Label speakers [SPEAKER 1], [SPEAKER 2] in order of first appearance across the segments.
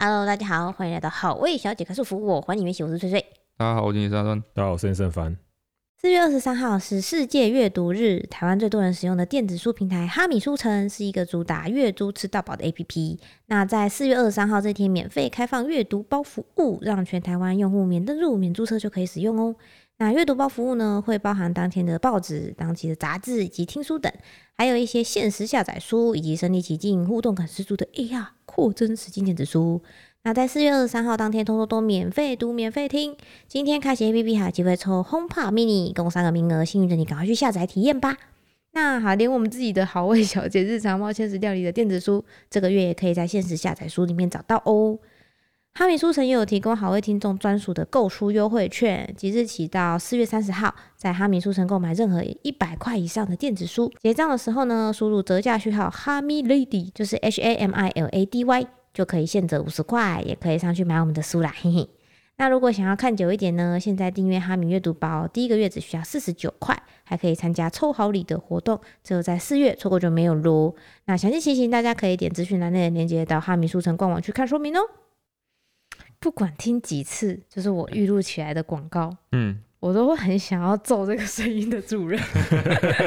[SPEAKER 1] Hello，大家好，欢迎来到好味小姐开束缚，我还你原形，我是翠翠。
[SPEAKER 2] 大家好，我今天是阿端。
[SPEAKER 3] 大家好，我是任胜凡。
[SPEAKER 1] 四月二十三号是世界阅读日，台湾最多人使用的电子书平台哈米书城是一个主打阅读吃到饱的 APP。那在四月二十三号这天免费开放阅读包服务，让全台湾用户免登入、免注册就可以使用哦。那阅读包服务呢，会包含当天的报纸、当期的杂志以及听书等，还有一些限时下载书以及身临其境、互动感十足的 AR 扩增实境电子书。那在四月二十三号当天，通通都免费读、免费听。今天开启 APP 还有机会抽 HomePod Mini，共三个名额，幸运的你赶快去下载体验吧。那好，连我们自己的好味小姐日常冒险式料理的电子书，这个月也可以在限时下载书里面找到哦。哈米书城也有提供好味听众专属的购书优惠券，即日起到四月三十号，在哈米书城购买任何一百块以上的电子书，结账的时候呢，输入折价序号哈米 Lady，就是 H A M I L A D Y，就可以现折五十块，也可以上去买我们的书啦，嘿嘿。那如果想要看久一点呢，现在订阅哈米阅读包，第一个月只需要四十九块，还可以参加抽好礼的活动，只有在四月，错过就没有喽。那详细情形大家可以点资讯栏内的链接到哈米书城官网去看说明哦。不管听几次，就是我预录起来的广告，
[SPEAKER 2] 嗯，
[SPEAKER 1] 我都会很想要揍这个声音的主人。 我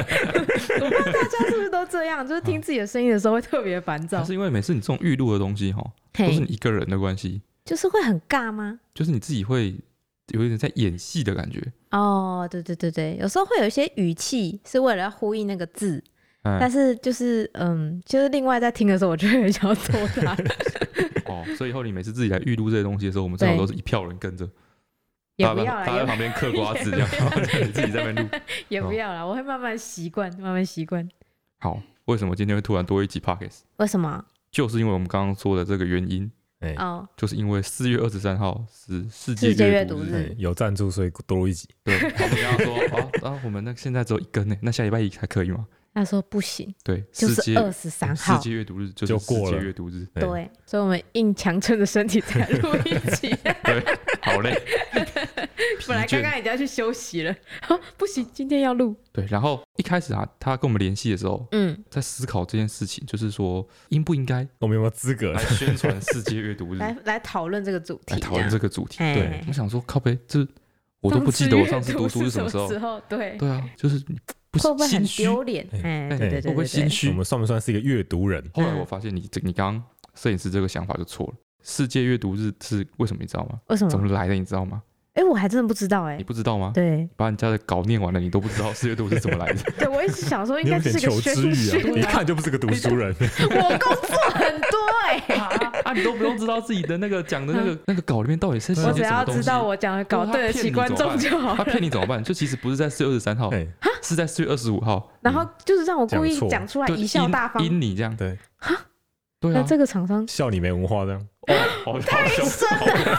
[SPEAKER 1] 不知道大家是不是都这样，就是听自己的声音的时候会特别烦躁
[SPEAKER 2] 但，是因为每次你这种预录的东西哈，都是
[SPEAKER 1] 嘿
[SPEAKER 2] 你，一个人的关系，
[SPEAKER 1] 就是会很尬吗？
[SPEAKER 2] 就是你自己会有一点在演戏的感觉。
[SPEAKER 1] 哦，对对对对，有时候会有一些语气是为了要呼应那个字，但
[SPEAKER 2] 嗯，
[SPEAKER 1] 是就是嗯，就是另外在听的时候，我就会很想要揍 他，
[SPEAKER 2] 哦，所以以后你每次自己来预录这些东西的时候，我们正好
[SPEAKER 1] 对
[SPEAKER 2] 都是一票人跟着，
[SPEAKER 1] 也
[SPEAKER 2] 大
[SPEAKER 1] 不
[SPEAKER 2] 家
[SPEAKER 1] 要
[SPEAKER 2] 在大家在
[SPEAKER 1] 啦，
[SPEAKER 2] 旁边嗑瓜 子这样，然后你自己在那边录。
[SPEAKER 1] 也也不要啦，我会慢慢习惯，慢慢习惯。
[SPEAKER 2] 好，为什么今天会突然多一集 podcast？
[SPEAKER 1] 为什么？
[SPEAKER 2] 就是因为我们刚刚说的这个原因，
[SPEAKER 3] 哎、
[SPEAKER 1] 哦，
[SPEAKER 2] 就是因为四月二十三号是世
[SPEAKER 1] 世界
[SPEAKER 2] 界
[SPEAKER 1] 阅
[SPEAKER 2] 读
[SPEAKER 1] 读
[SPEAKER 2] 日。
[SPEAKER 1] 日
[SPEAKER 3] 哎有赞助，所以多录一集。
[SPEAKER 2] 对，然后我们刚刚说哦，然后我们那个现在只有一根呢，那下礼拜一还可以吗？
[SPEAKER 1] 他说不行，
[SPEAKER 2] 对，
[SPEAKER 1] 就
[SPEAKER 2] 世
[SPEAKER 1] 是
[SPEAKER 2] 界
[SPEAKER 1] 二十三
[SPEAKER 2] 世
[SPEAKER 1] 号，
[SPEAKER 2] 界阅读日就
[SPEAKER 3] 就是
[SPEAKER 2] 世
[SPEAKER 3] 过
[SPEAKER 2] 界
[SPEAKER 3] 了
[SPEAKER 2] 阅读日，
[SPEAKER 3] 哎，
[SPEAKER 1] 对，所以我们硬强撑着身体才录一集，
[SPEAKER 2] 好累，疲
[SPEAKER 1] 本来刚
[SPEAKER 2] 倦。
[SPEAKER 1] 刚已经要去休息了，哦不行，今天要录，
[SPEAKER 2] 对，然后一开始啊，他跟我们联系的时候，
[SPEAKER 1] 嗯，
[SPEAKER 2] 在思考这件事情，就是说应不应该
[SPEAKER 3] 我们有没有资格
[SPEAKER 2] 来？宣传世界阅读 日，
[SPEAKER 1] 嗯来
[SPEAKER 2] 来
[SPEAKER 1] 来讨论这个主题，
[SPEAKER 2] 讨论这个主题。
[SPEAKER 1] 哎
[SPEAKER 2] 对，我想说靠背，这我都不记得我上次读书
[SPEAKER 1] 是
[SPEAKER 2] 什么时候。
[SPEAKER 1] 候，对，
[SPEAKER 2] 对啊，就是你不
[SPEAKER 1] 会不会很
[SPEAKER 2] 心虚。
[SPEAKER 1] 丢脸？哎，对对对
[SPEAKER 2] 会
[SPEAKER 1] 对
[SPEAKER 2] 不会
[SPEAKER 1] 对
[SPEAKER 2] 心
[SPEAKER 3] 我
[SPEAKER 2] 虚？
[SPEAKER 3] 们算不算是一个阅读人？
[SPEAKER 2] 后来我发现你这你刚刚摄影师这个想法就错了。世界阅读日是为什么你知道吗？
[SPEAKER 1] 为什
[SPEAKER 2] 怎
[SPEAKER 1] 么？
[SPEAKER 2] 么来的你知道吗？
[SPEAKER 1] 哎，我还真的不知道哎
[SPEAKER 2] 你，不知道吗？
[SPEAKER 1] 嗯对，
[SPEAKER 2] 把人家的稿念完了，你都不知道世界阅读日怎么来的。
[SPEAKER 1] 对我一直想说应
[SPEAKER 3] 你有
[SPEAKER 1] 该
[SPEAKER 3] 点
[SPEAKER 1] 是个
[SPEAKER 3] 求
[SPEAKER 1] 宣
[SPEAKER 3] 知欲
[SPEAKER 1] 训
[SPEAKER 3] 啊！你一看就不是个读书人。
[SPEAKER 1] 我工作很多哎、
[SPEAKER 2] 啊，你都不用知道自己的那个讲的那个那个稿里面到底是写
[SPEAKER 1] 嗯我只
[SPEAKER 2] 些什
[SPEAKER 1] 要
[SPEAKER 2] 么东西。
[SPEAKER 1] 知道我讲的搞对得起观众就好了。
[SPEAKER 2] 他骗你怎么办？就其实不是在四月二十三号，
[SPEAKER 3] 哎，
[SPEAKER 2] 是在四月二十五号，
[SPEAKER 1] 然后就是让我故意
[SPEAKER 3] 讲错
[SPEAKER 1] 讲出来
[SPEAKER 2] 就
[SPEAKER 1] 贻笑大方
[SPEAKER 2] 阴。阴啊你这样。
[SPEAKER 3] 对，
[SPEAKER 2] 对
[SPEAKER 1] 那
[SPEAKER 2] 啊，
[SPEAKER 1] 这个厂商
[SPEAKER 3] 笑你没文化这样。
[SPEAKER 2] 哦，好太凶，好过分，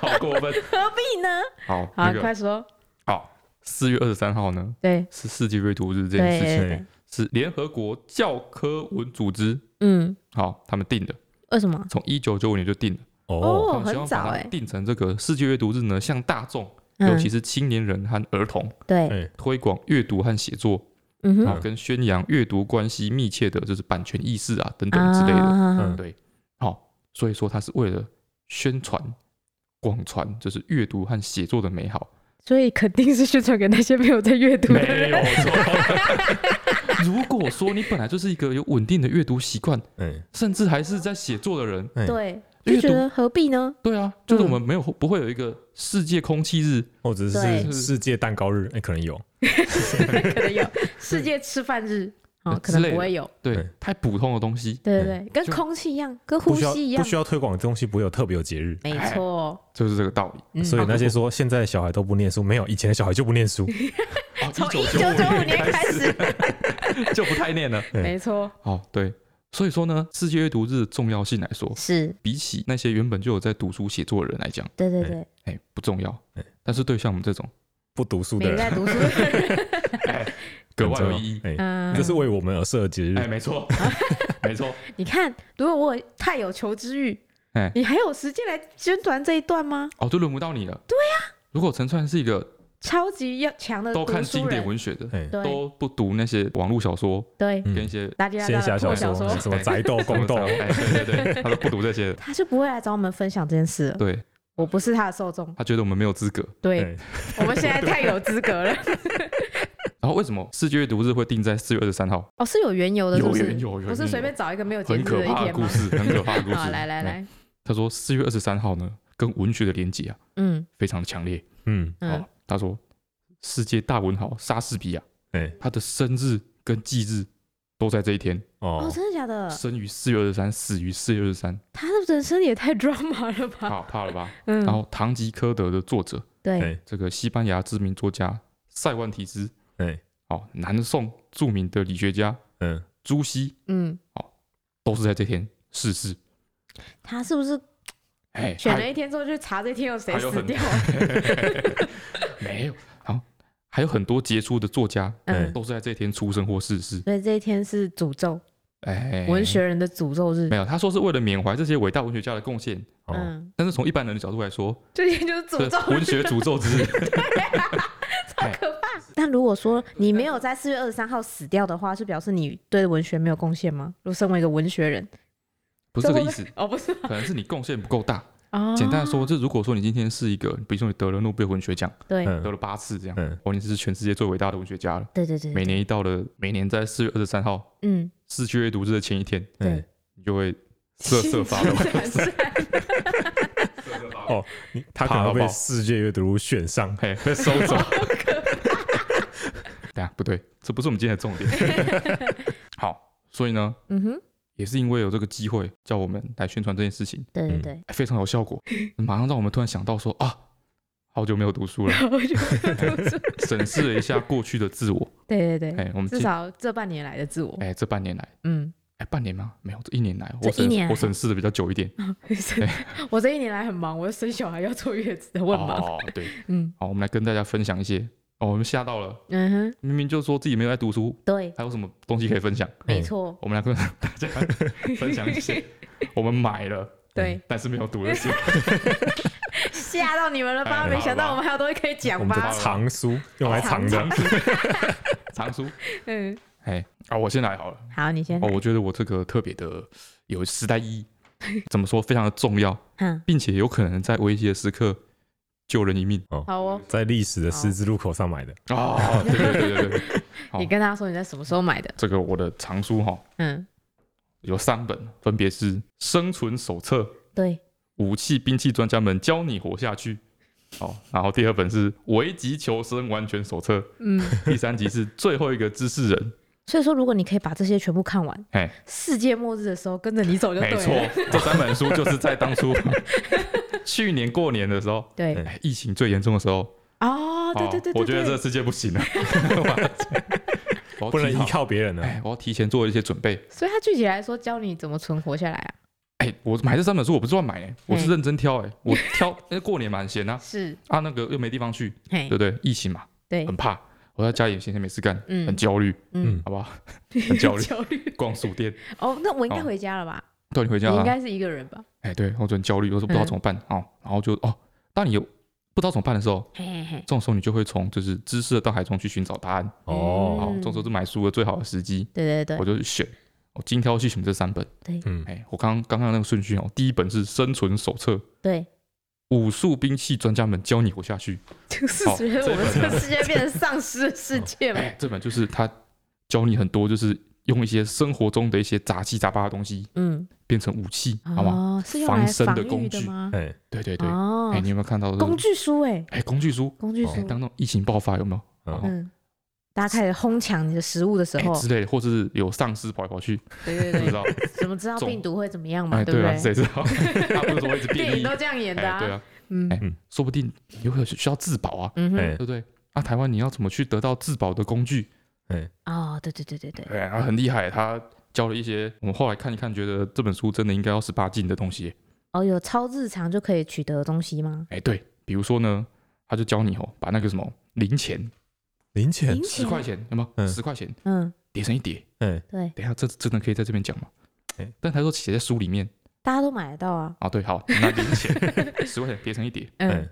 [SPEAKER 2] 好过分。
[SPEAKER 1] 何必呢？
[SPEAKER 2] 好，
[SPEAKER 1] 好，
[SPEAKER 2] 那
[SPEAKER 1] 你
[SPEAKER 2] 个
[SPEAKER 1] 快说。
[SPEAKER 2] 好，四月二十三号呢
[SPEAKER 1] 对
[SPEAKER 2] 是世界阅读日这
[SPEAKER 1] 对
[SPEAKER 2] 件事
[SPEAKER 1] 对
[SPEAKER 2] 情，
[SPEAKER 1] 对，
[SPEAKER 2] 是联合国教科文组织
[SPEAKER 1] 嗯，
[SPEAKER 2] 好他们定的，为
[SPEAKER 1] 什么？
[SPEAKER 2] 从一九九五年就定了，
[SPEAKER 3] 哦，
[SPEAKER 1] 哦，
[SPEAKER 2] 他们希
[SPEAKER 1] 很
[SPEAKER 2] 望
[SPEAKER 1] 早
[SPEAKER 2] 把
[SPEAKER 1] 哎、
[SPEAKER 2] 它定成这个世界阅读日呢，向大众，尤
[SPEAKER 1] 嗯，
[SPEAKER 2] 其是青年人和儿童。
[SPEAKER 1] 对，
[SPEAKER 3] 哎，
[SPEAKER 2] 推广阅读和写作，
[SPEAKER 1] 嗯
[SPEAKER 2] 然
[SPEAKER 1] 哼，
[SPEAKER 2] 后啊跟宣扬阅读关系密切的，就是版权意识啊等等
[SPEAKER 1] 啊，
[SPEAKER 2] 之类的。
[SPEAKER 3] 嗯
[SPEAKER 2] 对，好、所以说它是为了宣传、广传，就是阅读和写作的美好。
[SPEAKER 1] 所以肯定是宣传给那些嗯没有在阅读的人。
[SPEAKER 2] 有 错。如果说你本来就是一个有稳定的阅读习惯，
[SPEAKER 3] 哎，
[SPEAKER 2] 甚至还是在写作的人，
[SPEAKER 3] 哎
[SPEAKER 1] 对，
[SPEAKER 2] 阅
[SPEAKER 1] 就觉
[SPEAKER 2] 读
[SPEAKER 1] 得何必 呢？
[SPEAKER 2] 对
[SPEAKER 1] 嗯
[SPEAKER 2] 啊，就是我们没有、不会有一个世界空气日，
[SPEAKER 3] 或者
[SPEAKER 1] 对
[SPEAKER 3] 是世界蛋糕日？哎，可能有。
[SPEAKER 1] 可能有 世界吃饭日，哦，可
[SPEAKER 2] 之类
[SPEAKER 1] 能
[SPEAKER 2] 的
[SPEAKER 1] 不会有。
[SPEAKER 2] 对，
[SPEAKER 3] 对
[SPEAKER 2] 太普通的东西，
[SPEAKER 1] 对对对，跟
[SPEAKER 2] 就
[SPEAKER 1] 空气一样，跟
[SPEAKER 3] 不
[SPEAKER 1] 呼
[SPEAKER 3] 需要
[SPEAKER 1] 吸一样
[SPEAKER 3] 不，需要推广的东西，不会有特别有节日。
[SPEAKER 1] 没错。
[SPEAKER 2] 就是这个道理。
[SPEAKER 1] 嗯
[SPEAKER 3] 所以那些说现在小孩都不念书，没有以前的小孩就不 念书。
[SPEAKER 2] 哦
[SPEAKER 1] 从1995年开始
[SPEAKER 2] 就不太念了。
[SPEAKER 3] 对
[SPEAKER 1] 没错，
[SPEAKER 2] 哦，对，所以说呢，世界阅读日的重要性来说，
[SPEAKER 1] 是
[SPEAKER 2] 比起那些原本就有在读书写作的人来讲，
[SPEAKER 1] 对对对，
[SPEAKER 2] 哎，不重要
[SPEAKER 3] 哎。
[SPEAKER 2] 但是对像我们这种
[SPEAKER 3] 不读书的
[SPEAKER 1] 没
[SPEAKER 3] 人
[SPEAKER 1] 在读书的人，
[SPEAKER 2] 格外有意义。
[SPEAKER 3] 哎，
[SPEAKER 1] 嗯，
[SPEAKER 3] 这是为我们而设的节日
[SPEAKER 2] 哎，。没 错，没错，
[SPEAKER 1] 你看，如果我太有求知欲
[SPEAKER 2] 哎，
[SPEAKER 1] 你还有时间来宣传这一段吗？
[SPEAKER 2] 啊哦，就轮不到你了。对呀、如果陈川是一个
[SPEAKER 1] 超级要强的
[SPEAKER 2] 都看
[SPEAKER 1] 读书
[SPEAKER 2] 经典
[SPEAKER 1] 人，
[SPEAKER 2] 文学的，
[SPEAKER 3] 哎，
[SPEAKER 1] 对
[SPEAKER 2] 都不读那些网络小说
[SPEAKER 1] 对，
[SPEAKER 3] 嗯
[SPEAKER 2] 跟一些
[SPEAKER 1] 大家
[SPEAKER 3] 仙侠小
[SPEAKER 1] 小
[SPEAKER 3] 说、
[SPEAKER 1] 说，
[SPEAKER 3] 什么宅斗、宫斗，
[SPEAKER 2] 哎，对对对，他都不读这些的，
[SPEAKER 1] 他是不会来找我们分享这件事的。
[SPEAKER 2] 对
[SPEAKER 1] 我不是他的受众，
[SPEAKER 2] 他觉得我们没有资格。
[SPEAKER 1] 对
[SPEAKER 3] 对，
[SPEAKER 1] 我们现在太有资格了。
[SPEAKER 2] 然后为什么世界阅读日会定在四月二十三号？
[SPEAKER 1] 哦，是有缘由的，是不
[SPEAKER 2] 有缘
[SPEAKER 1] 是？
[SPEAKER 2] 由，有
[SPEAKER 1] 不是
[SPEAKER 2] 缘
[SPEAKER 1] 随
[SPEAKER 2] 由
[SPEAKER 1] 便找一个没有节制
[SPEAKER 2] 很可
[SPEAKER 1] 的一
[SPEAKER 2] 怕的
[SPEAKER 1] 天
[SPEAKER 2] 故
[SPEAKER 1] 吗？
[SPEAKER 2] 事，很可怕的故 事。
[SPEAKER 1] 好，来来
[SPEAKER 2] 嗯，
[SPEAKER 1] 来，
[SPEAKER 2] 他说四月二十三号呢，跟文学的连结啊，
[SPEAKER 1] 嗯
[SPEAKER 2] 非常的强烈。
[SPEAKER 3] 嗯，
[SPEAKER 1] 嗯
[SPEAKER 2] 哦，他说世界大文豪莎士比亚，
[SPEAKER 3] 哎，
[SPEAKER 2] 他的生日跟忌日都在这一天，
[SPEAKER 1] 哦，
[SPEAKER 3] 哦，
[SPEAKER 1] 真的假的？
[SPEAKER 2] 生于四月二十三，死于四月二十三，
[SPEAKER 1] 他的人生也太 drama 了吧？
[SPEAKER 2] 怕怕了吧？
[SPEAKER 1] 嗯
[SPEAKER 2] 然，后《堂吉诃德》的作者，
[SPEAKER 1] 对，
[SPEAKER 3] 哎，
[SPEAKER 2] 这个西班牙知名作家塞万提斯，
[SPEAKER 3] 哎，
[SPEAKER 2] 哦，南宋著名的理学家
[SPEAKER 3] 嗯，
[SPEAKER 2] 朱熹，
[SPEAKER 1] 嗯，
[SPEAKER 2] 都是在这天逝世。
[SPEAKER 1] 他是不是
[SPEAKER 2] 哎，
[SPEAKER 1] 选
[SPEAKER 2] 还
[SPEAKER 1] 了一天之后就查这天有谁
[SPEAKER 2] 还有
[SPEAKER 1] 死
[SPEAKER 2] 很
[SPEAKER 1] 掉？
[SPEAKER 2] 没有？好，还有很多杰出的作家
[SPEAKER 1] 嗯，
[SPEAKER 2] 都是在这天出生或逝世。
[SPEAKER 1] 所以这一天是诅咒，
[SPEAKER 2] 哎，
[SPEAKER 1] 文学人的诅咒日
[SPEAKER 2] 没。有，他说是为了缅怀这些伟大文学家的贡献，
[SPEAKER 3] 哦，
[SPEAKER 1] 嗯，
[SPEAKER 2] 但是从一般人的角度来说，
[SPEAKER 1] 这一天就是诅
[SPEAKER 2] 这
[SPEAKER 1] 咒日
[SPEAKER 2] 文学诅咒之日。
[SPEAKER 1] 但如果说你没有在四月二十三号死掉的话，是表示你对文学没有贡献吗？如果身为一个文学人，
[SPEAKER 2] 不是这个意思，
[SPEAKER 1] 哦，不是
[SPEAKER 2] 可能是你贡献不够大。
[SPEAKER 1] 哦，
[SPEAKER 2] 简单的说，就如果说你今天是一个，比如说你得了诺贝尔文学奖，
[SPEAKER 1] 对，
[SPEAKER 3] 嗯
[SPEAKER 2] 得了八次这样，
[SPEAKER 3] 嗯
[SPEAKER 2] 哦，你是全世界最伟大的文学家了。
[SPEAKER 1] 对对对
[SPEAKER 2] 每
[SPEAKER 1] 对，
[SPEAKER 2] 年一到了，每年在四月二十三号
[SPEAKER 1] 嗯，
[SPEAKER 2] 世界阅读日的前一天，
[SPEAKER 1] 对
[SPEAKER 3] 哎，
[SPEAKER 2] 你就会瑟瑟发 抖。
[SPEAKER 1] 抖。
[SPEAKER 2] 哦，
[SPEAKER 3] 哦，你他可能
[SPEAKER 2] 怕到
[SPEAKER 3] 会
[SPEAKER 2] 爆
[SPEAKER 3] 被世界阅读选上，
[SPEAKER 2] 嘿，被收走。等下不 对，这不是我们今天的重 点。好，所以呢，
[SPEAKER 1] 嗯哼，
[SPEAKER 2] 也是因为有这个机会叫我们来宣传这件事情，
[SPEAKER 1] 对对
[SPEAKER 3] 嗯
[SPEAKER 1] 对，
[SPEAKER 2] 哎非常有效果，马上让我们突然想到说啊，好久没有读书 了，
[SPEAKER 1] 然后就读书
[SPEAKER 2] 审视了一下过去的自我。
[SPEAKER 1] 对对对，
[SPEAKER 2] 哎，我们
[SPEAKER 1] 至
[SPEAKER 2] 今
[SPEAKER 1] 少这半年来的自我，
[SPEAKER 2] 哎这半年来，
[SPEAKER 1] 嗯，
[SPEAKER 2] 哎半年吗？没有，这一年来，
[SPEAKER 1] 这
[SPEAKER 2] 我
[SPEAKER 1] 一年啊
[SPEAKER 2] 审
[SPEAKER 1] 来
[SPEAKER 2] 我审视的比较久 一点。
[SPEAKER 1] 我这一年来很忙，我要生小孩，要坐月子，我很忙，
[SPEAKER 2] 哦，对，
[SPEAKER 1] 嗯
[SPEAKER 2] 好，我们来跟大家分享一些。哦，我们吓到了，
[SPEAKER 1] 嗯哼，
[SPEAKER 2] 明明就说自己没有在读书，
[SPEAKER 1] 对，
[SPEAKER 2] 还有什么东西可以分享？
[SPEAKER 1] 没错，
[SPEAKER 2] 我们来跟大 家嗯分享一些我们买了
[SPEAKER 1] 对，
[SPEAKER 2] 但是没有 读的书。
[SPEAKER 1] 吓到你们了吧？
[SPEAKER 2] 嗯哎
[SPEAKER 1] 没想到
[SPEAKER 2] 好吧
[SPEAKER 1] 我们还有东西可以讲
[SPEAKER 3] 我们的
[SPEAKER 1] 吧？
[SPEAKER 3] 藏书用来藏的，
[SPEAKER 2] 书， 藏书。
[SPEAKER 1] 嗯，
[SPEAKER 2] 哎，啊，我先来好了。
[SPEAKER 1] 好，你先
[SPEAKER 2] 哦，，我觉得我这个特别的有时代意义，怎么说非常的重要，
[SPEAKER 1] 嗯，
[SPEAKER 2] 并且有可能在危急的时刻救人一命。
[SPEAKER 1] 好哦，
[SPEAKER 3] 在历史的十字路口上买的，
[SPEAKER 2] 哦， 对对对对对，好
[SPEAKER 1] 你跟大家说你在什么时候买的？
[SPEAKER 2] 这个我的藏书哈、
[SPEAKER 1] 嗯，
[SPEAKER 2] 有三本，分别是《生存手册》。
[SPEAKER 1] 对，
[SPEAKER 2] 武器兵器专家们教你活下去。哦，然后第二本是《危急求生完全 手册》，
[SPEAKER 1] 嗯，
[SPEAKER 2] 第三集是最后一个知识人。
[SPEAKER 1] 所以说如果你可以把这些全部看完，
[SPEAKER 2] 哎，
[SPEAKER 1] 世界末日的时候跟着你走就 对
[SPEAKER 2] 没错
[SPEAKER 1] 了，，
[SPEAKER 2] 这三本书就是在当初 去年过年的时候，
[SPEAKER 1] 对，
[SPEAKER 3] 嗯
[SPEAKER 2] 哎疫情最严重的时候，
[SPEAKER 1] 哦，对对对对，
[SPEAKER 2] 我觉得
[SPEAKER 1] 对
[SPEAKER 2] 这世界 不行了， 我要
[SPEAKER 3] 不能
[SPEAKER 2] 提
[SPEAKER 3] 依
[SPEAKER 2] 好。
[SPEAKER 3] 靠别人啊了。
[SPEAKER 2] 哎，我要提前做一些准备。
[SPEAKER 1] 所以他具体来说教你怎么存活下来啊？
[SPEAKER 2] 哎，我买这三本书我不是乱买、哎我是
[SPEAKER 1] 嗯
[SPEAKER 2] 认真挑、哎， 我挑，因为过年嘛很闲啊，
[SPEAKER 1] 是，
[SPEAKER 2] 啊那个又没地方去，
[SPEAKER 1] 嘿
[SPEAKER 2] 对不，对？疫情嘛，
[SPEAKER 1] 对，
[SPEAKER 2] 很怕，我在家里闲闲没事干，
[SPEAKER 1] 哎嗯
[SPEAKER 2] 很焦虑，
[SPEAKER 1] 嗯
[SPEAKER 3] 嗯，
[SPEAKER 2] 好不好？很焦虑，
[SPEAKER 1] 焦虑。
[SPEAKER 2] 逛书店，
[SPEAKER 1] 哦，那我应该回家了吧？
[SPEAKER 2] 对，你回家
[SPEAKER 1] 你应
[SPEAKER 2] 啊？
[SPEAKER 1] 该是嗯一个人吧？
[SPEAKER 2] 哎，对，我就很焦虑，我说不知道怎么办啊、哦，然后就哦，当你有不知道怎么办的时候，
[SPEAKER 1] 嘿嘿嘿
[SPEAKER 2] 这，种时候你就会从就是知识的大海中去寻找答案。
[SPEAKER 3] 哦，
[SPEAKER 2] 哦，
[SPEAKER 1] 嗯
[SPEAKER 2] 这种时候是买书的最好的时机，
[SPEAKER 1] 对对
[SPEAKER 2] 我
[SPEAKER 1] 对，
[SPEAKER 2] 就去选，我精挑细选这三本。
[SPEAKER 3] 嗯，
[SPEAKER 2] 哎，我刚刚刚那个顺序哦，第一本是《生存手册》。
[SPEAKER 1] 对，
[SPEAKER 2] 武术兵器专家们教你活下去。
[SPEAKER 1] 就是
[SPEAKER 2] 好
[SPEAKER 1] 觉得我们这
[SPEAKER 2] 这一本呢
[SPEAKER 1] 个世界变成丧尸的世界嘛。
[SPEAKER 2] 哎， 这本就是他教你很多，就是用一些生活中的一些杂七杂八的东西
[SPEAKER 1] 嗯，
[SPEAKER 2] 变成武器，好吗？
[SPEAKER 1] 哦，是用来
[SPEAKER 2] 防身的
[SPEAKER 1] 防御
[SPEAKER 2] 工
[SPEAKER 1] 的
[SPEAKER 2] 具
[SPEAKER 1] 吗？
[SPEAKER 3] 哎，
[SPEAKER 2] 对对对。
[SPEAKER 1] 哦
[SPEAKER 2] 哎，，你有没有看到这个
[SPEAKER 1] 工？具嗯书哎，
[SPEAKER 2] 哎，工具书。
[SPEAKER 1] 工具
[SPEAKER 3] 哦
[SPEAKER 1] 书
[SPEAKER 2] 哎，，当那种疫情爆发有没有？
[SPEAKER 3] 嗯
[SPEAKER 1] 嗯，大家开始哄抢你的食物的时
[SPEAKER 2] 哎
[SPEAKER 1] 候，
[SPEAKER 2] 之类的，或是有丧尸跑来跑去，
[SPEAKER 1] 对
[SPEAKER 2] 不
[SPEAKER 1] 对
[SPEAKER 2] 知
[SPEAKER 1] 对，
[SPEAKER 2] 道。
[SPEAKER 1] 怎么知道
[SPEAKER 2] 中
[SPEAKER 1] 病毒会怎么样嘛？
[SPEAKER 2] 哎，
[SPEAKER 1] 不
[SPEAKER 2] 对啊，
[SPEAKER 1] 对？
[SPEAKER 2] 谁知道？他不是说一直变
[SPEAKER 1] 电
[SPEAKER 2] 异
[SPEAKER 1] 影都，这样演的
[SPEAKER 2] 哎，对
[SPEAKER 1] 啊。
[SPEAKER 2] 啊，
[SPEAKER 1] 嗯
[SPEAKER 2] 哎说不定有可能需要自保啊，
[SPEAKER 1] 嗯哼，
[SPEAKER 3] 哎
[SPEAKER 2] 对不对？那台湾你要怎么去得到自保的工具？
[SPEAKER 1] 哦，对对对对对，
[SPEAKER 2] 哎，然后很厉害，他教了一些我们后来看一看，觉得这本书真的应该要十八禁的东西。
[SPEAKER 1] 哦，有超日常就可以取得的东西吗？
[SPEAKER 2] 哎，对，比如说呢，他就教你哦，把那个什么零钱
[SPEAKER 3] 零钱
[SPEAKER 1] 零，
[SPEAKER 2] 十
[SPEAKER 1] 钱
[SPEAKER 2] 块钱有没有？
[SPEAKER 3] 嗯
[SPEAKER 2] 十块钱
[SPEAKER 1] 嗯，
[SPEAKER 2] 叠成一叠，
[SPEAKER 3] 哎，
[SPEAKER 1] 对，
[SPEAKER 2] 等一下这真的可以在这边讲吗
[SPEAKER 3] 哎？
[SPEAKER 2] 但他说写在书里面
[SPEAKER 1] 大家都买得到啊。
[SPEAKER 2] 啊，对，好，那零钱 十块钱叠成一叠，
[SPEAKER 1] 嗯
[SPEAKER 3] 哎，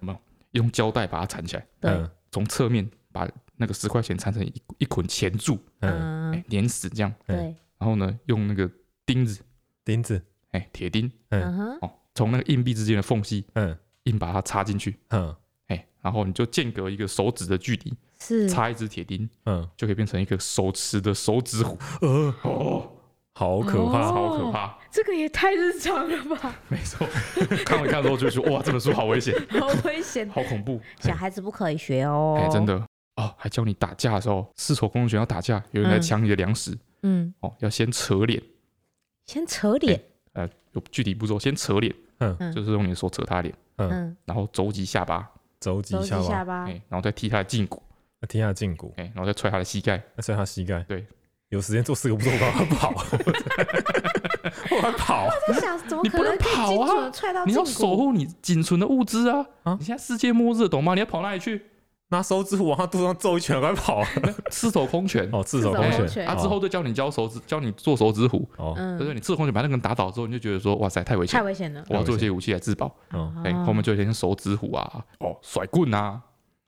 [SPEAKER 2] 用胶带把它缠起来，
[SPEAKER 1] 对，
[SPEAKER 3] 嗯
[SPEAKER 2] 从侧面把那个十块钱缠成一一捆钱柱，
[SPEAKER 3] 嗯，
[SPEAKER 2] 哎、
[SPEAKER 1] 嗯，
[SPEAKER 2] 连死这样。
[SPEAKER 1] 对，
[SPEAKER 2] 然后呢，用那个钉子，
[SPEAKER 3] 钉子，
[SPEAKER 2] 哎、铁钉
[SPEAKER 3] 嗯
[SPEAKER 1] 嗯哼，
[SPEAKER 2] 哦，从那个硬币之间的缝隙
[SPEAKER 3] 嗯
[SPEAKER 2] 硬把它插进去，
[SPEAKER 3] 嗯
[SPEAKER 2] 哎、然后你就间隔一个手指的距离，
[SPEAKER 1] 是，
[SPEAKER 2] 插一支铁钉，
[SPEAKER 3] 嗯，
[SPEAKER 2] 就可以变成一个手持的手指虎，
[SPEAKER 3] 呃，
[SPEAKER 2] 哦，
[SPEAKER 3] 好可怕，
[SPEAKER 1] 哦
[SPEAKER 2] 好可怕，
[SPEAKER 1] 这个也太日常了吧，
[SPEAKER 2] 没错。 看完看之后就觉得哇，这本书好危险，
[SPEAKER 1] 好危险，
[SPEAKER 2] 好恐怖，
[SPEAKER 1] 小孩子不可以学哦，
[SPEAKER 2] 哎、真，的哦，还教你打架的时候，丝绸公路学要打架，有人来
[SPEAKER 1] 嗯
[SPEAKER 2] 抢你的粮食、
[SPEAKER 1] 嗯，
[SPEAKER 2] 哦，要先扯脸，
[SPEAKER 1] 先扯脸，
[SPEAKER 2] 有具体步骤，先扯脸，
[SPEAKER 3] 嗯
[SPEAKER 1] 嗯
[SPEAKER 2] 就是用你的手扯他的脸，
[SPEAKER 3] 嗯，
[SPEAKER 1] 嗯，
[SPEAKER 2] 然后肘击哎下巴，
[SPEAKER 3] 肘击
[SPEAKER 1] 揉
[SPEAKER 3] 下
[SPEAKER 1] 几
[SPEAKER 3] 巴
[SPEAKER 1] 下，巴
[SPEAKER 2] 哎、，然后再踢他的胫骨，
[SPEAKER 3] 踢下胫骨，
[SPEAKER 2] 哎、然后再踹他的膝 盖，
[SPEAKER 3] 那摔他膝盖，
[SPEAKER 2] 对，
[SPEAKER 3] 有时间做四个步骤，我还 跑，我还 跑，
[SPEAKER 1] 在想怎么
[SPEAKER 2] 你
[SPEAKER 1] 可
[SPEAKER 2] 不
[SPEAKER 1] 能
[SPEAKER 2] 能
[SPEAKER 1] 可以
[SPEAKER 2] 跑
[SPEAKER 1] 精
[SPEAKER 2] 啊
[SPEAKER 1] 准地踹到
[SPEAKER 2] 你要
[SPEAKER 1] 胫
[SPEAKER 2] 守
[SPEAKER 1] 骨
[SPEAKER 2] 护你仅存的物资啊！
[SPEAKER 3] 啊
[SPEAKER 2] 你现在世界末日了，懂吗？你要跑哪里去？
[SPEAKER 3] 拿手指往他肚子上揍一拳，赶快 跑，
[SPEAKER 2] 赤手空拳。
[SPEAKER 3] 哦，赤手
[SPEAKER 1] 空
[SPEAKER 3] 空
[SPEAKER 1] 拳
[SPEAKER 3] 拳，
[SPEAKER 2] 他之后就教你教手指，教你做手指虎。
[SPEAKER 3] 哦，
[SPEAKER 2] 所以
[SPEAKER 1] 嗯，
[SPEAKER 2] 你赤手空拳把那个人打倒之后，你就觉得说，哇塞，太危险
[SPEAKER 1] 太
[SPEAKER 2] 了，
[SPEAKER 1] 危险了，
[SPEAKER 2] 我要做一些武器来自保。
[SPEAKER 1] 嗯
[SPEAKER 3] 哦，
[SPEAKER 2] 哎，后面就有些手指虎啊，哦，甩棍啊，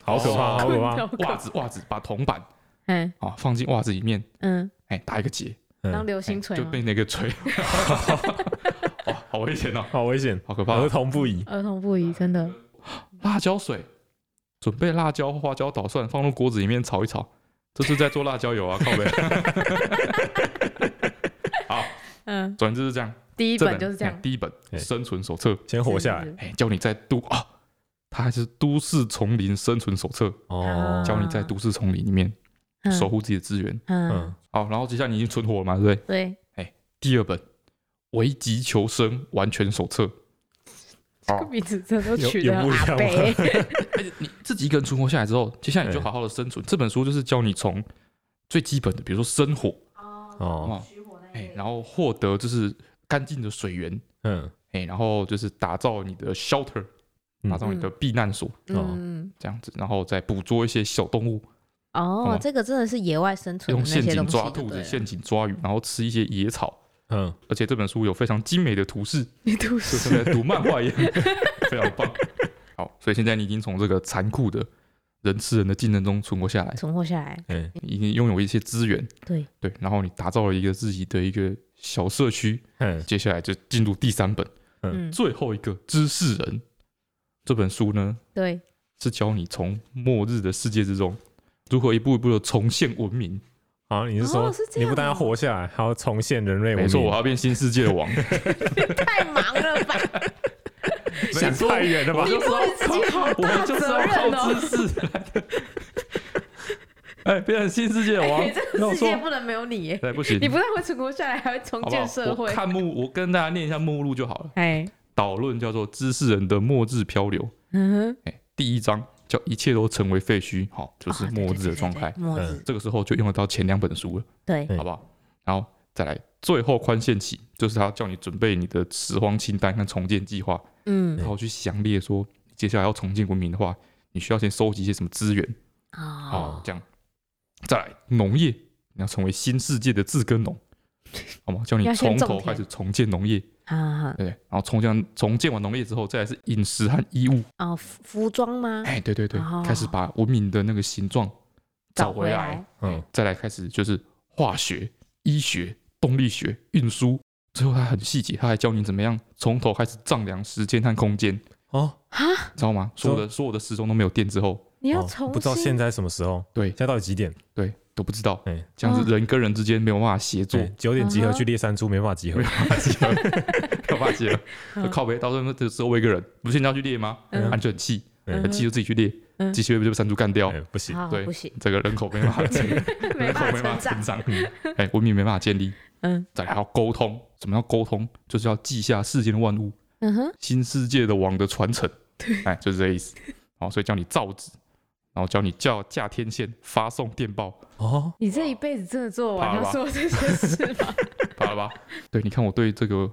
[SPEAKER 3] 好可怕，
[SPEAKER 1] 哦
[SPEAKER 3] 好可怕，
[SPEAKER 2] 袜子袜子把铜板
[SPEAKER 1] 哎，
[SPEAKER 2] 啊放进袜子里面，
[SPEAKER 1] 嗯，
[SPEAKER 2] 哎，打一个结，
[SPEAKER 1] 当
[SPEAKER 3] 嗯，
[SPEAKER 1] 流
[SPEAKER 2] 哎
[SPEAKER 1] 星锤
[SPEAKER 2] 就
[SPEAKER 1] 吗
[SPEAKER 2] 被那个锤， 哦，好危险哦，
[SPEAKER 3] 好危险，
[SPEAKER 2] 好可怕
[SPEAKER 3] 儿
[SPEAKER 2] 哦。
[SPEAKER 3] 童不宜，
[SPEAKER 1] 儿童不宜，真的，
[SPEAKER 2] 辣椒水，准备辣椒、花椒、捣蒜，放入锅子里面炒一炒，这是在做辣椒油啊，靠北。好，
[SPEAKER 1] 嗯，
[SPEAKER 2] 总之是这样，
[SPEAKER 1] 第一
[SPEAKER 2] 一
[SPEAKER 1] 本就是这样，
[SPEAKER 2] 第一本
[SPEAKER 3] 对
[SPEAKER 2] 生存手册，
[SPEAKER 3] 先活下来，
[SPEAKER 1] 来，
[SPEAKER 2] 哎，教你在都啊，它还是都市丛林生存手册，
[SPEAKER 3] 哦，
[SPEAKER 2] 教你在都市丛林里面
[SPEAKER 1] 啊嗯
[SPEAKER 2] 哎守，护自己的资源。
[SPEAKER 1] 嗯，
[SPEAKER 3] 嗯，
[SPEAKER 2] 好，然后接下来你已经存活了嘛，对不对？
[SPEAKER 1] 对，
[SPEAKER 2] 第二本《危急求生完全手册》，哦
[SPEAKER 1] 这个名字真的都
[SPEAKER 3] 有
[SPEAKER 1] 取
[SPEAKER 3] 有
[SPEAKER 1] 得
[SPEAKER 3] 不一
[SPEAKER 1] 阿
[SPEAKER 3] 样吗
[SPEAKER 1] 北，
[SPEAKER 2] 而且你自己一个人存活下来之后，接下来你就
[SPEAKER 3] 对
[SPEAKER 2] 好好的生存。这本书就是教你从最基本的，比如说生火，
[SPEAKER 3] 哦，
[SPEAKER 2] 哦，哎，然后获得就是干净的水源，
[SPEAKER 3] 嗯，
[SPEAKER 2] 哎，然后就是打造你的 shelter，
[SPEAKER 3] 嗯
[SPEAKER 2] 打造你的避难所
[SPEAKER 1] 嗯。
[SPEAKER 2] 这样子，然后再捕捉一些小动物，
[SPEAKER 1] 哦
[SPEAKER 2] 吗，
[SPEAKER 1] 这个真的是野外生存
[SPEAKER 2] 用
[SPEAKER 1] 的那
[SPEAKER 2] 陷
[SPEAKER 1] 些
[SPEAKER 2] 阱
[SPEAKER 1] 东西
[SPEAKER 2] 抓
[SPEAKER 1] 就
[SPEAKER 2] 兔
[SPEAKER 1] 对
[SPEAKER 2] 子、
[SPEAKER 1] 了，
[SPEAKER 2] 陷阱抓鱼，然后吃一些野草。
[SPEAKER 3] 嗯，
[SPEAKER 2] 而且这本书有非常精美的图示，
[SPEAKER 1] 你吐
[SPEAKER 2] 就
[SPEAKER 1] 死，
[SPEAKER 2] 是在读漫画一样， 非常棒。好，所以现在你已经从这个残酷的人吃人的竞争中存活下来，
[SPEAKER 1] 存活下来，
[SPEAKER 3] 哎，
[SPEAKER 2] 已经拥有一些资源，
[SPEAKER 1] 对，
[SPEAKER 2] 对，然后你打造了一个自己的一个小社区，
[SPEAKER 3] 嗯，
[SPEAKER 2] 接下来就进入第三本，
[SPEAKER 1] 嗯，
[SPEAKER 2] 最后一个知识人这本书呢，
[SPEAKER 1] 对，
[SPEAKER 2] 是教你从末日的世界之中如何一步一步的重现文明。
[SPEAKER 3] 好，你是
[SPEAKER 1] 哦
[SPEAKER 3] 说
[SPEAKER 1] 是这
[SPEAKER 3] 你不
[SPEAKER 1] 样
[SPEAKER 3] 但要
[SPEAKER 1] 哦
[SPEAKER 3] 活下来，还要重现人类文
[SPEAKER 2] 没错，
[SPEAKER 3] 明
[SPEAKER 2] 哎我？要变新世界的王。
[SPEAKER 1] 太忙了吧？
[SPEAKER 3] 想太远了 吧
[SPEAKER 2] 我？就说
[SPEAKER 1] 你对自己好
[SPEAKER 2] 我
[SPEAKER 1] 大
[SPEAKER 2] 就
[SPEAKER 1] 责
[SPEAKER 2] 是
[SPEAKER 1] 任
[SPEAKER 2] 要靠
[SPEAKER 1] 哦！
[SPEAKER 2] 知识来的。哎，变成新世界王，
[SPEAKER 1] 哎这
[SPEAKER 2] 没
[SPEAKER 1] 个
[SPEAKER 2] 有
[SPEAKER 1] 世
[SPEAKER 2] 错
[SPEAKER 1] 界。不能没有你耶，
[SPEAKER 2] 哎，不行，
[SPEAKER 1] 你不但会存活下来，还会重
[SPEAKER 2] 好不
[SPEAKER 1] 建
[SPEAKER 2] 好？
[SPEAKER 1] 社
[SPEAKER 2] 我
[SPEAKER 1] 会。
[SPEAKER 2] 看目，我跟大家念一下目录就好了。
[SPEAKER 1] 哎，
[SPEAKER 2] 导论叫做《知识人的末日漂流》，
[SPEAKER 1] 嗯
[SPEAKER 2] 哎，第一章叫“一切都成为废墟”，好，就
[SPEAKER 1] 哼，
[SPEAKER 2] 是
[SPEAKER 1] 哦
[SPEAKER 2] 末日的状态。
[SPEAKER 1] 对对对
[SPEAKER 2] 嗯
[SPEAKER 1] 对末日，
[SPEAKER 2] 这个时候就用得到前两本书了，
[SPEAKER 1] 对，
[SPEAKER 3] 对
[SPEAKER 2] 好不好？然后再来最后宽限期，就是他叫你准备你的拾荒清单跟重建计划，
[SPEAKER 1] 嗯，
[SPEAKER 2] 然后去详列说接下来要重建文明的话，你需要先收集一些什么资源。嗯好，
[SPEAKER 1] 哦，
[SPEAKER 2] 啊这样再来农业，你要成为新世界的自 耕农，好吗？叫你
[SPEAKER 1] 要先
[SPEAKER 2] 从
[SPEAKER 1] 种
[SPEAKER 2] 头
[SPEAKER 1] 田
[SPEAKER 2] 开始重建农业，
[SPEAKER 1] 啊，
[SPEAKER 2] 对，然后重建重建完农业之后，再来是饮食和衣物，
[SPEAKER 1] 哦，服服装吗？
[SPEAKER 2] 哎，对对对，
[SPEAKER 1] 哦
[SPEAKER 2] 开始把文明的那个形状找
[SPEAKER 1] 回
[SPEAKER 2] 回来，，
[SPEAKER 3] 嗯，
[SPEAKER 2] 再来开始就是化学、医学、动力学、运输。最后他很细节，他还教你怎么样从头开始丈量时间和空间，你
[SPEAKER 3] 哦，
[SPEAKER 1] 啊，
[SPEAKER 2] 知道吗？所有的所有的时钟都没有电之后，
[SPEAKER 1] 你要
[SPEAKER 3] 哦
[SPEAKER 1] 重
[SPEAKER 3] 不知道现
[SPEAKER 1] 新
[SPEAKER 3] 在什么时候？
[SPEAKER 2] 对
[SPEAKER 3] 现在到底几点？
[SPEAKER 2] 对，都不知道，
[SPEAKER 3] 哎，
[SPEAKER 2] 这样
[SPEAKER 1] 哇
[SPEAKER 2] 子人跟人之间没有办法协作
[SPEAKER 3] 对，，九点集
[SPEAKER 1] 嗯
[SPEAKER 3] 合
[SPEAKER 1] 哼
[SPEAKER 3] 去猎山猪，没办法集合
[SPEAKER 2] 没。办法集合，没有办法集合，
[SPEAKER 1] 嗯
[SPEAKER 2] 就靠北，到时候就只有我一个人，不是你要去猎吗？
[SPEAKER 1] 嗯
[SPEAKER 2] 啊，你就很气，
[SPEAKER 3] 嗯
[SPEAKER 2] 很气就自己去猎，
[SPEAKER 1] 嗯
[SPEAKER 2] 继续被山猪干掉
[SPEAKER 3] 哎，，不行，
[SPEAKER 1] 啊，
[SPEAKER 2] 对
[SPEAKER 1] 不行，
[SPEAKER 2] 这个人口没办法成，
[SPEAKER 1] 没
[SPEAKER 2] 人口
[SPEAKER 1] 办
[SPEAKER 2] 没
[SPEAKER 1] 法
[SPEAKER 2] 办法
[SPEAKER 1] 成
[SPEAKER 2] 成
[SPEAKER 1] 长，
[SPEAKER 2] 长，嗯哎，文明没办法建立。
[SPEAKER 1] 嗯
[SPEAKER 2] 再来还要沟通，什么叫沟通？就是要记下世间的万物，
[SPEAKER 1] 嗯哼，
[SPEAKER 2] 新世界的王的传承，哎，就是这个意思。好，所以叫你造纸，然后教你叫架天线、发送电报，
[SPEAKER 3] 哦，
[SPEAKER 1] 你这一辈子真的做完
[SPEAKER 2] 怕了
[SPEAKER 1] 要
[SPEAKER 2] 吧
[SPEAKER 1] 做这些 事吗？
[SPEAKER 2] 好 了吧？对，你看我对这个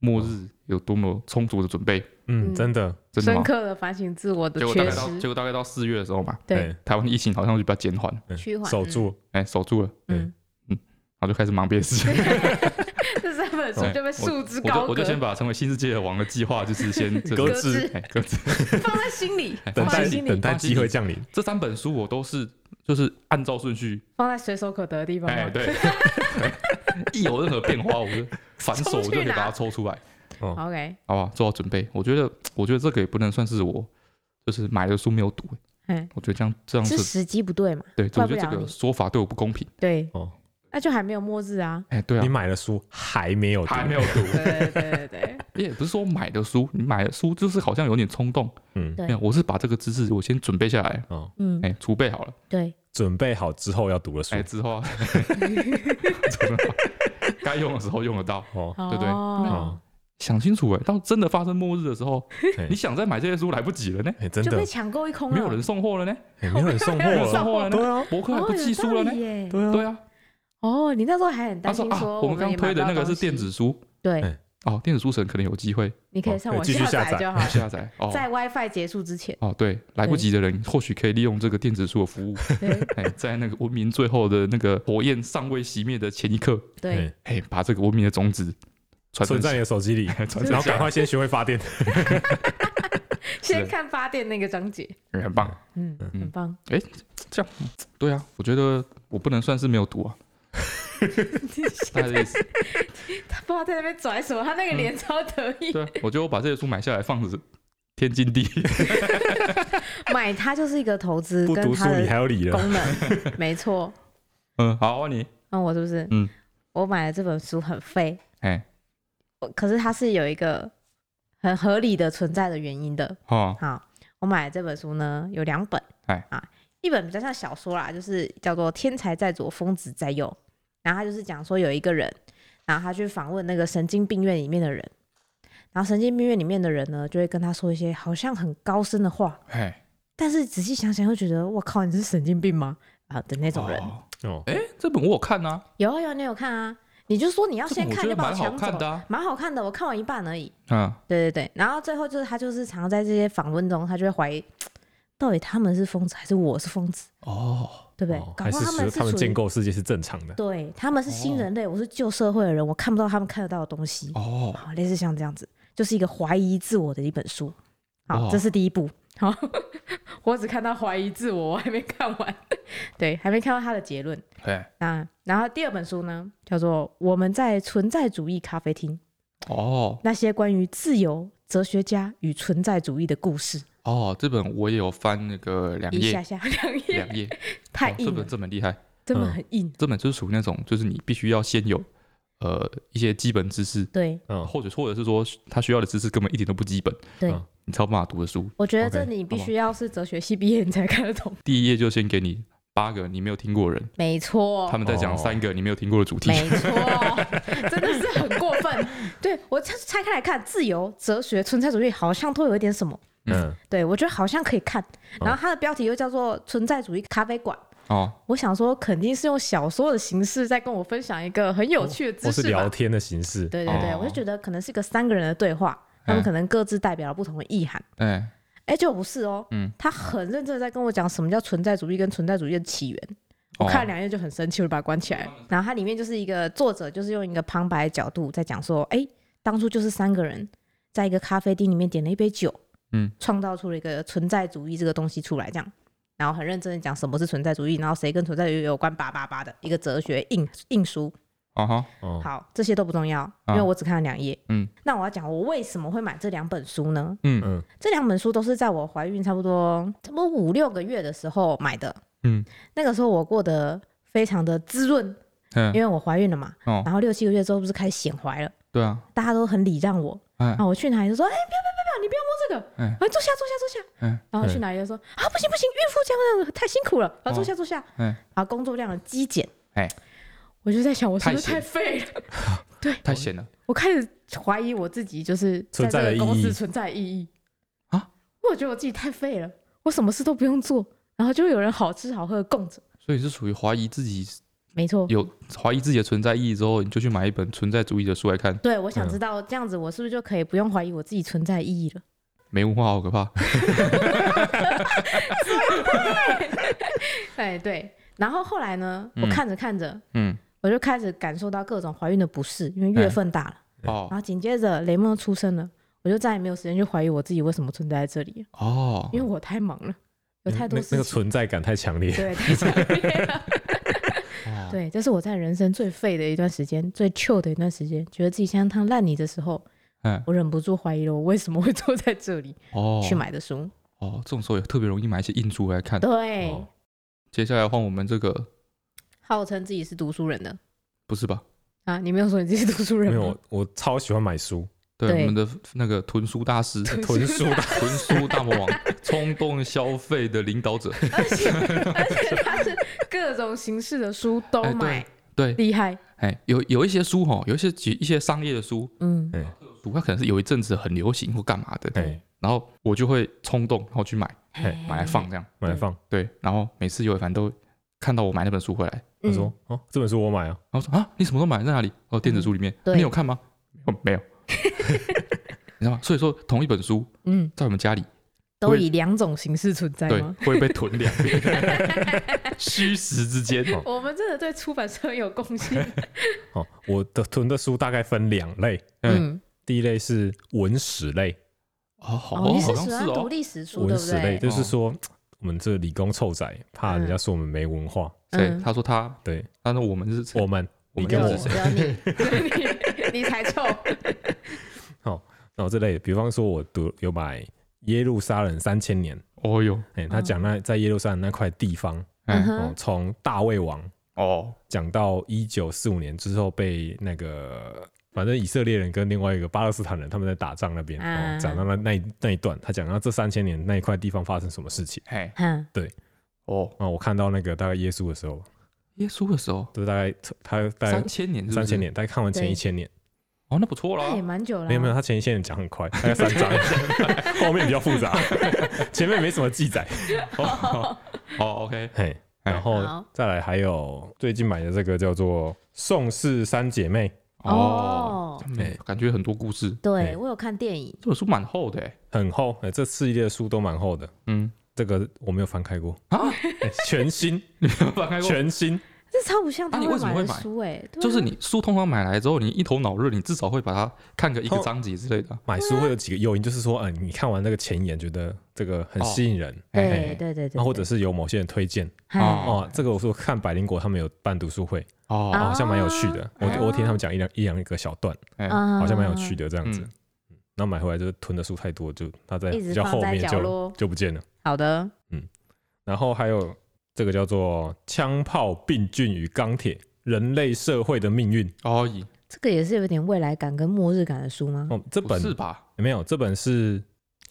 [SPEAKER 2] 末日有多么充足的准备，
[SPEAKER 3] 嗯，
[SPEAKER 1] 嗯
[SPEAKER 3] 真的，
[SPEAKER 2] 真的
[SPEAKER 1] 深
[SPEAKER 2] 吗？
[SPEAKER 1] 刻的反省自我的
[SPEAKER 2] 结果大
[SPEAKER 1] 缺
[SPEAKER 2] 概到结
[SPEAKER 1] 失，
[SPEAKER 2] 果大概到四月的时候嘛，
[SPEAKER 1] 对，
[SPEAKER 3] 哎，
[SPEAKER 2] 台湾的疫情好像就比较减缓，
[SPEAKER 3] 嗯
[SPEAKER 1] 趋缓
[SPEAKER 3] 守住，
[SPEAKER 2] 哎，守住了，
[SPEAKER 1] 嗯，
[SPEAKER 2] 然后就开始忙别的事情。
[SPEAKER 1] 这是在本书
[SPEAKER 2] 对
[SPEAKER 1] 就被束之高
[SPEAKER 2] 我就我
[SPEAKER 1] 阁
[SPEAKER 2] 就，先把成为新世界的王的计划，就 是先
[SPEAKER 3] 搁
[SPEAKER 2] 搁
[SPEAKER 1] 置
[SPEAKER 2] 哎搁置。
[SPEAKER 1] 放在心里，
[SPEAKER 2] 哎
[SPEAKER 3] 等
[SPEAKER 1] 放
[SPEAKER 3] 待
[SPEAKER 1] 在心里
[SPEAKER 3] 等，待机会降临。
[SPEAKER 2] 这三本书我都是就是按照顺序，
[SPEAKER 1] 放在随手可得的地方
[SPEAKER 2] 哎，
[SPEAKER 1] 吗。
[SPEAKER 2] 对， 一有任何变化，我就反手我就可以把它抽出来，哦
[SPEAKER 1] OK，
[SPEAKER 2] 好吧，做好准备。我觉得，我觉得这个也不能算是我就是买的书没有读，
[SPEAKER 1] 嗯，
[SPEAKER 2] 我觉得这样这样
[SPEAKER 1] 是
[SPEAKER 2] 是
[SPEAKER 1] 时机不对嘛？
[SPEAKER 2] 对，
[SPEAKER 1] 怪
[SPEAKER 2] 我
[SPEAKER 1] 不
[SPEAKER 2] 觉得这
[SPEAKER 1] 了
[SPEAKER 2] 个
[SPEAKER 1] 你
[SPEAKER 2] 说法对我不公平。
[SPEAKER 1] 对，
[SPEAKER 3] 哦，
[SPEAKER 1] 那就还没有末日啊。
[SPEAKER 2] 哎，对啊
[SPEAKER 3] 你，买的书还没有读，
[SPEAKER 2] 还没有读，
[SPEAKER 1] 对对对对 对，
[SPEAKER 2] 也不是说买的书，你买的书就是好像有点冲动，
[SPEAKER 3] 嗯
[SPEAKER 1] 对
[SPEAKER 2] 没有，我是把这个知识我先准备下来，
[SPEAKER 3] 哦，
[SPEAKER 1] 嗯，
[SPEAKER 2] 哎，储备好了，
[SPEAKER 1] 对，
[SPEAKER 3] 准备好之后要读的书
[SPEAKER 2] 哎，之后啊 真的该用的时候用得到。
[SPEAKER 3] 哦
[SPEAKER 1] 对
[SPEAKER 2] 对对
[SPEAKER 3] 哦，
[SPEAKER 2] 想清楚哎、到真的发生末日的时候
[SPEAKER 3] 嘿，
[SPEAKER 2] 你想再买这些书来不及了呢，
[SPEAKER 3] 哎，真
[SPEAKER 1] 就
[SPEAKER 3] 的
[SPEAKER 1] 被抢购一空了，
[SPEAKER 2] 没有人送货了呢，
[SPEAKER 3] 哎没有人送货
[SPEAKER 1] 没有
[SPEAKER 2] 没
[SPEAKER 1] 人
[SPEAKER 2] 有人送
[SPEAKER 3] 了，
[SPEAKER 2] 货了呢，
[SPEAKER 3] 对啊，
[SPEAKER 2] 博客还
[SPEAKER 1] 哦，
[SPEAKER 2] 不寄书了呢，
[SPEAKER 1] 呢
[SPEAKER 3] 对啊，
[SPEAKER 2] 对啊，
[SPEAKER 1] 哦，你那时候还很
[SPEAKER 2] 他
[SPEAKER 1] 担
[SPEAKER 2] 说
[SPEAKER 1] 心
[SPEAKER 2] 啊，
[SPEAKER 1] 我
[SPEAKER 2] 我们刚
[SPEAKER 1] 也
[SPEAKER 2] 刚
[SPEAKER 1] 买
[SPEAKER 2] 推
[SPEAKER 1] 不
[SPEAKER 2] 的
[SPEAKER 1] 到
[SPEAKER 2] 那个是
[SPEAKER 1] 东西
[SPEAKER 2] 电，子书
[SPEAKER 1] 对
[SPEAKER 3] 哎，
[SPEAKER 2] 哦，电子书城可能有机会
[SPEAKER 1] 你可以
[SPEAKER 3] 哦
[SPEAKER 1] 上
[SPEAKER 3] 可以
[SPEAKER 1] 网
[SPEAKER 3] 继续下
[SPEAKER 1] 载
[SPEAKER 3] 载
[SPEAKER 1] 就好，
[SPEAKER 2] 下载哦
[SPEAKER 1] 在 WiFi 结束之前，
[SPEAKER 2] 哦，对，来不及的人或许可以利用这个电子书的服务，
[SPEAKER 1] 对
[SPEAKER 2] 哎，在那个文明最后的那个火焰尚未熄灭的前一刻，
[SPEAKER 1] 对，
[SPEAKER 2] 哎，把这个文明的种子传承
[SPEAKER 3] 存在你的手机里，
[SPEAKER 2] 传承
[SPEAKER 3] 然后
[SPEAKER 2] 下来，
[SPEAKER 3] 赶快先学会发电。
[SPEAKER 1] 先看发电那个章节，
[SPEAKER 2] 哎很棒。
[SPEAKER 1] 嗯，
[SPEAKER 2] 嗯
[SPEAKER 1] 很棒，
[SPEAKER 2] 对啊，我觉得我不能算是没有读啊，嗯 大概的意思。
[SPEAKER 1] 他不知道在那边拽什么，他那个脸超得意，
[SPEAKER 2] 对啊，我觉得我把这些书买下来放着，天经地义。
[SPEAKER 1] 买它就是一个投资，
[SPEAKER 3] 不
[SPEAKER 1] 跟
[SPEAKER 3] 读
[SPEAKER 1] 它
[SPEAKER 3] 书你还
[SPEAKER 1] 的
[SPEAKER 3] 有理了，
[SPEAKER 1] 功 能，没错，
[SPEAKER 2] 嗯，好，换你，
[SPEAKER 1] 那我是不是？
[SPEAKER 2] 嗯，
[SPEAKER 1] 我买的这本书很废，
[SPEAKER 2] 哎，
[SPEAKER 1] 我可是它是有一个很合理的存在的原因的。
[SPEAKER 2] 哦，
[SPEAKER 1] 好，我买的这本书呢有两本，
[SPEAKER 2] 哎
[SPEAKER 1] 啊，一本比较像小说啦，就是叫做《天才在左，疯子在右》，然后他就是讲说有一个人，然后他去访问那个神经病院里面的人，然后神经病院里面的人呢就会跟他说一些好像很高深的话，
[SPEAKER 2] 哎，
[SPEAKER 1] 但是仔细想想又觉得我靠，你是神经病吗？啊的那种人，
[SPEAKER 2] 哦
[SPEAKER 3] 哦，
[SPEAKER 2] 哎，这本我有看啊，
[SPEAKER 1] 有啊有啊你有看啊？你就说你要
[SPEAKER 2] 这本
[SPEAKER 1] 先
[SPEAKER 2] 我
[SPEAKER 1] 看
[SPEAKER 2] 觉
[SPEAKER 1] 就
[SPEAKER 2] 得
[SPEAKER 1] 把
[SPEAKER 2] 蛮
[SPEAKER 1] 我
[SPEAKER 2] 好
[SPEAKER 1] 抢走
[SPEAKER 2] 看，的啊，
[SPEAKER 1] 蛮好看的，我看完一半而已。
[SPEAKER 2] 嗯，
[SPEAKER 1] 对对对，然后最后就是他就是常在这些访问中，他就会怀疑到底他们是疯子还是我是疯子，
[SPEAKER 2] 哦，
[SPEAKER 1] 对不对？
[SPEAKER 3] 哦
[SPEAKER 1] 搞
[SPEAKER 3] 还
[SPEAKER 1] 不好
[SPEAKER 3] 是
[SPEAKER 1] 他
[SPEAKER 3] 说
[SPEAKER 1] 们
[SPEAKER 3] 他们
[SPEAKER 1] 属于
[SPEAKER 3] 建构世界是正常的，
[SPEAKER 1] 对他们是新
[SPEAKER 2] 哦
[SPEAKER 1] 人类，我是旧社会的人，我看不到他们看得到的东西，
[SPEAKER 2] 哦，
[SPEAKER 1] 啊，类似像这样子，就是一个怀疑自我的一本书。好，
[SPEAKER 2] 哇
[SPEAKER 1] 这是第一步。好， 我只看到怀疑自我，我还没看完，对，还没看到他的结论。
[SPEAKER 2] 哎，
[SPEAKER 1] 那然后第二本书呢，叫做《我们在存在主义咖啡厅》。
[SPEAKER 2] 哦，
[SPEAKER 1] 那些关于自由、哲学家与存在主义的故事，
[SPEAKER 2] 哦，这本我也有翻那个两
[SPEAKER 1] 一下
[SPEAKER 2] 页，
[SPEAKER 1] 下两页
[SPEAKER 2] 两页，
[SPEAKER 1] 太
[SPEAKER 2] 哦这
[SPEAKER 1] 硬了
[SPEAKER 2] 本，这本厉害，
[SPEAKER 1] 真的
[SPEAKER 3] 嗯
[SPEAKER 1] 很硬。
[SPEAKER 2] 这本就是属于那种，就是你必须要先有呃一些基本知识，
[SPEAKER 1] 对
[SPEAKER 3] 嗯，
[SPEAKER 2] 或者或者是说他需要的知识根本一点都不基本，
[SPEAKER 1] 对，
[SPEAKER 3] 嗯
[SPEAKER 2] 你才有办法读的书。
[SPEAKER 1] 我觉得
[SPEAKER 3] OK，
[SPEAKER 1] 这你必
[SPEAKER 2] 好吧
[SPEAKER 1] 须要是哲学系毕业你才看得懂。
[SPEAKER 2] 第一页就先给你八个 你没有听过的人，
[SPEAKER 1] 没错
[SPEAKER 2] 他，们在讲
[SPEAKER 3] 哦
[SPEAKER 2] 三个你没有听过的主题。
[SPEAKER 1] 没错，真的是很过分。对我拆拆开来看，自由、哲学、存在主义好像都有一点什么。
[SPEAKER 3] 嗯，
[SPEAKER 1] 对我觉得好像可以看，
[SPEAKER 3] 嗯
[SPEAKER 1] 然后它的标题又叫做《存在主义咖啡馆》。
[SPEAKER 2] 哦，
[SPEAKER 1] 我想说，肯定是用小说的形式在跟我分享一个很有趣的
[SPEAKER 3] 或
[SPEAKER 1] 知
[SPEAKER 3] 哦是
[SPEAKER 1] 识吧
[SPEAKER 3] 聊。天的形式，
[SPEAKER 1] 对对对，
[SPEAKER 2] 哦
[SPEAKER 1] 我就觉得可能是个三个人的对话，他们可能各自代表了不同的意涵。
[SPEAKER 2] 哎、
[SPEAKER 1] 哎、就不是哦，
[SPEAKER 2] 嗯
[SPEAKER 1] 他很认真的在跟我讲什么叫存在主义跟存在主义的起源。我
[SPEAKER 2] 哦
[SPEAKER 1] 看了两页就很生气，我就把它关起来。然后它里面就是一个作者，就是用一个旁白的角度在讲说，哎、当初就是三个人在一个咖啡厅里面点了一杯酒，
[SPEAKER 2] 嗯，
[SPEAKER 1] 创造出了一个存在主义这个东西出来，这样。然后很认真的讲什么是存在主义，然后谁跟存在主义有关，叭叭叭的一个哲学硬硬书。
[SPEAKER 2] 啊哈，
[SPEAKER 3] 哦，
[SPEAKER 1] 好，这些都不重
[SPEAKER 2] 啊
[SPEAKER 1] 要，因为我只看了两页。
[SPEAKER 2] 嗯，
[SPEAKER 1] 那我要讲我为什么会买这两本书呢？
[SPEAKER 2] 嗯
[SPEAKER 3] 嗯，
[SPEAKER 1] 这两本书都是在我怀孕差不多差不多五六个月的时候买的。
[SPEAKER 2] 嗯
[SPEAKER 1] 那个时候我过得非常的滋润，因
[SPEAKER 2] 嗯，
[SPEAKER 1] 为我怀孕了嘛。
[SPEAKER 2] 哦
[SPEAKER 1] 然后六七个月之后不是开始显怀了，
[SPEAKER 2] 对啊，
[SPEAKER 1] 大家都很礼让我。
[SPEAKER 2] 哎
[SPEAKER 1] 然，后我去哪里就说：“哎、不要不要不要，你不要摸这个，
[SPEAKER 2] 嗯
[SPEAKER 1] 啊、坐下坐下坐下。
[SPEAKER 2] 嗯
[SPEAKER 1] 然后去哪里就说：“啊，不行不行，孕妇这样这样太辛苦了，然后坐下坐下。
[SPEAKER 2] 嗯
[SPEAKER 1] 然后工作量的激减。
[SPEAKER 2] 哎
[SPEAKER 1] 我就在想，我是不是太
[SPEAKER 2] 太
[SPEAKER 1] 废了？
[SPEAKER 2] 太闲了
[SPEAKER 1] 我开始怀疑我自己，就是在
[SPEAKER 3] 存在
[SPEAKER 1] 这
[SPEAKER 3] 的
[SPEAKER 1] 个公
[SPEAKER 3] 意
[SPEAKER 1] 司
[SPEAKER 3] 义
[SPEAKER 1] 存在意义
[SPEAKER 2] 啊！
[SPEAKER 1] 我觉得我自己太废了，我什么事都不用做，然后就会有人好吃好喝的供着。
[SPEAKER 2] 所以是属于怀疑自己
[SPEAKER 1] 没错，
[SPEAKER 2] 有怀疑自己的存在意义之后，你就去买一本存在主义的书来看，
[SPEAKER 1] 对，我想知道这样子，我是不是就可以不用怀疑我自己存在的意义了？
[SPEAKER 2] 没文化好可怕。
[SPEAKER 1] 哎，对。然后后来呢，
[SPEAKER 2] 嗯
[SPEAKER 1] 我看着看着，
[SPEAKER 2] 嗯，
[SPEAKER 1] 我我就开始感受到各种怀孕的不适，因为月份大了。
[SPEAKER 2] 哎哦
[SPEAKER 1] 然后紧接着雷梦又出生了，我就再也没有时间去怀疑我自己为什么存在在这里了，
[SPEAKER 2] 哦嗯
[SPEAKER 1] 因为我太忙了，有太多
[SPEAKER 3] 嗯那
[SPEAKER 1] 事情。
[SPEAKER 3] 那个存在感太强烈，
[SPEAKER 1] 对，太强
[SPEAKER 2] 啊
[SPEAKER 1] 烈了。
[SPEAKER 2] 哦
[SPEAKER 1] 对，这是我在人生最废的一段时间，最 chill 的一段时间，觉得自己像趟烂泥的时候，
[SPEAKER 2] 嗯
[SPEAKER 1] 我忍不住怀疑了，我为什么会坐在这里、
[SPEAKER 2] 哦
[SPEAKER 1] 去买的书？
[SPEAKER 2] 哦，这种时候也特别容易买一些印书来看。
[SPEAKER 1] 对，
[SPEAKER 2] 哦接下来换我们这个
[SPEAKER 1] 号称自己是读书人的
[SPEAKER 2] 不是吧？
[SPEAKER 1] 啊，你没有说你自己是读书
[SPEAKER 3] 没
[SPEAKER 1] 人吗
[SPEAKER 3] 有？，我超喜欢买书，
[SPEAKER 2] 对，
[SPEAKER 1] 对
[SPEAKER 2] 我们的那个囤书大师、
[SPEAKER 3] 囤书 的，
[SPEAKER 2] 囤书大魔王、冲动消费的领导者，
[SPEAKER 1] 而且而且他是各种形式的书都
[SPEAKER 2] 哎对
[SPEAKER 1] 买，
[SPEAKER 2] 对，
[SPEAKER 1] 厉害。
[SPEAKER 2] 哎，有有一些书哈，有一些几一些商业的书，
[SPEAKER 1] 嗯，
[SPEAKER 2] 读它可能是有一阵子很流行或干嘛的，
[SPEAKER 3] 哎，
[SPEAKER 2] 然后我就会冲动，然后去买，
[SPEAKER 3] 嘿
[SPEAKER 2] 买来放这样，
[SPEAKER 1] 嗯
[SPEAKER 3] 买来放。
[SPEAKER 2] 对，然后每次有一凡都看到我买那本书回来，
[SPEAKER 3] 他
[SPEAKER 1] 嗯。
[SPEAKER 3] 说：“哦，这本书我买啊，
[SPEAKER 2] 然后说啊，你什么时候买？在哪里？哦，电子书里面，
[SPEAKER 1] 嗯对
[SPEAKER 2] 你有看吗？哦，没有，你知道吗？所以说同一本书
[SPEAKER 1] 嗯，
[SPEAKER 2] 在我们家里，
[SPEAKER 1] 都
[SPEAKER 2] 会
[SPEAKER 1] 以两种形式存在
[SPEAKER 2] 对
[SPEAKER 1] 吗？，
[SPEAKER 2] 会被囤两遍，虚实之间，
[SPEAKER 3] 哦
[SPEAKER 1] 我们真的对出版社有贡 献。
[SPEAKER 3] 哦，我的囤的书大概分两类，
[SPEAKER 2] 嗯，
[SPEAKER 1] 嗯，
[SPEAKER 3] 第一类是文史类，
[SPEAKER 2] 哦，好，
[SPEAKER 1] 哦，
[SPEAKER 2] 哦
[SPEAKER 1] 你
[SPEAKER 2] 好
[SPEAKER 1] 是
[SPEAKER 2] 像
[SPEAKER 1] 喜
[SPEAKER 2] 是
[SPEAKER 1] 欢读
[SPEAKER 2] 哦，
[SPEAKER 1] 历史书，对哦
[SPEAKER 3] 文
[SPEAKER 1] 不
[SPEAKER 3] 史类
[SPEAKER 1] 对？
[SPEAKER 3] 就是说我们这理工臭仔，怕人家说我们没文化，
[SPEAKER 2] 谁
[SPEAKER 1] 嗯？
[SPEAKER 2] 他说他，
[SPEAKER 3] 对
[SPEAKER 2] 他说我们是谁
[SPEAKER 3] 我们
[SPEAKER 2] 我
[SPEAKER 3] 你
[SPEAKER 2] 们
[SPEAKER 3] 跟
[SPEAKER 2] 就
[SPEAKER 3] 我
[SPEAKER 1] 有，只有你， 只有你，你 才臭。
[SPEAKER 3] 然哦后这类，比方说我读有买《耶路撒冷三千年》，
[SPEAKER 2] 哦哟，
[SPEAKER 3] 哎，他讲那在耶路撒冷那块地方，
[SPEAKER 1] 嗯
[SPEAKER 2] 嗯，
[SPEAKER 3] 哦
[SPEAKER 1] 哼，，
[SPEAKER 3] 从大卫王
[SPEAKER 2] 哦，
[SPEAKER 3] 讲到一九四五年之后被那个。”反正以色列人跟另外一个巴勒斯坦人他们在打仗那边，
[SPEAKER 1] 啊
[SPEAKER 3] 哦讲、到那那一那一段，他讲到这三千年那一块地方发生什么事情。
[SPEAKER 2] 嘿，
[SPEAKER 1] 嗯，
[SPEAKER 2] 哦，
[SPEAKER 3] 啊，我看到那个大概耶稣的时候，
[SPEAKER 2] 耶稣的时候，
[SPEAKER 3] 就是大概他大概
[SPEAKER 2] 三千年，
[SPEAKER 3] 三千，年，大概看完前
[SPEAKER 1] 对
[SPEAKER 3] 一千年，
[SPEAKER 2] 哦，那不错
[SPEAKER 1] 那也
[SPEAKER 2] 啦，
[SPEAKER 1] 蛮久了啊。
[SPEAKER 3] 没有没有，他前一千年讲很快，大概三章， 后面比较复杂， 前面没什么记载。
[SPEAKER 1] 哎
[SPEAKER 2] 哦，OK，
[SPEAKER 3] 嘿，然后
[SPEAKER 1] 好
[SPEAKER 3] 再来还有最近买的这个叫做《宋氏三姐妹》，
[SPEAKER 1] 哦
[SPEAKER 2] 他们感觉很多故事，
[SPEAKER 1] 对
[SPEAKER 3] 哎
[SPEAKER 1] 我有看电影，
[SPEAKER 2] 这本书蛮厚的，哎
[SPEAKER 3] 很厚，哎、这系列的书都蛮厚的，
[SPEAKER 2] 嗯，
[SPEAKER 3] 这个我没有翻开过
[SPEAKER 2] 啊
[SPEAKER 3] 哎 全新
[SPEAKER 2] 翻开过。
[SPEAKER 3] 全新，
[SPEAKER 1] 这超不像他
[SPEAKER 2] 啊你为什么
[SPEAKER 1] 买
[SPEAKER 2] 会
[SPEAKER 1] 的
[SPEAKER 2] 买
[SPEAKER 1] 书哎，对啊
[SPEAKER 2] 就是你书通常买来之后，你一头脑热，你至少会把它看个一个章节之类的。
[SPEAKER 3] 买书会有几个诱因，就是说，嗯、你看完那个前言，觉得这个很
[SPEAKER 1] 哦
[SPEAKER 3] 吸引人，
[SPEAKER 1] 对对对
[SPEAKER 3] 哎那、
[SPEAKER 1] 对，
[SPEAKER 3] 或者是有某些人推荐，
[SPEAKER 1] 对
[SPEAKER 2] 哎哦
[SPEAKER 3] 哦，这个我说看百灵果他们有办读书会，
[SPEAKER 1] 啊
[SPEAKER 3] 哦
[SPEAKER 2] 哦
[SPEAKER 3] 好像蛮有趣的。
[SPEAKER 1] 啊
[SPEAKER 3] 我我听他们讲一两一两个小段，
[SPEAKER 2] 哎
[SPEAKER 1] 嗯
[SPEAKER 3] 好像蛮有趣。的这样子。
[SPEAKER 2] 嗯
[SPEAKER 3] 嗯然后买回来就是囤的书太多，就它在
[SPEAKER 1] 一直
[SPEAKER 3] 比较后
[SPEAKER 1] 放在
[SPEAKER 3] 面
[SPEAKER 1] 角落
[SPEAKER 3] 就就不见了。
[SPEAKER 1] 好的，
[SPEAKER 3] 然后还有这个叫做《枪炮、病菌与钢铁：人类社会的命运》
[SPEAKER 2] 哦，咦
[SPEAKER 1] 这个也是有点未来感跟末日感的书吗？
[SPEAKER 3] 哦，这
[SPEAKER 2] 不
[SPEAKER 3] 本
[SPEAKER 2] 是吧？
[SPEAKER 3] 没有，这本是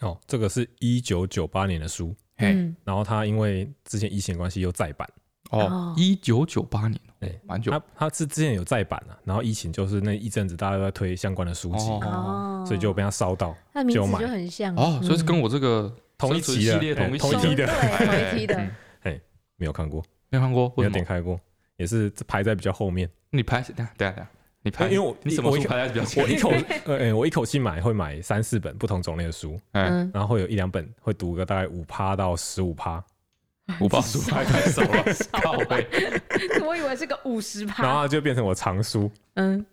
[SPEAKER 3] 哦，这个是一九九八年的书，
[SPEAKER 2] 嘿，
[SPEAKER 1] 嗯，
[SPEAKER 3] 然后它因为之前疫情的关系又再版，
[SPEAKER 2] 哦
[SPEAKER 1] 哦，
[SPEAKER 2] 一九九八年，
[SPEAKER 3] 对
[SPEAKER 2] 蛮久
[SPEAKER 3] 它它是之前有再版啊，然后疫情就是那一阵子大家都在推相关的书籍，
[SPEAKER 2] 哦
[SPEAKER 1] 哦，
[SPEAKER 3] 所以就被它烧到。
[SPEAKER 1] 它名
[SPEAKER 3] 就
[SPEAKER 1] 字
[SPEAKER 3] 买
[SPEAKER 1] 就很像
[SPEAKER 2] 哦，所以是跟我这个
[SPEAKER 3] 同一
[SPEAKER 2] 生存
[SPEAKER 3] 期的
[SPEAKER 2] 系列
[SPEAKER 3] 哎
[SPEAKER 2] 同一
[SPEAKER 3] 同一
[SPEAKER 2] 期
[SPEAKER 3] 期的
[SPEAKER 1] 对
[SPEAKER 2] 哎
[SPEAKER 1] 嗯同一期的
[SPEAKER 2] 嗯
[SPEAKER 3] 没有看过，
[SPEAKER 2] 没有看过，
[SPEAKER 3] 没
[SPEAKER 2] 为
[SPEAKER 3] 有
[SPEAKER 2] 什
[SPEAKER 3] 点
[SPEAKER 2] 么？
[SPEAKER 3] 开过，也是排在比较后面。
[SPEAKER 2] 你拍等下等下等下，你拍，
[SPEAKER 3] 因为我
[SPEAKER 2] 你什么
[SPEAKER 3] 我
[SPEAKER 2] 书
[SPEAKER 3] 一
[SPEAKER 2] 拍的比较前
[SPEAKER 3] 我一口，呃、呃我一口气买会买三四本不同种类的书，
[SPEAKER 2] 哎，
[SPEAKER 1] 嗯，
[SPEAKER 3] 然后会有一两本会读个大概五趴到十五趴，
[SPEAKER 2] 我把书 拍太少了， 靠背。
[SPEAKER 1] 我以为是个五十
[SPEAKER 3] 然后
[SPEAKER 1] 趴，
[SPEAKER 3] 它就变成我藏书
[SPEAKER 1] 嗯，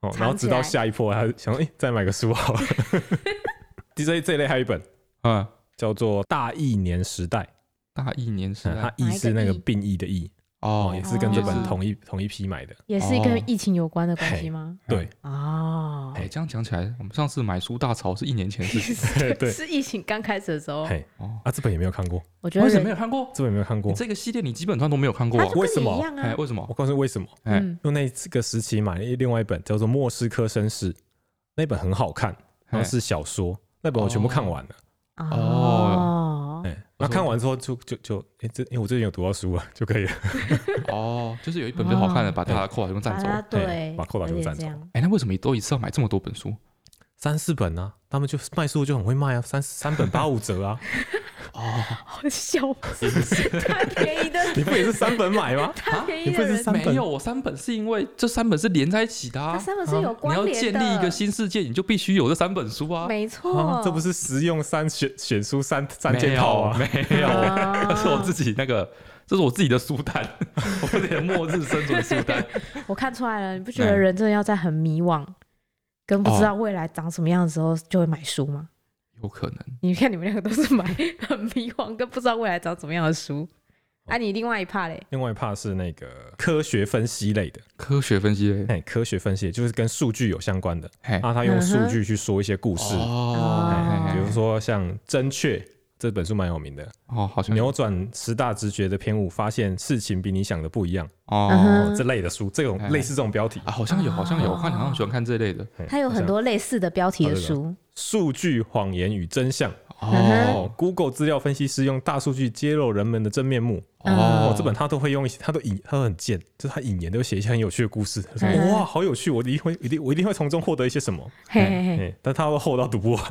[SPEAKER 3] 哦
[SPEAKER 1] 藏，起来
[SPEAKER 3] 然后直到下一波，他想说，哎、再买个书好了。 这这一类还有一本
[SPEAKER 2] 嗯，
[SPEAKER 3] 叫做《大疫年时代》，
[SPEAKER 2] 大一年时
[SPEAKER 3] 嗯
[SPEAKER 2] 代
[SPEAKER 3] 它疫是那
[SPEAKER 1] 哪一
[SPEAKER 3] 个
[SPEAKER 1] 个疫
[SPEAKER 3] 病疫的疫哦，
[SPEAKER 2] 哦
[SPEAKER 3] 也，是跟这
[SPEAKER 1] 哦
[SPEAKER 3] 本同一同一批买的。
[SPEAKER 1] 也是跟疫情有关的关系吗？
[SPEAKER 3] 对
[SPEAKER 1] 哦，
[SPEAKER 2] 哎，这样讲起来，我们上次买书大潮是一年前的事情
[SPEAKER 3] 对对，
[SPEAKER 1] 是疫情刚开始的时候，
[SPEAKER 3] 嘿
[SPEAKER 2] 哦，
[SPEAKER 3] 啊，这本也没有看过，
[SPEAKER 1] 我觉
[SPEAKER 2] 为
[SPEAKER 1] 得
[SPEAKER 2] 什
[SPEAKER 1] 人
[SPEAKER 2] 么没有看过？
[SPEAKER 3] 这本也没有看过
[SPEAKER 2] 你。这个系列你基本上都没有看过
[SPEAKER 1] 他
[SPEAKER 2] 啊，
[SPEAKER 1] 就跟
[SPEAKER 3] 为什
[SPEAKER 1] 你
[SPEAKER 3] 么
[SPEAKER 1] 一样
[SPEAKER 2] 哎，
[SPEAKER 1] 啊，
[SPEAKER 2] 为什么
[SPEAKER 3] 我？告诉你为什么，
[SPEAKER 2] 哎，
[SPEAKER 1] 嗯，
[SPEAKER 3] 用那这个时期买了另外一本叫做《莫斯科绅士》，那本很好
[SPEAKER 1] 嗯
[SPEAKER 3] 看，
[SPEAKER 2] 哎
[SPEAKER 3] 然后是小说，那本我全部看完了。
[SPEAKER 1] 哦，
[SPEAKER 3] 哎、那看完之后就就就哎、这哎、我最近有读到书了，就可以了。
[SPEAKER 2] 哦，就是有一本比较好看的，
[SPEAKER 1] 哦
[SPEAKER 2] 把大家扣好用占走。
[SPEAKER 1] 把它对
[SPEAKER 3] 哎，把扣打就
[SPEAKER 1] 有点
[SPEAKER 3] 占走
[SPEAKER 1] 这样
[SPEAKER 2] 哎，那为什么都一次要买这么多本书？
[SPEAKER 3] 三四本啊，他们就卖书就很会卖啊，三三本八五折啊，
[SPEAKER 2] 哦，
[SPEAKER 1] 好笑，太便 宜的，
[SPEAKER 2] 啊
[SPEAKER 3] 你不也是三本买吗？
[SPEAKER 1] 太便宜
[SPEAKER 3] 你
[SPEAKER 1] 的
[SPEAKER 3] 不是
[SPEAKER 1] 人，
[SPEAKER 3] 三
[SPEAKER 2] 没
[SPEAKER 3] 本
[SPEAKER 2] 有，我三本是因为这三本是连在一起的、
[SPEAKER 1] 它
[SPEAKER 2] 啊。
[SPEAKER 1] 三本是有
[SPEAKER 2] 你
[SPEAKER 1] 关
[SPEAKER 2] 要
[SPEAKER 1] 联
[SPEAKER 2] 建
[SPEAKER 1] 的，
[SPEAKER 2] 立一个新世界，你就必须有这三本书啊。
[SPEAKER 1] 没错
[SPEAKER 3] 啊，， 这不是实用三选选书三三件套啊？
[SPEAKER 2] 没有，没 有
[SPEAKER 1] 啊
[SPEAKER 2] 这是我自己那个，这是我自己的书单， 我的末日生存书单。
[SPEAKER 1] 我看出来了，你不觉得
[SPEAKER 2] 嗯
[SPEAKER 1] 人真的要在很迷惘跟不知道未来长什么样的时候就会买书吗？
[SPEAKER 2] 有可能，
[SPEAKER 1] 你看你们两个都是买很迷惘跟不知道未来长什么样的书，
[SPEAKER 2] 哦
[SPEAKER 1] 啊，你另外一怕嘞，
[SPEAKER 3] 另外一怕是那个科学分析类
[SPEAKER 1] 嗯
[SPEAKER 3] 的，
[SPEAKER 2] 科学分析类，
[SPEAKER 3] 哎，科学分析就是跟数据有相关的，啊
[SPEAKER 2] 嘿，
[SPEAKER 3] 那他用数
[SPEAKER 1] 嗯哼
[SPEAKER 3] 据去说一些故事，
[SPEAKER 2] 哦，
[SPEAKER 1] 哦
[SPEAKER 2] 嘿
[SPEAKER 3] 比
[SPEAKER 2] 嘿
[SPEAKER 3] 如
[SPEAKER 2] 嘿
[SPEAKER 3] 说像《真确》这本书蛮有名
[SPEAKER 1] 嗯
[SPEAKER 3] 的，
[SPEAKER 2] 哦，好像有
[SPEAKER 3] 扭转十大直觉的偏误，发现事情比你想的不一样
[SPEAKER 1] 嗯
[SPEAKER 2] 哦
[SPEAKER 1] 哼嗯
[SPEAKER 3] 哦，这类的书，这种
[SPEAKER 2] 哎
[SPEAKER 3] 类似这种标题，
[SPEAKER 2] 啊，好像有，好像有，我看你好像喜欢看这类的
[SPEAKER 3] 嘿
[SPEAKER 1] 它有很
[SPEAKER 3] 好像
[SPEAKER 1] 多类似的标题的书，
[SPEAKER 3] 数据、谎言与真相。
[SPEAKER 1] 嗯
[SPEAKER 2] 哦
[SPEAKER 3] 哦，Google 资料分析师用大数据揭露人们的真面目。
[SPEAKER 1] 嗯
[SPEAKER 2] 哦
[SPEAKER 3] 哦，，这本他都会用一些，他都引，他很贱，就是他引言都会写一些很有趣的故事。他
[SPEAKER 1] 嗯
[SPEAKER 3] 说哇，好有趣，我一定会，一定，我一定会从中获得一些什么。
[SPEAKER 1] 嘿嘿嘿，
[SPEAKER 3] 哎，但他会厚到读不完。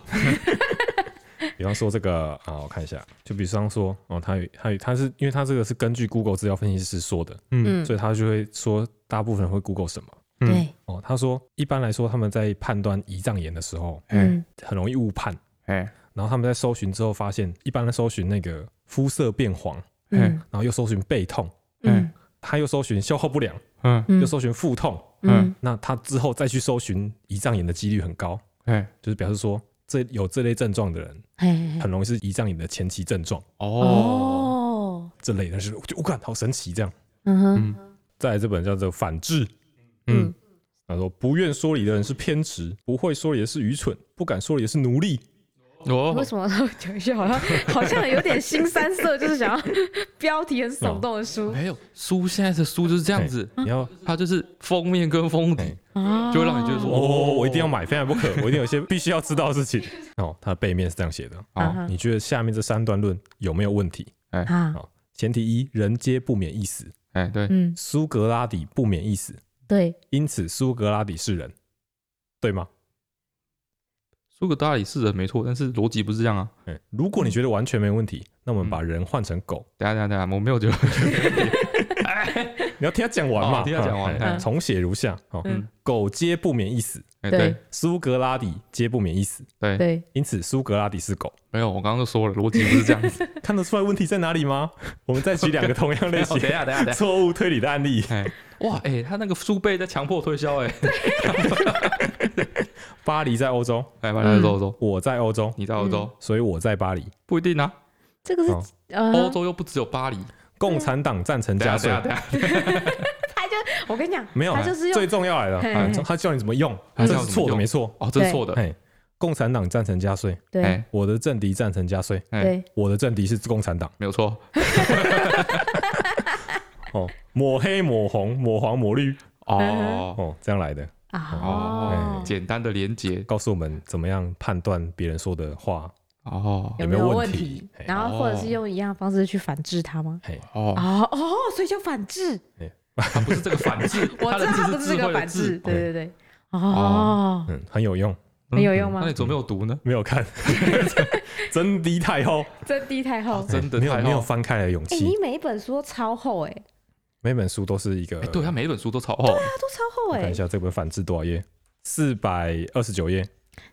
[SPEAKER 3] 比方说这个啊，我看一下，就比方说哦，他有他有他是因为他这个是根据 Google 资料分析师说的，
[SPEAKER 1] 嗯
[SPEAKER 3] 所以他就会说大部分人会 Google 什么。
[SPEAKER 1] 对，
[SPEAKER 3] 哦，他说一般来说他们在判断胰脏炎的时候
[SPEAKER 1] 嗯，
[SPEAKER 3] 很容易误判，
[SPEAKER 2] 哎
[SPEAKER 3] 然后他们在搜寻之后发现，一般的搜寻那个肤色变黄，
[SPEAKER 1] 嗯
[SPEAKER 3] 然后又搜寻背痛，
[SPEAKER 1] 嗯
[SPEAKER 3] 他又搜寻消化不良，
[SPEAKER 2] 嗯
[SPEAKER 1] 嗯
[SPEAKER 3] 又搜寻腹痛，
[SPEAKER 1] 嗯
[SPEAKER 3] 那他之后再去搜寻胰脏炎的几率很高，
[SPEAKER 2] 哎
[SPEAKER 3] 就是表示说这有这类症状的人
[SPEAKER 1] 嘿嘿嘿，
[SPEAKER 3] 很容易是胰脏炎的前期症状，
[SPEAKER 2] 哦
[SPEAKER 1] 哦，
[SPEAKER 3] 这类人是我就我感好神奇这样。
[SPEAKER 1] 嗯哼，
[SPEAKER 2] 嗯
[SPEAKER 3] 再来这本叫做《反制》，
[SPEAKER 1] 嗯
[SPEAKER 3] 嗯，他说不愿说理的人是偏执，不会说理的是愚蠢，不敢说理的是奴隶。
[SPEAKER 1] 为
[SPEAKER 2] 哦
[SPEAKER 1] 什么讲一些好像好像有点新三色，就是想要 标题很耸动的书
[SPEAKER 2] 没有书现在的书就是这样子，
[SPEAKER 3] 你要
[SPEAKER 1] 嗯
[SPEAKER 2] 它就是封面跟封底
[SPEAKER 3] 哎，
[SPEAKER 1] 啊
[SPEAKER 2] 就会让你觉得说
[SPEAKER 3] 哦，我一定要买，非买不可， 我一定有一些必须要知道的事情。哦，它的背面是这样写的：
[SPEAKER 1] 啊
[SPEAKER 2] 哦
[SPEAKER 1] 哈
[SPEAKER 3] 你觉得下面这三段论有没有问题？
[SPEAKER 1] 啊，
[SPEAKER 3] 前提一，人皆不免一死，
[SPEAKER 2] 哎对，
[SPEAKER 1] 嗯，
[SPEAKER 3] 苏格拉底不免一死，
[SPEAKER 1] 对，
[SPEAKER 3] 因此苏格拉底是人，对吗？
[SPEAKER 2] 苏格拉底是人没错，但是逻辑不是这样啊。
[SPEAKER 3] 哎，如果你觉得完全没问题，那我们
[SPEAKER 2] 嗯
[SPEAKER 3] 把人换成狗。
[SPEAKER 2] 等一下等一下等一下，我没有觉得
[SPEAKER 3] 你要听他讲完
[SPEAKER 2] 哦
[SPEAKER 3] 嘛，
[SPEAKER 2] 听他讲完
[SPEAKER 3] 哎
[SPEAKER 1] 嗯
[SPEAKER 3] 重写如下：哦
[SPEAKER 1] 嗯，
[SPEAKER 3] 狗皆不免一死，
[SPEAKER 2] 哎
[SPEAKER 1] 对
[SPEAKER 2] 对
[SPEAKER 3] 苏格拉底皆不免一死，
[SPEAKER 2] 对，
[SPEAKER 1] 对，
[SPEAKER 3] 因此苏格拉底是狗。
[SPEAKER 2] 没有，我刚刚就说了，逻辑不是这样 子。
[SPEAKER 3] 看得出来问题在哪里吗？我们再举两个同样 类型
[SPEAKER 2] 哦等一下等一下等一下，
[SPEAKER 3] 错误推理的案例。
[SPEAKER 2] 哎哇哎，他那个书背在强迫推销 哎，
[SPEAKER 3] 巴黎在欧洲，
[SPEAKER 2] 来吧来
[SPEAKER 1] 嗯
[SPEAKER 2] 走走，
[SPEAKER 3] 我在欧洲，
[SPEAKER 2] 你在欧洲
[SPEAKER 3] 所以我在巴黎。
[SPEAKER 2] 不一定啊，
[SPEAKER 1] 这个是
[SPEAKER 3] 哦
[SPEAKER 1] 呃，
[SPEAKER 2] 欧洲又不只有巴黎。
[SPEAKER 3] 共产党赞成
[SPEAKER 2] 等一
[SPEAKER 3] 加
[SPEAKER 2] 下啊等
[SPEAKER 3] 税
[SPEAKER 2] 一，下等一下，
[SPEAKER 1] 他就我跟你讲，
[SPEAKER 3] 没有，
[SPEAKER 2] 啊
[SPEAKER 1] 他就是
[SPEAKER 3] 最
[SPEAKER 1] 用
[SPEAKER 3] 重要来了
[SPEAKER 1] 嘿
[SPEAKER 2] 哎
[SPEAKER 1] 嘿
[SPEAKER 2] 这
[SPEAKER 1] 嘿
[SPEAKER 3] 他叫你怎么用，
[SPEAKER 2] 他
[SPEAKER 3] 这
[SPEAKER 2] 叫怎
[SPEAKER 3] 是
[SPEAKER 2] 么
[SPEAKER 3] 错的，
[SPEAKER 2] 用
[SPEAKER 3] 没错。
[SPEAKER 2] 哦，这是错的。
[SPEAKER 3] 哎，共产党赞成加税，
[SPEAKER 1] 对
[SPEAKER 2] 哎
[SPEAKER 3] 我的政敌赞成加税，
[SPEAKER 2] 哎
[SPEAKER 1] 对，
[SPEAKER 3] 我的政敌是共产党。
[SPEAKER 2] 没有错。
[SPEAKER 3] 哦，抹黑、抹红、抹黄、抹绿，
[SPEAKER 1] 嗯
[SPEAKER 2] 哦
[SPEAKER 3] 哦，这样来的，
[SPEAKER 1] 啊
[SPEAKER 2] 哦，，简单的连接。
[SPEAKER 3] 告诉我们怎么样判断别人说的话。
[SPEAKER 2] 哦
[SPEAKER 1] 有
[SPEAKER 3] 有
[SPEAKER 1] 没有
[SPEAKER 3] 没有
[SPEAKER 1] 问
[SPEAKER 3] 问
[SPEAKER 1] 题
[SPEAKER 3] 题？
[SPEAKER 1] 然后或者是
[SPEAKER 2] 哦
[SPEAKER 1] 用一样的方式去反制他吗？
[SPEAKER 2] 哦，
[SPEAKER 1] 哦哦，所以叫反制。
[SPEAKER 2] 它不是这个反制，
[SPEAKER 1] 我
[SPEAKER 2] 它
[SPEAKER 1] 知
[SPEAKER 2] 的
[SPEAKER 1] 道它不
[SPEAKER 2] 字
[SPEAKER 1] 是这
[SPEAKER 2] 智慧
[SPEAKER 1] 个
[SPEAKER 2] 的
[SPEAKER 1] 反
[SPEAKER 2] 智
[SPEAKER 1] 制，。对对对。哦
[SPEAKER 2] 哦，嗯
[SPEAKER 3] 嗯，很有用，
[SPEAKER 1] 很有用吗
[SPEAKER 2] 那你怎么没有读呢？
[SPEAKER 3] 没 有看，真的太厚，
[SPEAKER 1] 真低太厚。
[SPEAKER 2] 真的
[SPEAKER 3] 没有
[SPEAKER 2] 太
[SPEAKER 3] 没有
[SPEAKER 2] 厚
[SPEAKER 3] 翻开来的勇
[SPEAKER 1] 哎，
[SPEAKER 3] 气
[SPEAKER 1] 你。每一本书都超厚哎，
[SPEAKER 3] 每本书都是一个
[SPEAKER 2] 哎，，对他每一本书都超厚。
[SPEAKER 1] 它都超厚
[SPEAKER 3] 我看
[SPEAKER 1] 哎
[SPEAKER 3] 一，下这本反制多少页，四百二十九页。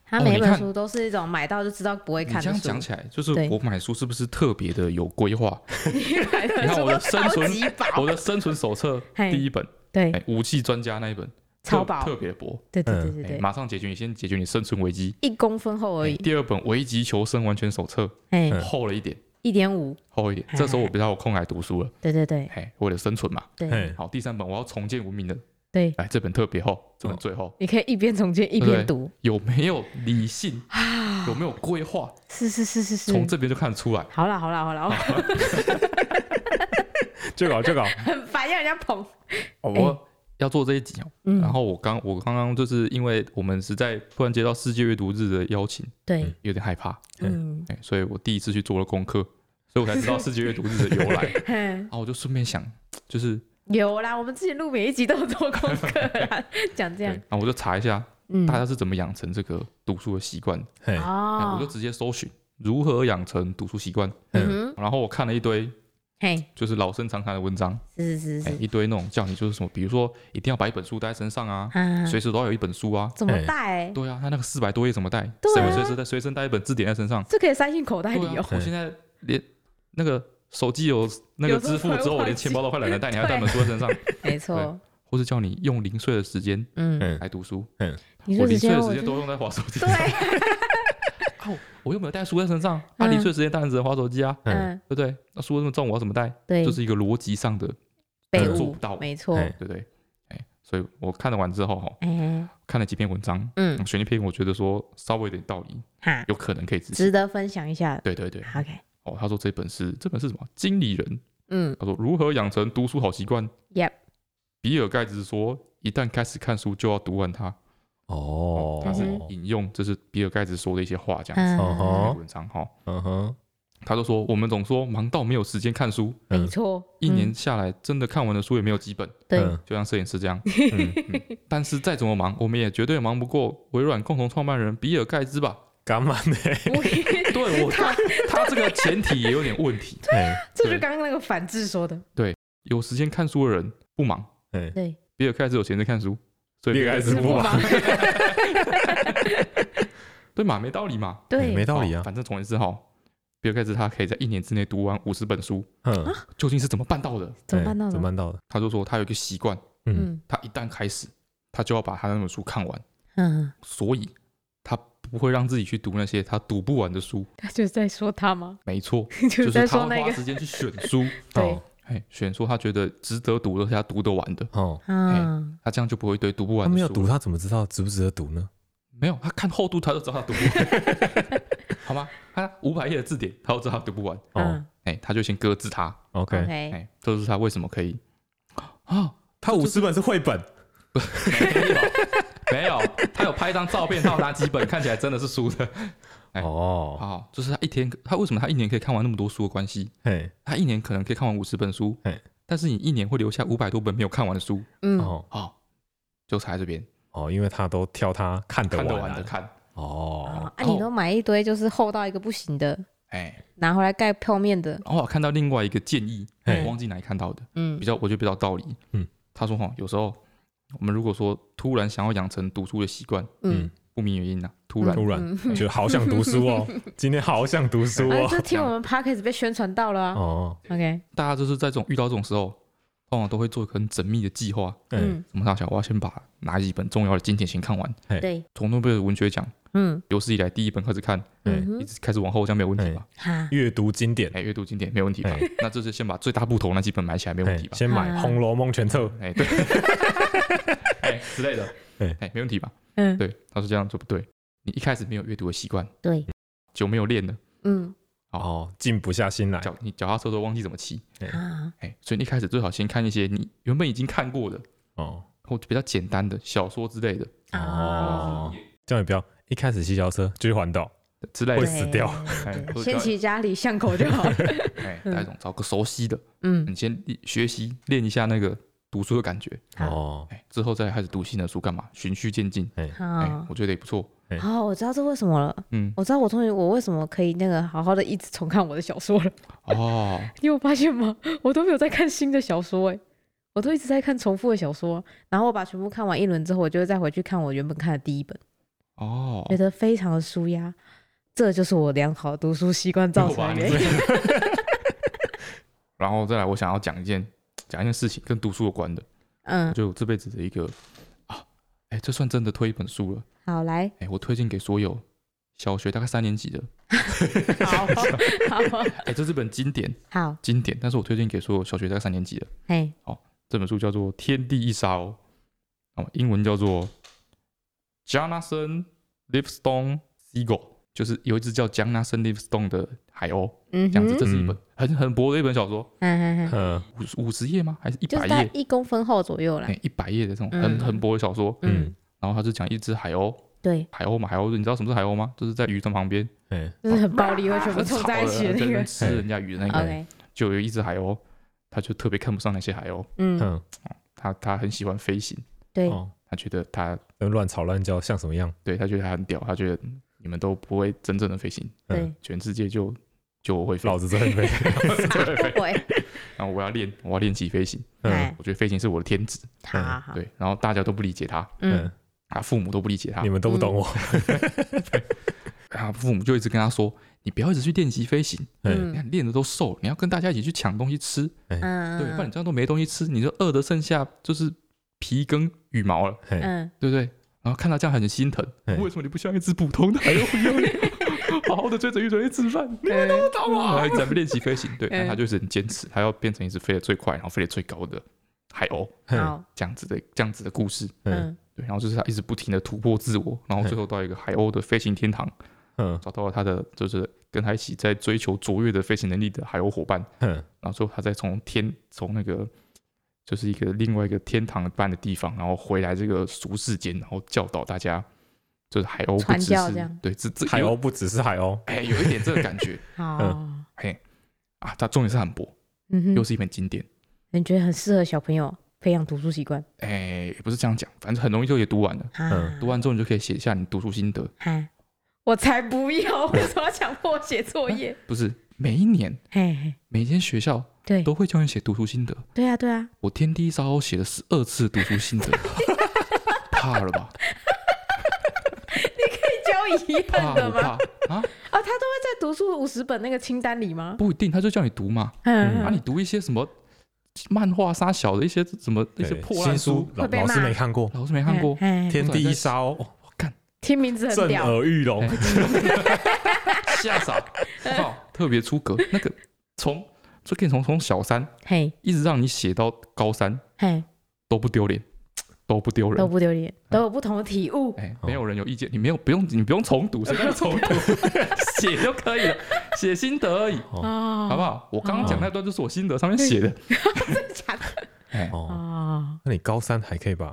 [SPEAKER 1] 它
[SPEAKER 2] 哦
[SPEAKER 1] 每一
[SPEAKER 2] 你
[SPEAKER 1] 本
[SPEAKER 2] 看
[SPEAKER 1] 书都是一种买到就知道不会
[SPEAKER 2] 哦
[SPEAKER 1] 呃
[SPEAKER 2] 你
[SPEAKER 1] 看
[SPEAKER 2] 这
[SPEAKER 1] 的
[SPEAKER 2] 样
[SPEAKER 1] 书
[SPEAKER 2] 讲。起来，就是
[SPEAKER 1] 对
[SPEAKER 2] 我买书是不是特别的有规划？
[SPEAKER 1] 你买
[SPEAKER 2] 你
[SPEAKER 1] 的
[SPEAKER 2] 看
[SPEAKER 1] 书
[SPEAKER 2] 我
[SPEAKER 1] 都
[SPEAKER 2] 的生
[SPEAKER 1] 超
[SPEAKER 2] 存
[SPEAKER 1] 级薄，，
[SPEAKER 2] 我的生存手册
[SPEAKER 1] 嘿
[SPEAKER 2] 第一本，
[SPEAKER 1] 对
[SPEAKER 2] 哎，武器专家那一本，
[SPEAKER 1] 超
[SPEAKER 2] 特
[SPEAKER 1] 薄
[SPEAKER 2] 特别薄，
[SPEAKER 1] 对对对
[SPEAKER 3] 嗯
[SPEAKER 1] 对
[SPEAKER 2] 哎
[SPEAKER 1] 对，
[SPEAKER 2] 马上解决你先解决你生存危机。
[SPEAKER 1] 一公分厚而
[SPEAKER 2] 哎
[SPEAKER 1] 已，
[SPEAKER 2] 第二本危机求生完全手册
[SPEAKER 1] 哎，
[SPEAKER 3] 嗯
[SPEAKER 2] 厚了一点，
[SPEAKER 1] 一点五，
[SPEAKER 2] 厚一点。这时候我比较有空来读书了，
[SPEAKER 1] 对对对
[SPEAKER 2] 哎，为了生存嘛。
[SPEAKER 1] 对
[SPEAKER 3] 嘿，
[SPEAKER 2] 好，第三本我要重建文明的，
[SPEAKER 1] 对，
[SPEAKER 2] 哎，这本特别厚，这本最厚。
[SPEAKER 1] 你可以一边重建一
[SPEAKER 2] 对不对
[SPEAKER 1] 边读
[SPEAKER 2] 有没有理性？
[SPEAKER 1] 啊
[SPEAKER 2] 有，没有规划？
[SPEAKER 1] 是是是是是，
[SPEAKER 2] 从这边就看得出来。
[SPEAKER 1] 好啦好啦好啦，我
[SPEAKER 3] 就搞就搞，
[SPEAKER 1] 很 烦要人家捧。
[SPEAKER 2] 哦，我要做这一集哦。
[SPEAKER 1] 哎嗯
[SPEAKER 2] 然后我刚我刚刚就是因为我们实在突然接到世界阅读日的邀请，
[SPEAKER 1] 对，
[SPEAKER 2] 有点害怕，
[SPEAKER 1] 嗯，
[SPEAKER 2] 哎，所以我第一次去做了功课，所以我才知道世界阅读日的由来。
[SPEAKER 1] 嘿
[SPEAKER 2] 然后我就顺便想，就是
[SPEAKER 1] 嗯有啦，我们之前录每一集都有做功课啦， 讲这
[SPEAKER 2] 对，
[SPEAKER 1] 样，
[SPEAKER 2] 然后我就查一下
[SPEAKER 1] 嗯
[SPEAKER 2] 大家是怎么养成这个读书的习惯的。
[SPEAKER 3] 嘿，
[SPEAKER 2] 哎，我
[SPEAKER 1] 哦
[SPEAKER 2] 就，直接搜寻，如何养成读书习惯。
[SPEAKER 1] 嗯哼，
[SPEAKER 2] 然后我看了一堆
[SPEAKER 1] 嘿，
[SPEAKER 2] 就是老生常谈的文章，
[SPEAKER 1] 是是是
[SPEAKER 2] 哎、
[SPEAKER 1] 是，
[SPEAKER 2] 一堆那种叫你就是什么，比如说一定要把一本书带在身上啊，
[SPEAKER 1] 啊，
[SPEAKER 2] 随时都要有一本书啊。
[SPEAKER 1] 怎么带？
[SPEAKER 2] 对啊，他那个四百多页怎么带？
[SPEAKER 1] 对
[SPEAKER 2] 谁
[SPEAKER 1] 啊
[SPEAKER 2] 会随时带随身带一本字典在身上？
[SPEAKER 1] 这可以塞进口袋里
[SPEAKER 2] 对啊
[SPEAKER 1] 哦。
[SPEAKER 2] 我现在连那个手机有那个
[SPEAKER 1] 有时候
[SPEAKER 2] 支付之后，
[SPEAKER 1] 会
[SPEAKER 2] 我
[SPEAKER 1] 忘
[SPEAKER 2] 连
[SPEAKER 1] 记
[SPEAKER 2] 钱包都快懒得带，你还要带本书在身上，
[SPEAKER 1] 没错，
[SPEAKER 2] 或是叫你用零碎的时间
[SPEAKER 1] 嗯，
[SPEAKER 3] 嗯
[SPEAKER 2] 来读书。
[SPEAKER 1] 你说
[SPEAKER 2] 我零
[SPEAKER 1] 时间
[SPEAKER 2] 碎的
[SPEAKER 1] 我
[SPEAKER 2] 时
[SPEAKER 1] 就
[SPEAKER 2] 间都用在划手机 上，
[SPEAKER 1] 对，
[SPEAKER 2] 啊我我又没有带书在身上，啊，零碎的时间当然只能划手机啊，
[SPEAKER 3] 嗯，
[SPEAKER 1] 嗯，
[SPEAKER 2] 对不对？那书那么重，我要怎么带？
[SPEAKER 1] 对，
[SPEAKER 2] 就是一个逻辑上的，
[SPEAKER 1] 废
[SPEAKER 2] 做
[SPEAKER 1] 物
[SPEAKER 2] 不到，
[SPEAKER 1] 没错，
[SPEAKER 3] 哎
[SPEAKER 1] 哎，
[SPEAKER 2] 对不对？哎，所以我看了完之后，哈，
[SPEAKER 1] 哎
[SPEAKER 2] 看了几篇文章，
[SPEAKER 1] 嗯，
[SPEAKER 2] 选一篇我觉得说稍微有点道理，
[SPEAKER 1] 哈，
[SPEAKER 2] 有可能可以执行。
[SPEAKER 1] 值得分享一下。
[SPEAKER 2] 对对对，
[SPEAKER 1] OK，
[SPEAKER 2] 哦，他说这本是这本是什么？经理人，
[SPEAKER 1] 嗯
[SPEAKER 2] 他说如何养成读书好习惯。
[SPEAKER 1] ，Yep，
[SPEAKER 2] 比尔盖茨说，一旦开始看书就要读完它。
[SPEAKER 3] 哦，
[SPEAKER 2] 他是
[SPEAKER 1] 嗯
[SPEAKER 2] 引用这是比尔盖茨说的一些话，这样子。
[SPEAKER 3] 哦吼
[SPEAKER 1] 嗯，
[SPEAKER 2] 那个文章哈、哦，
[SPEAKER 3] 嗯哼，
[SPEAKER 2] 他就说我们总说忙到没有时间看书，
[SPEAKER 3] 嗯
[SPEAKER 1] 没错，
[SPEAKER 2] 一年
[SPEAKER 1] 嗯
[SPEAKER 2] 下来真的看完的书也没有几本，
[SPEAKER 1] 对，
[SPEAKER 3] 嗯
[SPEAKER 2] 就像摄影师 这样。
[SPEAKER 3] 嗯
[SPEAKER 2] 但是再怎么忙，我们也绝对忙不过微软共同创办人比尔盖茨 吧？
[SPEAKER 3] 干嘛 呢？
[SPEAKER 2] 对我他他这个前提也有点问题。
[SPEAKER 3] 哎
[SPEAKER 1] 这就刚刚那个反制说的，
[SPEAKER 2] 有时间看书的人不忙，
[SPEAKER 3] 哎，
[SPEAKER 1] 对，
[SPEAKER 2] 比尔盖茨有闲着看书，所以
[SPEAKER 3] 比尔盖茨
[SPEAKER 1] 是
[SPEAKER 3] 不
[SPEAKER 1] 不
[SPEAKER 3] 忙
[SPEAKER 1] 忙，
[SPEAKER 2] 对嘛，没道理嘛。
[SPEAKER 3] 哎没
[SPEAKER 1] 对，
[SPEAKER 3] 道理
[SPEAKER 2] 哦
[SPEAKER 3] 啊，
[SPEAKER 2] 反正总而言之哈，比尔盖茨他可以在一年之内读完五十本书，
[SPEAKER 3] 嗯，
[SPEAKER 2] 究竟是怎么办到的？
[SPEAKER 1] 哦啊怎么办到
[SPEAKER 3] 哎
[SPEAKER 1] 的
[SPEAKER 3] 怎么？办到的？
[SPEAKER 2] 他就说他有一个习惯，
[SPEAKER 3] 嗯，
[SPEAKER 1] 嗯
[SPEAKER 2] 他一旦开始，他就要把他那本书看完，
[SPEAKER 1] 嗯，
[SPEAKER 2] 所以他不会让自己去读那些他读不完的书。
[SPEAKER 1] 他就是在说他吗？
[SPEAKER 2] 没错，
[SPEAKER 1] 就
[SPEAKER 2] 就是
[SPEAKER 1] 在
[SPEAKER 2] 他
[SPEAKER 1] 说
[SPEAKER 2] 会
[SPEAKER 1] 那
[SPEAKER 2] 花
[SPEAKER 1] 个，
[SPEAKER 2] 时间去选书，
[SPEAKER 1] 对，
[SPEAKER 2] 哎，选书他觉得值得读，而且他读得完的，
[SPEAKER 3] 哦，
[SPEAKER 1] 嗯，
[SPEAKER 2] 他这样就不会对读不
[SPEAKER 3] 他
[SPEAKER 2] 完的
[SPEAKER 3] 没
[SPEAKER 2] 书
[SPEAKER 3] 有读，他怎么知道值不值得读呢？
[SPEAKER 2] 没有，他看厚度他就知道他读不完， 好吗？他五百页的字典，他都知道他读不完，
[SPEAKER 3] 哦
[SPEAKER 1] 嗯
[SPEAKER 2] 哎，他就先搁置它，
[SPEAKER 3] ，OK，
[SPEAKER 1] ，OK，
[SPEAKER 2] 哎，这就是他为什么可以啊，
[SPEAKER 3] 他五十本是绘本，
[SPEAKER 2] 没有，没有，他有拍一张照片，他有拿几本，看起来真的是书的。哎
[SPEAKER 3] 哦，
[SPEAKER 2] 好，就是他一天，他为什么他一年可以看完那么多书的关系？
[SPEAKER 3] 嘿，
[SPEAKER 2] 他一年可能可以看完五十本书
[SPEAKER 3] 哎，
[SPEAKER 2] 但是你一年会留下五百多本没有看完的书。
[SPEAKER 1] 嗯，
[SPEAKER 3] 哦，
[SPEAKER 2] 哦，就差在这边，
[SPEAKER 3] 哦，因为他都挑他看得
[SPEAKER 2] 看得
[SPEAKER 3] 完
[SPEAKER 2] 完的
[SPEAKER 3] 的，
[SPEAKER 2] 看。
[SPEAKER 3] 哦，
[SPEAKER 1] 啊，你都买一堆就是厚到一个不行的，
[SPEAKER 2] 哎，
[SPEAKER 1] 拿回来盖泡面的，
[SPEAKER 2] 然后我看到另外一个建议，
[SPEAKER 3] 哎
[SPEAKER 2] 我忘记哪里看到的，
[SPEAKER 1] 嗯
[SPEAKER 2] 比较我觉得比较道理。
[SPEAKER 3] 嗯，
[SPEAKER 2] 他说哈，哦有时候我们如果说突然想要养成读书的习惯，
[SPEAKER 1] 嗯，
[SPEAKER 2] 不明原因呐、突然，
[SPEAKER 3] 嗯突然觉得好想读书 哦，今天好想读书
[SPEAKER 1] 哎，
[SPEAKER 3] 哦，
[SPEAKER 1] 这听我们 podcast 被宣传到了啊
[SPEAKER 3] 哦，
[SPEAKER 1] ，OK，
[SPEAKER 2] 大家就是在这种遇到这种时候，通常都会做一个很缜密的计划。
[SPEAKER 3] 嗯，
[SPEAKER 1] 嗯，
[SPEAKER 2] 什么大小，我要先把哪几本重要的经典先看完。
[SPEAKER 1] 对，
[SPEAKER 2] 从诺贝尔文学奖
[SPEAKER 1] 嗯
[SPEAKER 2] 有史以来第一本开始看，
[SPEAKER 1] 嗯
[SPEAKER 2] 一
[SPEAKER 1] 哼，
[SPEAKER 2] 直开始往后，这样没有问题吧？
[SPEAKER 1] 哈，
[SPEAKER 3] 阅读经典，
[SPEAKER 2] 哎，阅读经典没有问题吧
[SPEAKER 3] 哎？
[SPEAKER 2] 那就是先把最大部头那几本买起来，没有问
[SPEAKER 3] 嘿
[SPEAKER 2] 题吧？
[SPEAKER 3] 先买
[SPEAKER 1] 啊
[SPEAKER 3] 《红楼梦》全册，
[SPEAKER 2] 哎，对， 哎之类的
[SPEAKER 3] 哎，
[SPEAKER 2] 哎，没问题吧？
[SPEAKER 1] 嗯，
[SPEAKER 2] 对，他说这样做不对，你一开始没有阅读的习惯，
[SPEAKER 1] 对，
[SPEAKER 2] 久没有练了，
[SPEAKER 1] 嗯
[SPEAKER 3] 哦，静不下心来，
[SPEAKER 2] 脚你脚踏车都忘记怎么骑，
[SPEAKER 1] 啊，
[SPEAKER 2] 哎，所以你一开始最好先看一些你原本已经看过的
[SPEAKER 3] 哦，
[SPEAKER 2] 或比较简单的小说之类的
[SPEAKER 1] 哦
[SPEAKER 3] 哦，这样也不要一开始骑小车就去环岛，
[SPEAKER 2] 之类
[SPEAKER 3] 会
[SPEAKER 2] 的，
[SPEAKER 3] 死掉
[SPEAKER 1] 对
[SPEAKER 2] 哎会
[SPEAKER 1] 先骑家里巷口就好了。
[SPEAKER 2] 哎，那种找个熟悉的，
[SPEAKER 1] 嗯
[SPEAKER 2] 你先学习练一下那个读书的感觉，
[SPEAKER 1] 好
[SPEAKER 3] 哦，
[SPEAKER 2] 哎，之后再开始读新的书干嘛？循序渐进，哎
[SPEAKER 1] 好，
[SPEAKER 2] 我觉得也不错。
[SPEAKER 3] 哎
[SPEAKER 1] 好，我知道这为什么了。
[SPEAKER 2] 嗯，
[SPEAKER 1] 我知道我终于我为什么可以那个好好的一直重看我的小说了。
[SPEAKER 2] 哦，
[SPEAKER 1] 你有发现吗？我都没有在看新的小说哎、我都一直在看重复的小说。然后我把全部看完一轮之后，我就会再回去看我原本看的第一本，
[SPEAKER 2] 哦
[SPEAKER 1] 觉，得非常的舒压。这就是我良好的读书习惯造成的
[SPEAKER 2] 吧你
[SPEAKER 1] 原因。
[SPEAKER 2] 然后再来，我想要讲一件讲一件事情跟读书有关的，
[SPEAKER 1] 嗯，
[SPEAKER 2] 就我这辈子的一个啊，哎，这算真的推一本书了，
[SPEAKER 1] 好， 来，
[SPEAKER 2] 哎，我推荐给所有小学大概三年级的，
[SPEAKER 1] 好， 好，
[SPEAKER 2] 哎，这是本经典
[SPEAKER 1] 好，
[SPEAKER 2] 经典，但是我推荐给所有小学大概三年级的
[SPEAKER 1] 嘿，
[SPEAKER 2] 这本书叫做《天地一沙》哦，哦，英文叫做 Jonathan Livingstone Seagull，就是有一只叫 Jonathan Livingstone 的海鸥。
[SPEAKER 1] 嗯
[SPEAKER 2] 这样子，
[SPEAKER 1] 哼
[SPEAKER 2] 这，是一本很很薄的一本小说，
[SPEAKER 1] 嗯嗯嗯，
[SPEAKER 3] 嗯，
[SPEAKER 2] 五五十页吗？还是一
[SPEAKER 1] 就
[SPEAKER 2] 百
[SPEAKER 1] 是在
[SPEAKER 2] 页？
[SPEAKER 1] 一公分厚左右啦。
[SPEAKER 2] 哎，一百页的这种
[SPEAKER 1] 嗯
[SPEAKER 2] 很很薄的小说。
[SPEAKER 1] 嗯
[SPEAKER 3] 嗯，
[SPEAKER 2] 然后他就讲一只海鸥，
[SPEAKER 1] 对，
[SPEAKER 2] 海鸥嘛，海鸥，你知道什么是海鸥吗？就是在渔船旁边
[SPEAKER 3] 哎，
[SPEAKER 1] 就是很暴力，会全部
[SPEAKER 2] 很
[SPEAKER 1] 冲
[SPEAKER 2] 吵
[SPEAKER 1] 在一
[SPEAKER 2] 的，
[SPEAKER 1] 起的
[SPEAKER 2] 在
[SPEAKER 1] 那
[SPEAKER 2] 那边
[SPEAKER 1] 个。嗯
[SPEAKER 2] 吃人家鱼的那个，
[SPEAKER 1] OK，
[SPEAKER 2] 就有一只海鸥，他就特别看不上那些海鸥，
[SPEAKER 1] 嗯，
[SPEAKER 3] 嗯，
[SPEAKER 2] 他他很喜欢飞行，
[SPEAKER 1] 对，
[SPEAKER 3] 哦，
[SPEAKER 2] 他觉得他
[SPEAKER 3] 乱吵乱叫像什么样？
[SPEAKER 2] 对他觉得他很屌，他觉得。你们都不会真正的飞行，
[SPEAKER 1] 对，
[SPEAKER 2] 全世界就就我会飞
[SPEAKER 3] 老，子真的没。
[SPEAKER 1] 不会，
[SPEAKER 2] 然后我要练，我要练习飞行，
[SPEAKER 3] 嗯
[SPEAKER 1] 哎，
[SPEAKER 2] 我觉得飞行是我的天职，
[SPEAKER 1] 好好好，
[SPEAKER 2] 对，然后大家都不理解他，
[SPEAKER 1] 嗯，
[SPEAKER 2] 他父母都不理解他
[SPEAKER 3] 你，们都不懂我。
[SPEAKER 2] 他父母就一直跟他说，你不要一直去练习飞行，你
[SPEAKER 1] 嗯
[SPEAKER 2] 看练的都瘦了，你要跟大家一起去抢东西吃，
[SPEAKER 1] 嗯，
[SPEAKER 2] 对，不然你这样都没东西吃，你就饿的剩下就是皮跟羽毛了，
[SPEAKER 3] 嘿
[SPEAKER 1] 嗯，
[SPEAKER 2] 对不对？然后看到这样很心疼，
[SPEAKER 3] 嗯
[SPEAKER 2] 为什么你不像一只普通的海鸥一样，好好的追着鱼追吃饭？你们都不懂啊！然后咱们练习飞行，对，
[SPEAKER 1] 嗯
[SPEAKER 2] 但他就是很坚持，他要变成一只飞得最快，然后飞得最高的海鸥，
[SPEAKER 3] 嘿
[SPEAKER 1] 嗯好，
[SPEAKER 2] 这样子的这样子的故事。
[SPEAKER 3] 嗯
[SPEAKER 1] 嗯
[SPEAKER 2] 对，然后就是他一直不停的突破自我，然后最后到一个海鸥的飞行天堂，
[SPEAKER 3] 嗯
[SPEAKER 2] 找到了他的就是跟他一起在追求卓越的飞行能力的海鸥伙伴，
[SPEAKER 3] 嗯
[SPEAKER 2] 然后最后他再从天从那个就是一个另外一个天堂般的地方，然后回来这个俗世间，然后教导大家，就是海鸥不
[SPEAKER 1] 传
[SPEAKER 2] 只
[SPEAKER 1] 教
[SPEAKER 2] 是
[SPEAKER 1] 这样
[SPEAKER 2] 对，这这
[SPEAKER 3] 海
[SPEAKER 2] 有
[SPEAKER 3] 鸥不只是海鸥，
[SPEAKER 2] 哎有一点这个感觉
[SPEAKER 1] 好，
[SPEAKER 2] 啊，它重点是很 薄，
[SPEAKER 1] 嗯哼
[SPEAKER 2] 又，是一本经典，
[SPEAKER 1] 你觉得很适合小朋友培养读书习惯
[SPEAKER 2] 哎也不是这样讲，反正很容易就也读完了，
[SPEAKER 1] 啊？
[SPEAKER 2] 读完之后你就可以写下你读书心得，
[SPEAKER 1] 哈，我才不要！为什么要强迫我写作 业？
[SPEAKER 2] 不是每一年
[SPEAKER 1] 嘿嘿，
[SPEAKER 2] 每间学校
[SPEAKER 1] 对
[SPEAKER 2] 都会叫你写读书心得，
[SPEAKER 1] 对啊对啊，
[SPEAKER 2] 我天地一烧写了十二次读 书心得，怕了吧？
[SPEAKER 1] 交遗
[SPEAKER 2] 怕
[SPEAKER 1] 憾
[SPEAKER 2] 不
[SPEAKER 1] 的吗？
[SPEAKER 2] 怕啊？
[SPEAKER 1] 哦，他都会在读书五十本那个清单里吗？
[SPEAKER 2] 不一定，他就叫你读嘛。
[SPEAKER 1] 嗯，
[SPEAKER 2] 啊，你读一些什么漫画、沙小的一些什么一些
[SPEAKER 3] 对
[SPEAKER 2] 破烂
[SPEAKER 3] 哎新书，老
[SPEAKER 1] 会被骂
[SPEAKER 3] 老师没看过，
[SPEAKER 2] 老师没看过。
[SPEAKER 1] 哎，
[SPEAKER 3] 天地一沙鸥，哦
[SPEAKER 1] 听名字很
[SPEAKER 3] 震
[SPEAKER 1] 屌，
[SPEAKER 3] 耳欲聋
[SPEAKER 2] 哎。吓傻，靠，特别出格。那个从就可以从从小三
[SPEAKER 1] 嘿
[SPEAKER 2] 一直让你写到高三
[SPEAKER 1] 嘿，
[SPEAKER 2] 都不丢脸，都不丢
[SPEAKER 1] 都
[SPEAKER 2] 人。
[SPEAKER 1] 不丢脸，都有不同的体悟。
[SPEAKER 2] 哎，
[SPEAKER 3] 哦
[SPEAKER 2] 没有人有意见，你没有不用你不用重读，谁叫你重 读？写就可以了，写心得而已，
[SPEAKER 1] 哦，
[SPEAKER 2] 好不好？我刚刚讲那段就是我心得上面写的。
[SPEAKER 1] 真的假的？
[SPEAKER 2] 哎，
[SPEAKER 3] 哦，
[SPEAKER 1] 哦，
[SPEAKER 3] 那你高三还可以把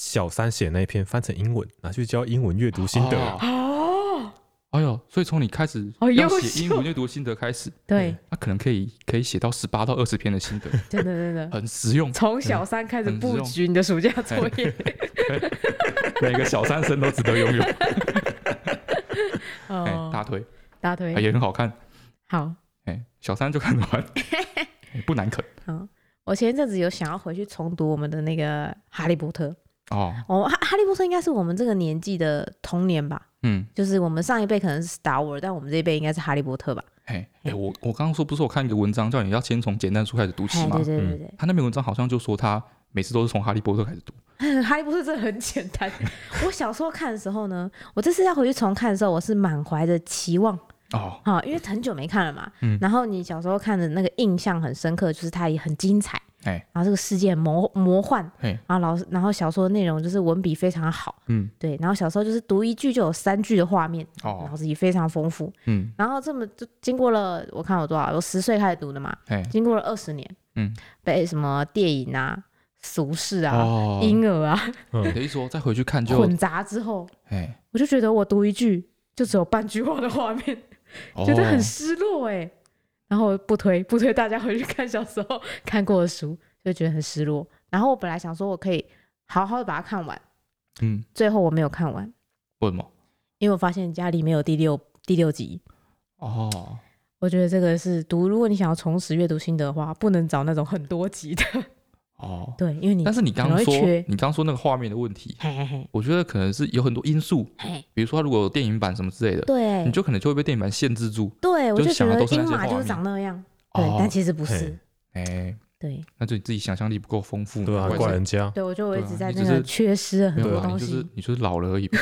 [SPEAKER 3] 小三写那一篇翻成英文，拿去教英文阅读心得啊。
[SPEAKER 1] 哦，
[SPEAKER 2] 哎呦，所以从你开始
[SPEAKER 1] 好
[SPEAKER 2] 要
[SPEAKER 1] 哦优
[SPEAKER 2] 写英
[SPEAKER 1] 秀
[SPEAKER 2] 文阅读心得开始，
[SPEAKER 1] 对，
[SPEAKER 2] 他可能可以可以写到十八到二十篇 的心得，
[SPEAKER 1] 真的真的，。
[SPEAKER 2] 很实用
[SPEAKER 1] 从小三开始布局你的暑假作业。
[SPEAKER 2] 哎 每个小三生都值得拥有，哎、
[SPEAKER 1] 哦，
[SPEAKER 2] 大腿、
[SPEAKER 1] 大
[SPEAKER 2] 哎
[SPEAKER 1] 腿，
[SPEAKER 2] 也很好看，
[SPEAKER 1] 好
[SPEAKER 2] 哎、小三就看得 完，哎不难啃
[SPEAKER 1] 好。我前一阵子有想要回去重读我们的那个《哈利波特》，
[SPEAKER 2] 哦。
[SPEAKER 1] 哦，哈《哈利波特》应该是我们这个年纪的童年吧？
[SPEAKER 2] 嗯，
[SPEAKER 1] 就是我们上一辈可能是 Star Wars，但我们这一辈应该是《哈利波特》吧？
[SPEAKER 2] 哎、哎、我我刚刚说不是我看一个文章叫你要先从简单书开始读起
[SPEAKER 1] 哎，
[SPEAKER 2] 吗
[SPEAKER 1] 对？对对对，
[SPEAKER 2] 他那篇文章好像就说他每次都是从哈利波特开始读，
[SPEAKER 1] 哈利波特真的很简单。我小时候看的时候呢，我这次要回去重看的时候，我是满怀着期望
[SPEAKER 2] 哦，
[SPEAKER 1] 啊、因为很久没看了嘛。
[SPEAKER 2] 嗯
[SPEAKER 1] 然后你小时候看的那个印象很深刻，就是它也很精彩，
[SPEAKER 2] 哎
[SPEAKER 1] 然后这个世界很魔魔幻。
[SPEAKER 2] 嘿，
[SPEAKER 1] 然后老师，然后小说的内容就是文笔非常好，
[SPEAKER 2] 嗯，
[SPEAKER 1] 对。然后小时候就是读一句就有三句的画面，
[SPEAKER 2] 哦
[SPEAKER 1] 脑，子也非常丰富。
[SPEAKER 2] 嗯，
[SPEAKER 1] 然后这么就经过了，我看我多少，我十岁开始读的嘛，
[SPEAKER 2] 哎、
[SPEAKER 1] 经过了二十年，
[SPEAKER 2] 嗯，
[SPEAKER 1] 被什么电影啊、俗世啊、
[SPEAKER 2] 哦，
[SPEAKER 1] 婴儿啊
[SPEAKER 2] 你的意思说再回去看就
[SPEAKER 1] 混杂之后，
[SPEAKER 2] 哎、
[SPEAKER 1] 我就觉得我读一句就只有半句话的画面，
[SPEAKER 2] 哦
[SPEAKER 1] 觉得很失落哎、然后不推 不推大家回去看小时候 看过的书，就觉得很失落。然后我本来想说我可以好好的把它看完，
[SPEAKER 2] 嗯，
[SPEAKER 1] 最后我没有看完，
[SPEAKER 2] 为什么？
[SPEAKER 1] 因为我发现家里没有第六第六集。
[SPEAKER 2] 哦，
[SPEAKER 1] 我觉得这个是读，如果你想要重拾阅读心得的话，不能找那种很多集 的。
[SPEAKER 2] 哦，
[SPEAKER 1] 对，因为你
[SPEAKER 2] 但是你刚刚
[SPEAKER 1] 很容
[SPEAKER 2] 说
[SPEAKER 1] 易缺
[SPEAKER 2] 你刚刚说那个画面的问题，
[SPEAKER 1] 嘿嘿嘿
[SPEAKER 2] 我觉得可能是有很多因素，
[SPEAKER 1] 嘿，
[SPEAKER 2] 比如说它如果有电影版什么之类的，
[SPEAKER 1] 对
[SPEAKER 2] 你，就可能就会被电影版限制住。
[SPEAKER 1] 对我就觉
[SPEAKER 2] 想的
[SPEAKER 1] 得
[SPEAKER 2] 都是那
[SPEAKER 1] 英
[SPEAKER 2] 些
[SPEAKER 1] 马就
[SPEAKER 2] 画
[SPEAKER 1] 是
[SPEAKER 2] 面哦
[SPEAKER 1] 长那样，对，但其实不是
[SPEAKER 3] 嘿，
[SPEAKER 2] 哎、
[SPEAKER 1] 对
[SPEAKER 2] 那就你自己想象力不够丰富，
[SPEAKER 3] 对啊，
[SPEAKER 2] 难
[SPEAKER 3] 怪
[SPEAKER 2] 怪
[SPEAKER 3] 人家。
[SPEAKER 1] 对，我就
[SPEAKER 2] 对
[SPEAKER 1] 一
[SPEAKER 2] 啊
[SPEAKER 1] 直在
[SPEAKER 2] 你
[SPEAKER 1] 那
[SPEAKER 2] 只
[SPEAKER 1] 个
[SPEAKER 2] 是
[SPEAKER 1] 缺失了很
[SPEAKER 2] 没
[SPEAKER 1] 多
[SPEAKER 2] 有啊，
[SPEAKER 1] 东
[SPEAKER 2] 你就
[SPEAKER 1] 西
[SPEAKER 2] 是。你就是老了 而已吧。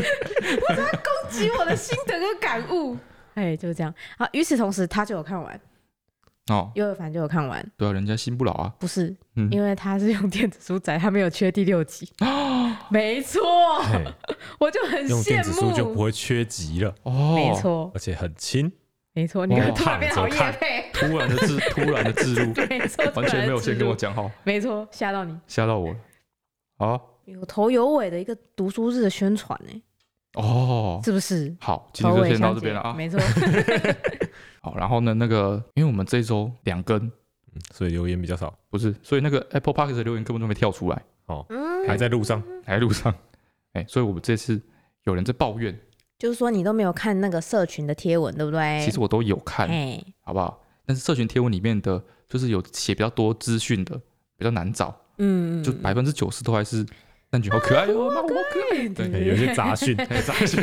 [SPEAKER 1] 攻击我的心得跟感悟。 哎，就是这样。好，与此同时，他就有看完，
[SPEAKER 2] 哦，
[SPEAKER 1] 尤尔凡就有看完，
[SPEAKER 2] 对啊，人家心不老啊。
[SPEAKER 1] 不是，
[SPEAKER 2] 嗯
[SPEAKER 1] 因为他是用电子书载，他没有缺第六集。
[SPEAKER 2] 哦
[SPEAKER 1] 没错，
[SPEAKER 3] 嘿
[SPEAKER 1] 我就很
[SPEAKER 3] 用
[SPEAKER 1] 羡
[SPEAKER 3] 电子书就不
[SPEAKER 1] 慕。
[SPEAKER 3] 会缺席了，
[SPEAKER 2] 哦，
[SPEAKER 1] 没，错，
[SPEAKER 3] 而且很轻。
[SPEAKER 1] 没错，你
[SPEAKER 2] 哇
[SPEAKER 1] 看突然变好
[SPEAKER 3] 躺
[SPEAKER 1] 夜
[SPEAKER 3] 着看
[SPEAKER 1] 配，
[SPEAKER 2] 突然的 置，突然的置 入，
[SPEAKER 1] 没错，突
[SPEAKER 2] 完
[SPEAKER 1] 然
[SPEAKER 2] 全没有先跟我
[SPEAKER 1] 植入，
[SPEAKER 2] 讲好，
[SPEAKER 1] 没错，吓到你，
[SPEAKER 2] 吓到我了。啊，
[SPEAKER 1] 有头有尾的一个读书日的宣传欸呢，
[SPEAKER 2] 哦，
[SPEAKER 1] 是不是？
[SPEAKER 2] 好，今
[SPEAKER 1] 头
[SPEAKER 2] 天就
[SPEAKER 1] 尾
[SPEAKER 2] 先到
[SPEAKER 1] 相
[SPEAKER 2] 这边了
[SPEAKER 1] 接，
[SPEAKER 2] 啊。
[SPEAKER 1] 没 错，
[SPEAKER 2] 好，然后呢，那个，因为我们这一周两更，
[SPEAKER 3] 嗯所以留言比较少，
[SPEAKER 2] 不是，所以那个 Apple Park 的留言根本就没跳出来，
[SPEAKER 1] 嗯
[SPEAKER 3] 还在路上。
[SPEAKER 2] 还在路上。哎、所以我们这次有人在抱怨，
[SPEAKER 1] 就是说你都没有看那个社群的贴文，对不对？
[SPEAKER 2] 其实我都有看，
[SPEAKER 1] 哎，
[SPEAKER 2] 好不好？但是社群贴文里面的，就是有写比较多资讯的，比较难找，
[SPEAKER 1] 嗯，嗯
[SPEAKER 2] 就
[SPEAKER 1] 嗯
[SPEAKER 2] 百分之九十都还是那句好可爱哦，那我
[SPEAKER 1] 对对
[SPEAKER 3] 对有一些杂讯，
[SPEAKER 2] 哎杂讯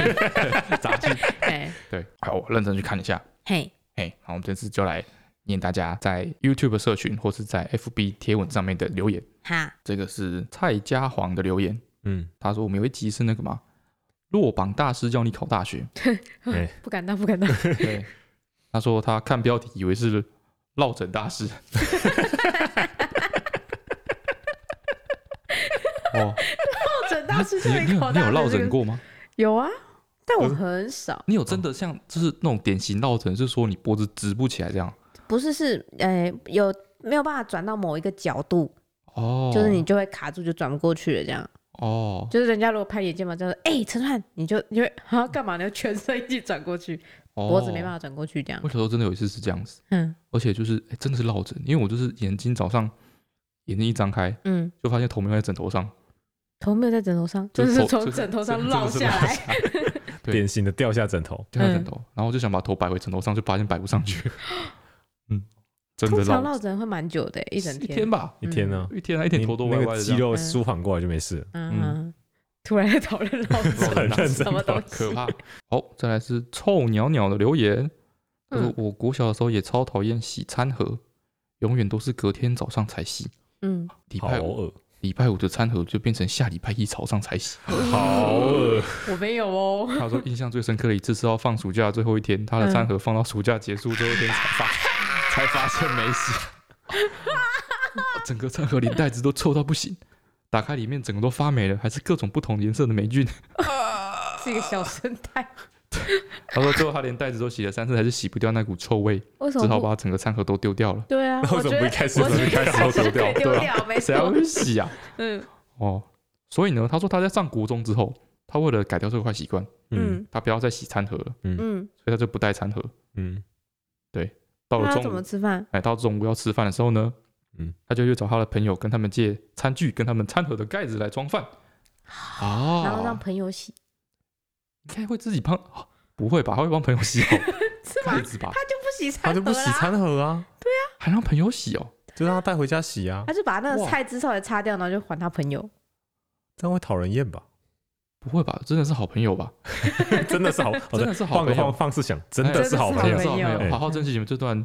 [SPEAKER 2] 杂讯，
[SPEAKER 1] 哎
[SPEAKER 2] 对，好，我认真去看一下。
[SPEAKER 1] 嘿，
[SPEAKER 2] 哎，好，我们这次就来念大家在 YouTube 社群或是在 FB 贴文上面的留言。
[SPEAKER 1] 哈，
[SPEAKER 2] 这个是蔡家煌的留言，
[SPEAKER 3] 嗯，
[SPEAKER 2] 他说我们有一集是那个嘛，落榜大师叫你考大学。
[SPEAKER 3] 哎
[SPEAKER 1] 不敢当，不 敢当，哦
[SPEAKER 2] 对，他说他看标题以为是落枕 大师。哦，
[SPEAKER 1] 落枕大师
[SPEAKER 2] 你
[SPEAKER 1] 叫
[SPEAKER 2] 你
[SPEAKER 1] 你
[SPEAKER 2] 有
[SPEAKER 1] 考
[SPEAKER 2] 你
[SPEAKER 1] 大
[SPEAKER 2] 有
[SPEAKER 1] 学
[SPEAKER 2] 落
[SPEAKER 1] 这个
[SPEAKER 2] 枕过吗？
[SPEAKER 1] 有啊，但我
[SPEAKER 2] 不是
[SPEAKER 1] 很少，
[SPEAKER 2] 你有真的像就是那种典型落枕，是说你脖子直不起来这样？
[SPEAKER 1] 不是是，哎，有没有办法转到某一个角度，
[SPEAKER 2] 哦，
[SPEAKER 1] 就是你就会卡住，就转不过去了这样。
[SPEAKER 2] 哦，
[SPEAKER 1] 就是人家如果拍你的肩膀，就是哎，陈汉，你就你就啊干嘛？你就 全身一起转过去，脖子没办
[SPEAKER 2] 法。
[SPEAKER 1] 法转过去这样
[SPEAKER 2] 哦我。小时候真的有一次是这样子，
[SPEAKER 1] 嗯
[SPEAKER 2] 而且就是、哎真的是落枕，因为我就是眼睛早上眼睛一张开
[SPEAKER 1] 嗯，
[SPEAKER 2] 就发现头没有在枕头上，
[SPEAKER 1] 头没有在枕头上，
[SPEAKER 2] 就
[SPEAKER 1] 就是是
[SPEAKER 2] 头
[SPEAKER 1] 从
[SPEAKER 2] 就是
[SPEAKER 1] 枕头上
[SPEAKER 2] 真的
[SPEAKER 1] 落
[SPEAKER 2] 是
[SPEAKER 1] 下
[SPEAKER 2] 落
[SPEAKER 1] 来。
[SPEAKER 2] 对
[SPEAKER 3] 典型的掉下枕头，
[SPEAKER 2] 掉在枕
[SPEAKER 3] 嗯
[SPEAKER 2] 头，啊然后就想把头摆回枕头上，就发现摆不上 去。嗯，真的
[SPEAKER 1] 通常
[SPEAKER 2] 落
[SPEAKER 1] 落枕会蛮久的，一整
[SPEAKER 2] 一天吧，
[SPEAKER 3] 一天呢，
[SPEAKER 2] 一天啊，一
[SPEAKER 3] 你
[SPEAKER 2] 天头都歪
[SPEAKER 3] 那
[SPEAKER 2] 歪
[SPEAKER 3] 个
[SPEAKER 2] 的这
[SPEAKER 3] 肌
[SPEAKER 2] 样，
[SPEAKER 3] 肉
[SPEAKER 1] 嗯
[SPEAKER 3] 舒缓过来就没事了。
[SPEAKER 1] 嗯哼，突然在讨论落
[SPEAKER 2] 落
[SPEAKER 1] 枕
[SPEAKER 2] 枕
[SPEAKER 3] 很认真
[SPEAKER 1] 什么东西，
[SPEAKER 2] 可怕。好，再来是臭鸟鸟的留言，他说
[SPEAKER 1] 嗯
[SPEAKER 2] 我国小的时候也超讨厌洗餐盒，永远都是隔天早上才洗，
[SPEAKER 1] 嗯，
[SPEAKER 2] 礼
[SPEAKER 3] 好哦
[SPEAKER 2] 拜五
[SPEAKER 3] 恶，
[SPEAKER 2] 礼拜五的餐盒就变成下礼拜一早上才洗。
[SPEAKER 3] 好恶，
[SPEAKER 1] 我没有哦，
[SPEAKER 2] 他说印象最深刻的一次是到放暑假的最后一天，他的
[SPEAKER 1] 嗯
[SPEAKER 2] 餐盒放到暑假结束最后一天才 发，才发现没洗，整个餐盒连袋子都臭到不行，打开里面整个都发霉了，还是各种不同颜色的霉菌。
[SPEAKER 1] 是一个小生态，
[SPEAKER 2] 他说最后他连袋子都洗了三次，还是洗不掉那股臭味，
[SPEAKER 1] 为什
[SPEAKER 2] 只好
[SPEAKER 1] 么不？
[SPEAKER 2] 把整个餐盒都丢掉了。
[SPEAKER 1] 对啊，
[SPEAKER 3] 那
[SPEAKER 1] 我
[SPEAKER 3] 为什
[SPEAKER 1] 觉得
[SPEAKER 3] 么不一开始
[SPEAKER 1] 我
[SPEAKER 3] 就
[SPEAKER 1] 觉得
[SPEAKER 3] 是开始就
[SPEAKER 1] 可
[SPEAKER 3] 丢
[SPEAKER 1] 以
[SPEAKER 3] 掉？
[SPEAKER 1] 丢
[SPEAKER 2] 对啊
[SPEAKER 1] 掉，没
[SPEAKER 2] 谁还
[SPEAKER 1] 错，
[SPEAKER 2] 会洗啊？
[SPEAKER 1] 嗯
[SPEAKER 2] 哦，所以呢，他说他在上国中之后，他为了改掉这个坏习惯，
[SPEAKER 3] 嗯
[SPEAKER 1] 嗯
[SPEAKER 2] 他不要再洗餐盒了，
[SPEAKER 1] 嗯，
[SPEAKER 2] 所以他就不带餐盒。
[SPEAKER 3] 嗯，
[SPEAKER 2] 到
[SPEAKER 1] 那
[SPEAKER 2] 了
[SPEAKER 1] 他
[SPEAKER 2] 中
[SPEAKER 1] 怎
[SPEAKER 2] 午
[SPEAKER 1] 么，吃饭？
[SPEAKER 2] 哎，到中午要吃饭的时候呢，
[SPEAKER 3] 嗯
[SPEAKER 2] 他就去找他的朋友，跟他们借餐具，跟他们餐盒的盖子来装饭。啊，
[SPEAKER 1] 然后让朋友洗，
[SPEAKER 2] 应该会自己帮、啊不会吧？他会帮朋友洗哦 好
[SPEAKER 1] 是吗
[SPEAKER 2] 盖？子吧？
[SPEAKER 1] 他就 不洗餐
[SPEAKER 3] 他就不洗
[SPEAKER 1] 盒啦，
[SPEAKER 3] 餐盒啊，
[SPEAKER 2] 还让朋友洗哦？
[SPEAKER 3] 就让他带回家洗啊
[SPEAKER 1] 他，就把那个
[SPEAKER 2] 哇
[SPEAKER 1] 菜汁稍微擦掉，然后就还他朋友。
[SPEAKER 3] 这样会讨人厌吧？
[SPEAKER 2] 不会吧？真的是好朋友吧？
[SPEAKER 3] 真的是好，好
[SPEAKER 2] 真的是好
[SPEAKER 3] 换个
[SPEAKER 2] 朋友
[SPEAKER 3] 方方式想，真的是好
[SPEAKER 1] 真的
[SPEAKER 3] 朋
[SPEAKER 1] 是
[SPEAKER 3] 友
[SPEAKER 1] 好，朋友
[SPEAKER 2] 真的是
[SPEAKER 3] 哎
[SPEAKER 2] 好好珍惜你们这段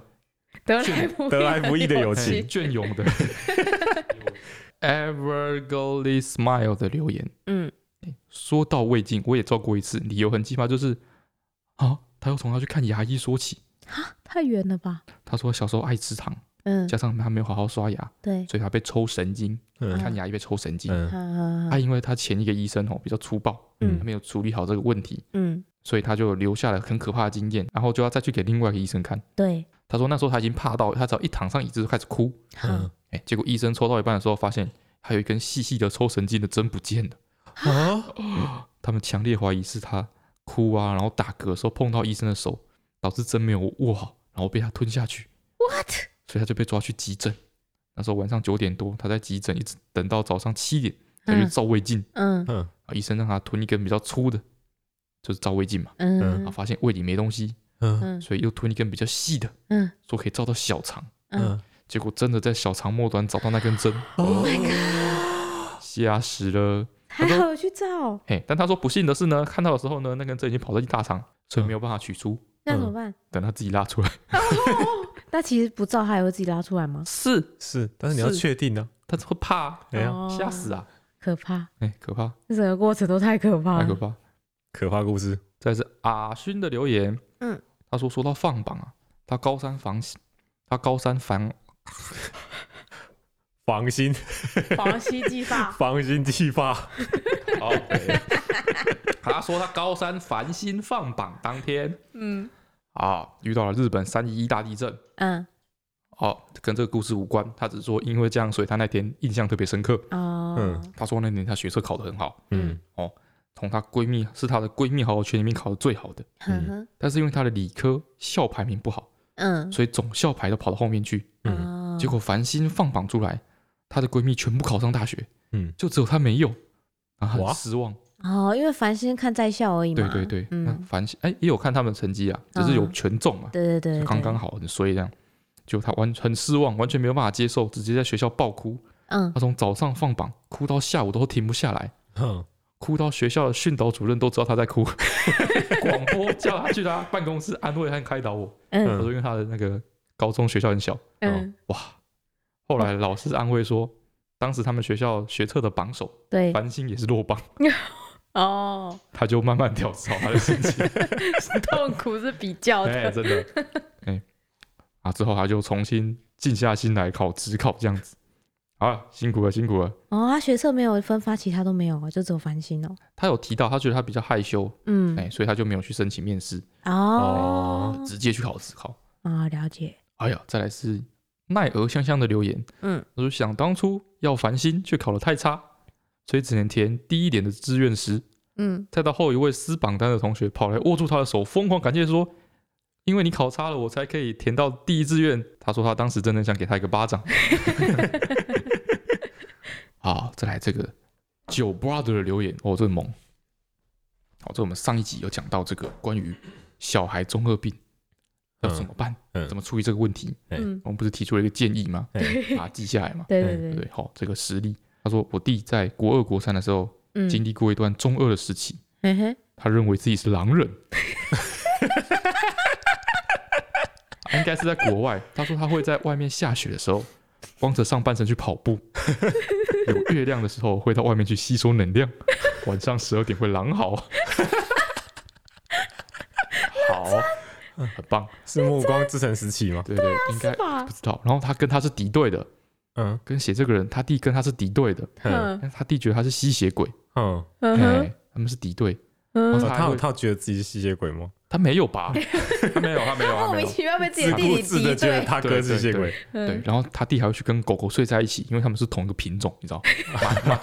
[SPEAKER 1] 得来不易
[SPEAKER 3] 得来不易的友
[SPEAKER 2] 哎
[SPEAKER 3] 情
[SPEAKER 2] 隽永 的 Everglory Smile 的留言。
[SPEAKER 1] 嗯，
[SPEAKER 2] 说到胃镜，我也照过一次，理由很奇葩，就是啊，他又从他去看牙医说起。
[SPEAKER 1] 太远了吧？
[SPEAKER 2] 他说小时候爱吃糖，
[SPEAKER 1] 嗯
[SPEAKER 2] 加，上他没有好好刷牙，
[SPEAKER 1] 对，
[SPEAKER 2] 所以他被抽神经，
[SPEAKER 3] 嗯
[SPEAKER 2] 看牙医被抽神经。
[SPEAKER 3] 嗯，
[SPEAKER 1] 嗯
[SPEAKER 2] 他因为他前一个医生哦比较粗暴，
[SPEAKER 1] 嗯
[SPEAKER 2] 他没有处理好这个问题，
[SPEAKER 1] 嗯，
[SPEAKER 2] 所以他就留下了很可怕的经验，然后就要再去给另外一个医生看。
[SPEAKER 1] 对，
[SPEAKER 2] 他说那时候他已经怕到，他只要一躺上椅子就开始哭。
[SPEAKER 3] 嗯
[SPEAKER 1] 好，
[SPEAKER 2] 哎，结果医生抽到一半的时候，发现还有一根细细的抽神经的针不见了。
[SPEAKER 3] 啊，
[SPEAKER 2] 他们强烈怀疑是他哭啊，然后打嗝的时候碰到医生的手，导致针没有握好，然后被他吞下去。
[SPEAKER 1] What？
[SPEAKER 2] 所以他就被抓去急诊。那时候晚上九点多，他在急诊一直等到早上七点才去
[SPEAKER 1] 嗯
[SPEAKER 2] 照胃镜。
[SPEAKER 1] 嗯
[SPEAKER 3] 嗯
[SPEAKER 2] 啊，医生让他吞一根比较粗的，就是照胃镜嘛。
[SPEAKER 1] 嗯
[SPEAKER 2] 啊，发现胃里没东西，
[SPEAKER 3] 嗯
[SPEAKER 1] 嗯
[SPEAKER 2] 所以又吞一根比较细的，
[SPEAKER 1] 嗯
[SPEAKER 2] 说可以照到小肠。
[SPEAKER 1] 嗯
[SPEAKER 3] 嗯，
[SPEAKER 2] 结果真的在小肠末端找到那根针，
[SPEAKER 3] Oh my
[SPEAKER 2] 吓死了。
[SPEAKER 1] 还好有去照，
[SPEAKER 2] 嘿，但他说不幸的是呢，看到的时候呢，那根针已经跑到大肠，
[SPEAKER 1] 嗯
[SPEAKER 2] 所以没有办法取出，
[SPEAKER 1] 那
[SPEAKER 3] 嗯
[SPEAKER 1] 怎么办？
[SPEAKER 2] 等他自己拉出来。
[SPEAKER 1] 那其实不照，它还会自己拉出来吗？
[SPEAKER 2] 是，
[SPEAKER 3] 是，但是你要
[SPEAKER 2] 是
[SPEAKER 3] 确定呢，
[SPEAKER 2] 他会怕，
[SPEAKER 3] 哎呀，
[SPEAKER 1] 哦哎
[SPEAKER 2] 吓死！啊！
[SPEAKER 1] 可怕，
[SPEAKER 2] 哎、可怕，
[SPEAKER 1] 这整个过程都太可怕
[SPEAKER 2] 太可
[SPEAKER 1] 了。
[SPEAKER 2] 怕。
[SPEAKER 3] 可怕故事，
[SPEAKER 2] 再来是阿勋的留言，
[SPEAKER 1] 嗯，
[SPEAKER 2] 他说说到放榜啊，他高三房，他高三房
[SPEAKER 3] 防心
[SPEAKER 1] 防吸技 法，
[SPEAKER 3] 防心剃发，
[SPEAKER 2] 哦，他说他高三繁星放榜当天
[SPEAKER 1] 嗯
[SPEAKER 2] 啊，遇到了日本三一一大地震。
[SPEAKER 1] 嗯
[SPEAKER 2] 哦，跟这个故事无关，他只说因为这样，所以他那天印象特别深刻。
[SPEAKER 1] 哦
[SPEAKER 3] 嗯
[SPEAKER 2] 他说那年他学测考得很好，
[SPEAKER 3] 嗯
[SPEAKER 2] 从她闺蜜是她的闺蜜好友圈里面考的最好的，
[SPEAKER 1] 呵呵
[SPEAKER 2] 但是因为她的理科校排名不好，
[SPEAKER 1] 嗯
[SPEAKER 2] 所以总校排都跑到后面去。
[SPEAKER 3] 嗯
[SPEAKER 1] 哦
[SPEAKER 2] 结果繁星放榜出来，她的闺蜜全部考上大学，
[SPEAKER 3] 嗯
[SPEAKER 2] 就只有她没有，然后她
[SPEAKER 3] 哇
[SPEAKER 2] 很失望。
[SPEAKER 1] 哦，因为凡先看在校而已
[SPEAKER 2] 对
[SPEAKER 1] 嘛。
[SPEAKER 2] 对对，那
[SPEAKER 1] 嗯，
[SPEAKER 2] 反省哎也有看他们的成绩啊，只是有
[SPEAKER 1] 嗯
[SPEAKER 2] 全中嘛，
[SPEAKER 1] 对对对，
[SPEAKER 2] 就
[SPEAKER 1] 对
[SPEAKER 2] 刚刚，好很衰这样。就他完很失望，完全没有办法接受，直接在学校爆哭。
[SPEAKER 1] 嗯，
[SPEAKER 2] 他从早上放榜哭到下午都停不下来，
[SPEAKER 3] 哼，
[SPEAKER 2] 哭到学校的训导主任都知道他在哭，广播叫他去他办公室安慰和开导我。
[SPEAKER 1] 嗯
[SPEAKER 2] 我说因为他的那个高中学校很小，
[SPEAKER 1] 嗯，
[SPEAKER 2] 后来老师安慰说，当时他们学校学测的榜首
[SPEAKER 1] 对，
[SPEAKER 2] 繁星也是落榜，
[SPEAKER 4] 哦，
[SPEAKER 2] 他就慢慢调少他的心情。
[SPEAKER 4] 痛苦是比较
[SPEAKER 2] 哎、
[SPEAKER 4] 的，
[SPEAKER 2] 真的， 哎、啊，之后他就重新静下心来考职考这样子。好了，辛苦了，辛苦了。
[SPEAKER 1] 哦，他学测没有分发，其他都没有啊，就只有繁星哦。
[SPEAKER 2] 他有提到，他觉得他比较害羞，
[SPEAKER 1] 嗯
[SPEAKER 2] 哎、，所以他就没有去申请面试，
[SPEAKER 1] 哦，
[SPEAKER 2] 直接去考职考。
[SPEAKER 1] 啊，了解，
[SPEAKER 2] 哎呀，再来是奈何香香的留言，
[SPEAKER 1] 嗯，
[SPEAKER 2] 他说想当初要繁星，却考得太差，所以只能填低一点的志愿时。
[SPEAKER 1] 嗯，
[SPEAKER 2] 再到后一位撕榜单的同学跑来握住他的手，疯狂感谢说：“因为你考差了，我才可以填到第一志愿。”他说他当时真的想给他一个巴 掌。好，再来这个九 brother 的留言，哦，这很猛。好，这我们上一集有讲到这个关于小孩中二病要怎么办，
[SPEAKER 3] 嗯嗯
[SPEAKER 2] 怎么处理这个问题。
[SPEAKER 3] 哎
[SPEAKER 1] 嗯，
[SPEAKER 2] 我们不是提出了一个建议吗？
[SPEAKER 3] 哎
[SPEAKER 2] 把它记下来嘛，
[SPEAKER 1] 对对
[SPEAKER 3] 嗯
[SPEAKER 2] 对不
[SPEAKER 1] 对，
[SPEAKER 2] 哎对？好，这个实例，他说我弟在国二国三的时候
[SPEAKER 1] 嗯，
[SPEAKER 2] 经历过一段中二的时期。
[SPEAKER 1] 嘿嘿，
[SPEAKER 2] 他认为自己是狼人， 啊应该是在国外。他说他会在外面下雪的时候，光着上半身去跑步；有月亮的时候，会到外面去吸收能量；晚上十二点会狼嚎。好，很棒，
[SPEAKER 3] 是暮光之城时期吗？
[SPEAKER 2] 对对，应该
[SPEAKER 4] 啊吧
[SPEAKER 2] 不知道。然后他跟他是敌对的，
[SPEAKER 3] 嗯
[SPEAKER 2] 跟写这个人，他弟跟他是敌对的，
[SPEAKER 3] 嗯
[SPEAKER 4] 嗯
[SPEAKER 2] 但他弟觉得他是吸血鬼，
[SPEAKER 3] 嗯，
[SPEAKER 4] 嗯哼
[SPEAKER 2] 哎，他们是敌对。
[SPEAKER 4] 嗯
[SPEAKER 2] 然
[SPEAKER 3] 哦
[SPEAKER 2] 后他
[SPEAKER 3] 他
[SPEAKER 2] 还
[SPEAKER 3] 有
[SPEAKER 2] 会
[SPEAKER 3] 他有觉得自己是吸血鬼吗？
[SPEAKER 2] 他没有吧？他没有，他没有，他
[SPEAKER 4] 莫
[SPEAKER 2] 没
[SPEAKER 4] 名
[SPEAKER 2] 有。
[SPEAKER 4] 其妙被自己
[SPEAKER 3] 自
[SPEAKER 4] 的弟
[SPEAKER 3] 顾
[SPEAKER 4] 弟
[SPEAKER 3] 自
[SPEAKER 4] 敌
[SPEAKER 3] 的觉得
[SPEAKER 4] 对，
[SPEAKER 3] 他哥是吸血鬼，
[SPEAKER 2] 对
[SPEAKER 4] 嗯，
[SPEAKER 2] 然后他弟还会去跟狗狗睡在一起，因为他们是同一个品种，你知道？妈妈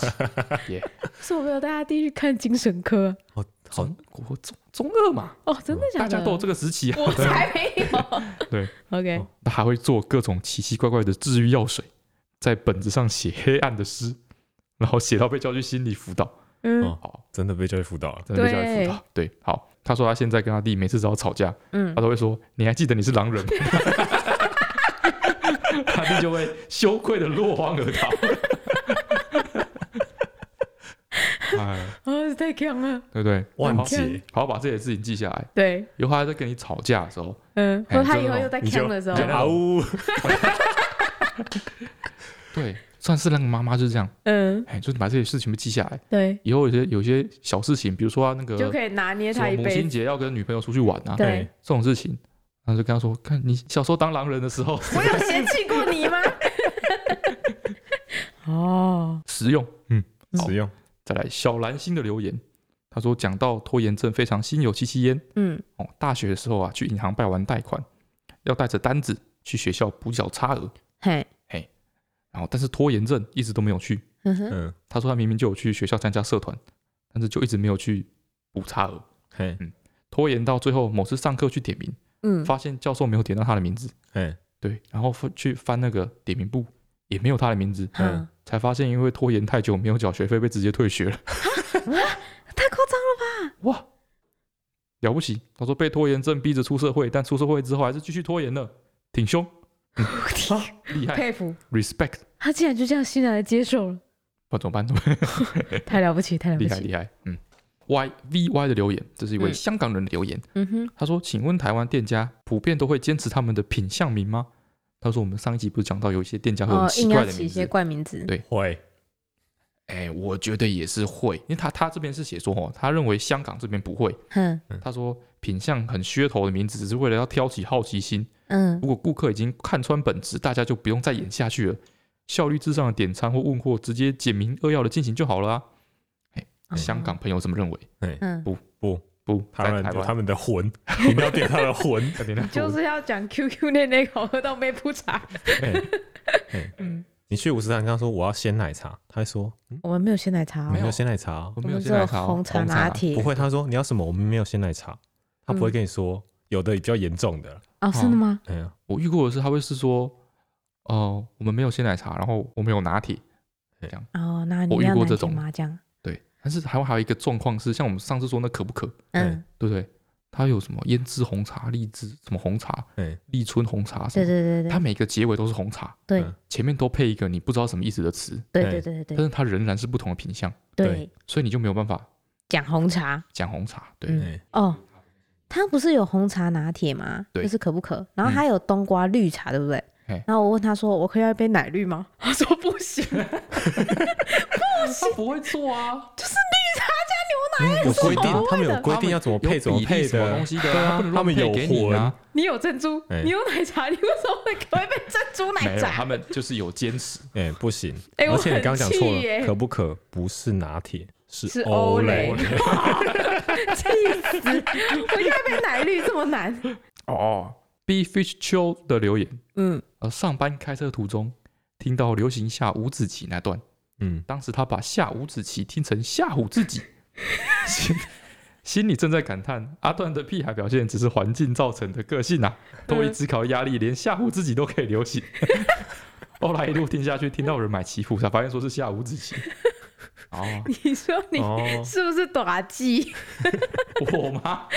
[SPEAKER 4] 受不了大家第一去看精神科啊
[SPEAKER 3] 好好
[SPEAKER 2] 中国中中二嘛，
[SPEAKER 4] 哦，真的假
[SPEAKER 2] 大
[SPEAKER 4] 的？
[SPEAKER 2] 家都有这个时期啊。
[SPEAKER 4] 我才没有。
[SPEAKER 2] 对哦
[SPEAKER 4] ，OK，
[SPEAKER 2] 他还会做各种奇奇怪怪的治愈药水，在本子上写黑暗的诗，然后写到被叫去心理辅导，
[SPEAKER 4] 嗯
[SPEAKER 3] 哦，
[SPEAKER 2] 好，
[SPEAKER 3] 真的被教育辅导了。
[SPEAKER 2] 真的被叫去辅导。对，好，他说他现在跟他弟每次只要吵架，
[SPEAKER 1] 嗯
[SPEAKER 2] 他，都会说：“你还记得你是 狼人吗？”他弟就会羞愧的落荒而 逃。哎，
[SPEAKER 4] 哦，太强了。
[SPEAKER 2] 对不对？
[SPEAKER 3] 万
[SPEAKER 2] 好
[SPEAKER 3] 劫，
[SPEAKER 2] 好好把这些事情记下来。
[SPEAKER 4] 对，
[SPEAKER 2] 以后他在跟你吵架的时候，
[SPEAKER 4] 嗯，
[SPEAKER 2] 哎
[SPEAKER 4] 或他
[SPEAKER 2] 真
[SPEAKER 4] 以
[SPEAKER 2] 的
[SPEAKER 4] 后
[SPEAKER 2] 哦
[SPEAKER 4] 又在
[SPEAKER 3] 你
[SPEAKER 4] 看
[SPEAKER 3] 就
[SPEAKER 4] 的时候
[SPEAKER 3] 你就，啊呜，
[SPEAKER 2] 对，算是那个妈妈就是这样，
[SPEAKER 4] 嗯，
[SPEAKER 2] 哎，就是把这些事全部记下来。
[SPEAKER 4] 对，
[SPEAKER 2] 以后有些有些小事情，比如说、啊、那个
[SPEAKER 4] 就可以拿捏
[SPEAKER 2] 什
[SPEAKER 4] 他
[SPEAKER 2] 么
[SPEAKER 4] 一
[SPEAKER 2] 母亲
[SPEAKER 4] 辈子。
[SPEAKER 2] 节要跟女朋友出去玩啊，
[SPEAKER 4] 对
[SPEAKER 3] 哎
[SPEAKER 2] 这种事情，然后就跟他说：“看你小时候当狼人的时 候
[SPEAKER 4] 我有嫌弃过你吗？ 哦，
[SPEAKER 2] 实用。”嗯，好
[SPEAKER 3] 实用。
[SPEAKER 2] 再来小蓝星的留言，他说讲到拖延症非常心有戚戚焉。
[SPEAKER 1] 嗯，
[SPEAKER 2] 哦，大学的时候啊，去银行办完贷款，要带着单子去学校补缴差额，
[SPEAKER 1] 嘿，
[SPEAKER 2] 然后但是拖延症一直都没有去，
[SPEAKER 1] 嗯哼，
[SPEAKER 3] 嗯，
[SPEAKER 2] 他说他明明就有去学校参加社团，但是就一直没有去补差额，
[SPEAKER 3] 嘿，
[SPEAKER 2] 拖延到最后某次上课去点名，
[SPEAKER 1] 嗯，
[SPEAKER 2] 发现教授没有点到他的名字，
[SPEAKER 3] 嘿，
[SPEAKER 2] 对，然后翻去翻那个点名簿也没有他的名字，
[SPEAKER 1] 嗯，
[SPEAKER 2] 才发现因为拖延太久没有缴学费被直接退学了，
[SPEAKER 1] 太夸张了，
[SPEAKER 2] 哇，了不起！他说被拖延症逼着出社会，但出社会之后还是继续拖延了，挺凶， 嗯厉害
[SPEAKER 4] 佩服，
[SPEAKER 2] ，respect，
[SPEAKER 4] 他竟然就这样欣然的接受了，
[SPEAKER 2] 不然怎么办？
[SPEAKER 4] 太了不起，太了不
[SPEAKER 2] 厉害
[SPEAKER 4] 起。
[SPEAKER 2] 厉害，嗯。Y V Y 的留言，这是一位
[SPEAKER 1] 嗯
[SPEAKER 2] 香港人的留言。
[SPEAKER 1] 嗯哼，
[SPEAKER 2] 他说：“请问台湾店家普遍都会坚持他们的品相名吗？”他说：“我们上一集不是讲到有一些店家会有
[SPEAKER 1] 哦
[SPEAKER 2] 很，奇
[SPEAKER 1] 硬要
[SPEAKER 2] 怪的
[SPEAKER 1] 起
[SPEAKER 2] 名
[SPEAKER 1] 一些
[SPEAKER 2] 字，
[SPEAKER 1] 怪名字，
[SPEAKER 2] 对
[SPEAKER 3] 会，
[SPEAKER 2] 哎、我觉得也是会，因为他他这边是写说哦，他认为香港这边不会。
[SPEAKER 1] 哼，
[SPEAKER 2] 他说品相很噱头的名字，只是为了要挑起好奇心。
[SPEAKER 1] 嗯
[SPEAKER 2] 如果顾客已经看穿本质，大家就不用再演下去了。效率至上的点餐或问货，直接简明扼要的进行就好了啊。哎、
[SPEAKER 1] 哦
[SPEAKER 2] 香港朋友这么认为，
[SPEAKER 1] 嗯，
[SPEAKER 2] 不，
[SPEAKER 3] 他
[SPEAKER 2] 在
[SPEAKER 3] 们
[SPEAKER 2] 台
[SPEAKER 3] 有
[SPEAKER 2] 湾
[SPEAKER 3] 他们的魂，你们要点他的 魂。
[SPEAKER 4] 就是要讲 QQ 内内口喝到妹夫茶，
[SPEAKER 3] 嘿嘿你去五十三，跟他说我要鲜奶茶，他会说
[SPEAKER 1] 我们没有鲜奶茶哦，
[SPEAKER 3] 没
[SPEAKER 2] 有
[SPEAKER 3] 有鲜奶茶哦，
[SPEAKER 2] 我
[SPEAKER 1] 我
[SPEAKER 2] 嗯没有
[SPEAKER 1] 们
[SPEAKER 2] 现
[SPEAKER 1] 只
[SPEAKER 2] 在
[SPEAKER 1] 有
[SPEAKER 2] 看哦
[SPEAKER 1] 红啊茶拿铁
[SPEAKER 3] 不，会。他说你要什么，我们没有鲜奶茶，他不会跟你说有的比较严重的。
[SPEAKER 1] 哦，真的吗？
[SPEAKER 3] 哎呀，
[SPEAKER 2] 我遇过的是，他会是说，哦、我们没有鲜奶茶，然后我们有拿铁。
[SPEAKER 1] 哦，那你
[SPEAKER 2] 我遇
[SPEAKER 1] 要
[SPEAKER 2] 过
[SPEAKER 1] 拿
[SPEAKER 2] 这
[SPEAKER 1] 铁
[SPEAKER 2] 种
[SPEAKER 1] 麻将，
[SPEAKER 2] 对，但是台湾还有一个状况是，像我们上次说那可不可，
[SPEAKER 5] 嗯，
[SPEAKER 2] 对不对？它有什么胭脂红茶、荔枝什么红茶、
[SPEAKER 3] 哎，
[SPEAKER 2] 立春红茶什
[SPEAKER 5] 对
[SPEAKER 2] 么的，
[SPEAKER 5] 对对
[SPEAKER 2] 它
[SPEAKER 5] 对
[SPEAKER 2] 每个结尾都是红茶，
[SPEAKER 5] 对
[SPEAKER 3] 嗯
[SPEAKER 2] 前面都配一个你不知道什么意思的词，
[SPEAKER 5] 对对对对
[SPEAKER 2] 但
[SPEAKER 5] 对
[SPEAKER 2] 是它仍然是不同的品相，
[SPEAKER 5] 对，
[SPEAKER 2] 所以你就没有办法
[SPEAKER 5] 讲红茶
[SPEAKER 2] 讲红茶。对，
[SPEAKER 5] 嗯
[SPEAKER 3] 哎，
[SPEAKER 5] 哦。它不是有红茶拿铁吗？
[SPEAKER 2] 对嗯
[SPEAKER 5] 就是可不可？然后还有冬瓜绿茶，对不对
[SPEAKER 2] 嘿？
[SPEAKER 5] 然后我问他说：“我可以要一杯奶绿吗
[SPEAKER 1] 他说不 行，
[SPEAKER 2] 他不会做啊，
[SPEAKER 3] 有规
[SPEAKER 2] 什
[SPEAKER 3] 定
[SPEAKER 2] 么，
[SPEAKER 3] 他们有规定要怎么配怎
[SPEAKER 2] 有
[SPEAKER 3] 么
[SPEAKER 2] 比例
[SPEAKER 3] 配
[SPEAKER 2] 什么
[SPEAKER 3] 的
[SPEAKER 2] 东，西的啊，
[SPEAKER 3] 对啊
[SPEAKER 2] 它不能
[SPEAKER 3] 他
[SPEAKER 2] 乱
[SPEAKER 3] 们有
[SPEAKER 2] 配给你
[SPEAKER 3] 混
[SPEAKER 2] 啊。
[SPEAKER 1] 你有珍珠，
[SPEAKER 3] 哎
[SPEAKER 1] 你有奶茶，你为什么会给我一杯珍珠
[SPEAKER 2] 没
[SPEAKER 1] 奶
[SPEAKER 2] 有，
[SPEAKER 1] 茶？
[SPEAKER 2] 他们就是有坚持。
[SPEAKER 3] 哎，不行。
[SPEAKER 1] 哎
[SPEAKER 3] 而且你刚刚讲错
[SPEAKER 1] 我很气
[SPEAKER 3] 了，
[SPEAKER 1] 耶
[SPEAKER 3] 可不可不是拿铁，是
[SPEAKER 1] 是
[SPEAKER 3] 欧蕾
[SPEAKER 1] 欧。气死！我一杯奶绿这么难，
[SPEAKER 2] 哦，B Fish Chill 的留言，？”
[SPEAKER 5] 嗯，
[SPEAKER 2] 呃，上班开车途中听到流行下五子棋那段，
[SPEAKER 3] 嗯，
[SPEAKER 2] 当时他把下五子棋听成吓唬自己，心心里正在感叹阿段的屁孩表现只是环境造成的个性啊，多
[SPEAKER 1] 嗯
[SPEAKER 2] 一思考压力，连吓唬自己都可以流行。 后来一路听下去，听到有人买棋谱，才发现说是下五子棋。哦，
[SPEAKER 1] 你说你
[SPEAKER 3] 哦，
[SPEAKER 1] 是不是短记？
[SPEAKER 2] 我吗？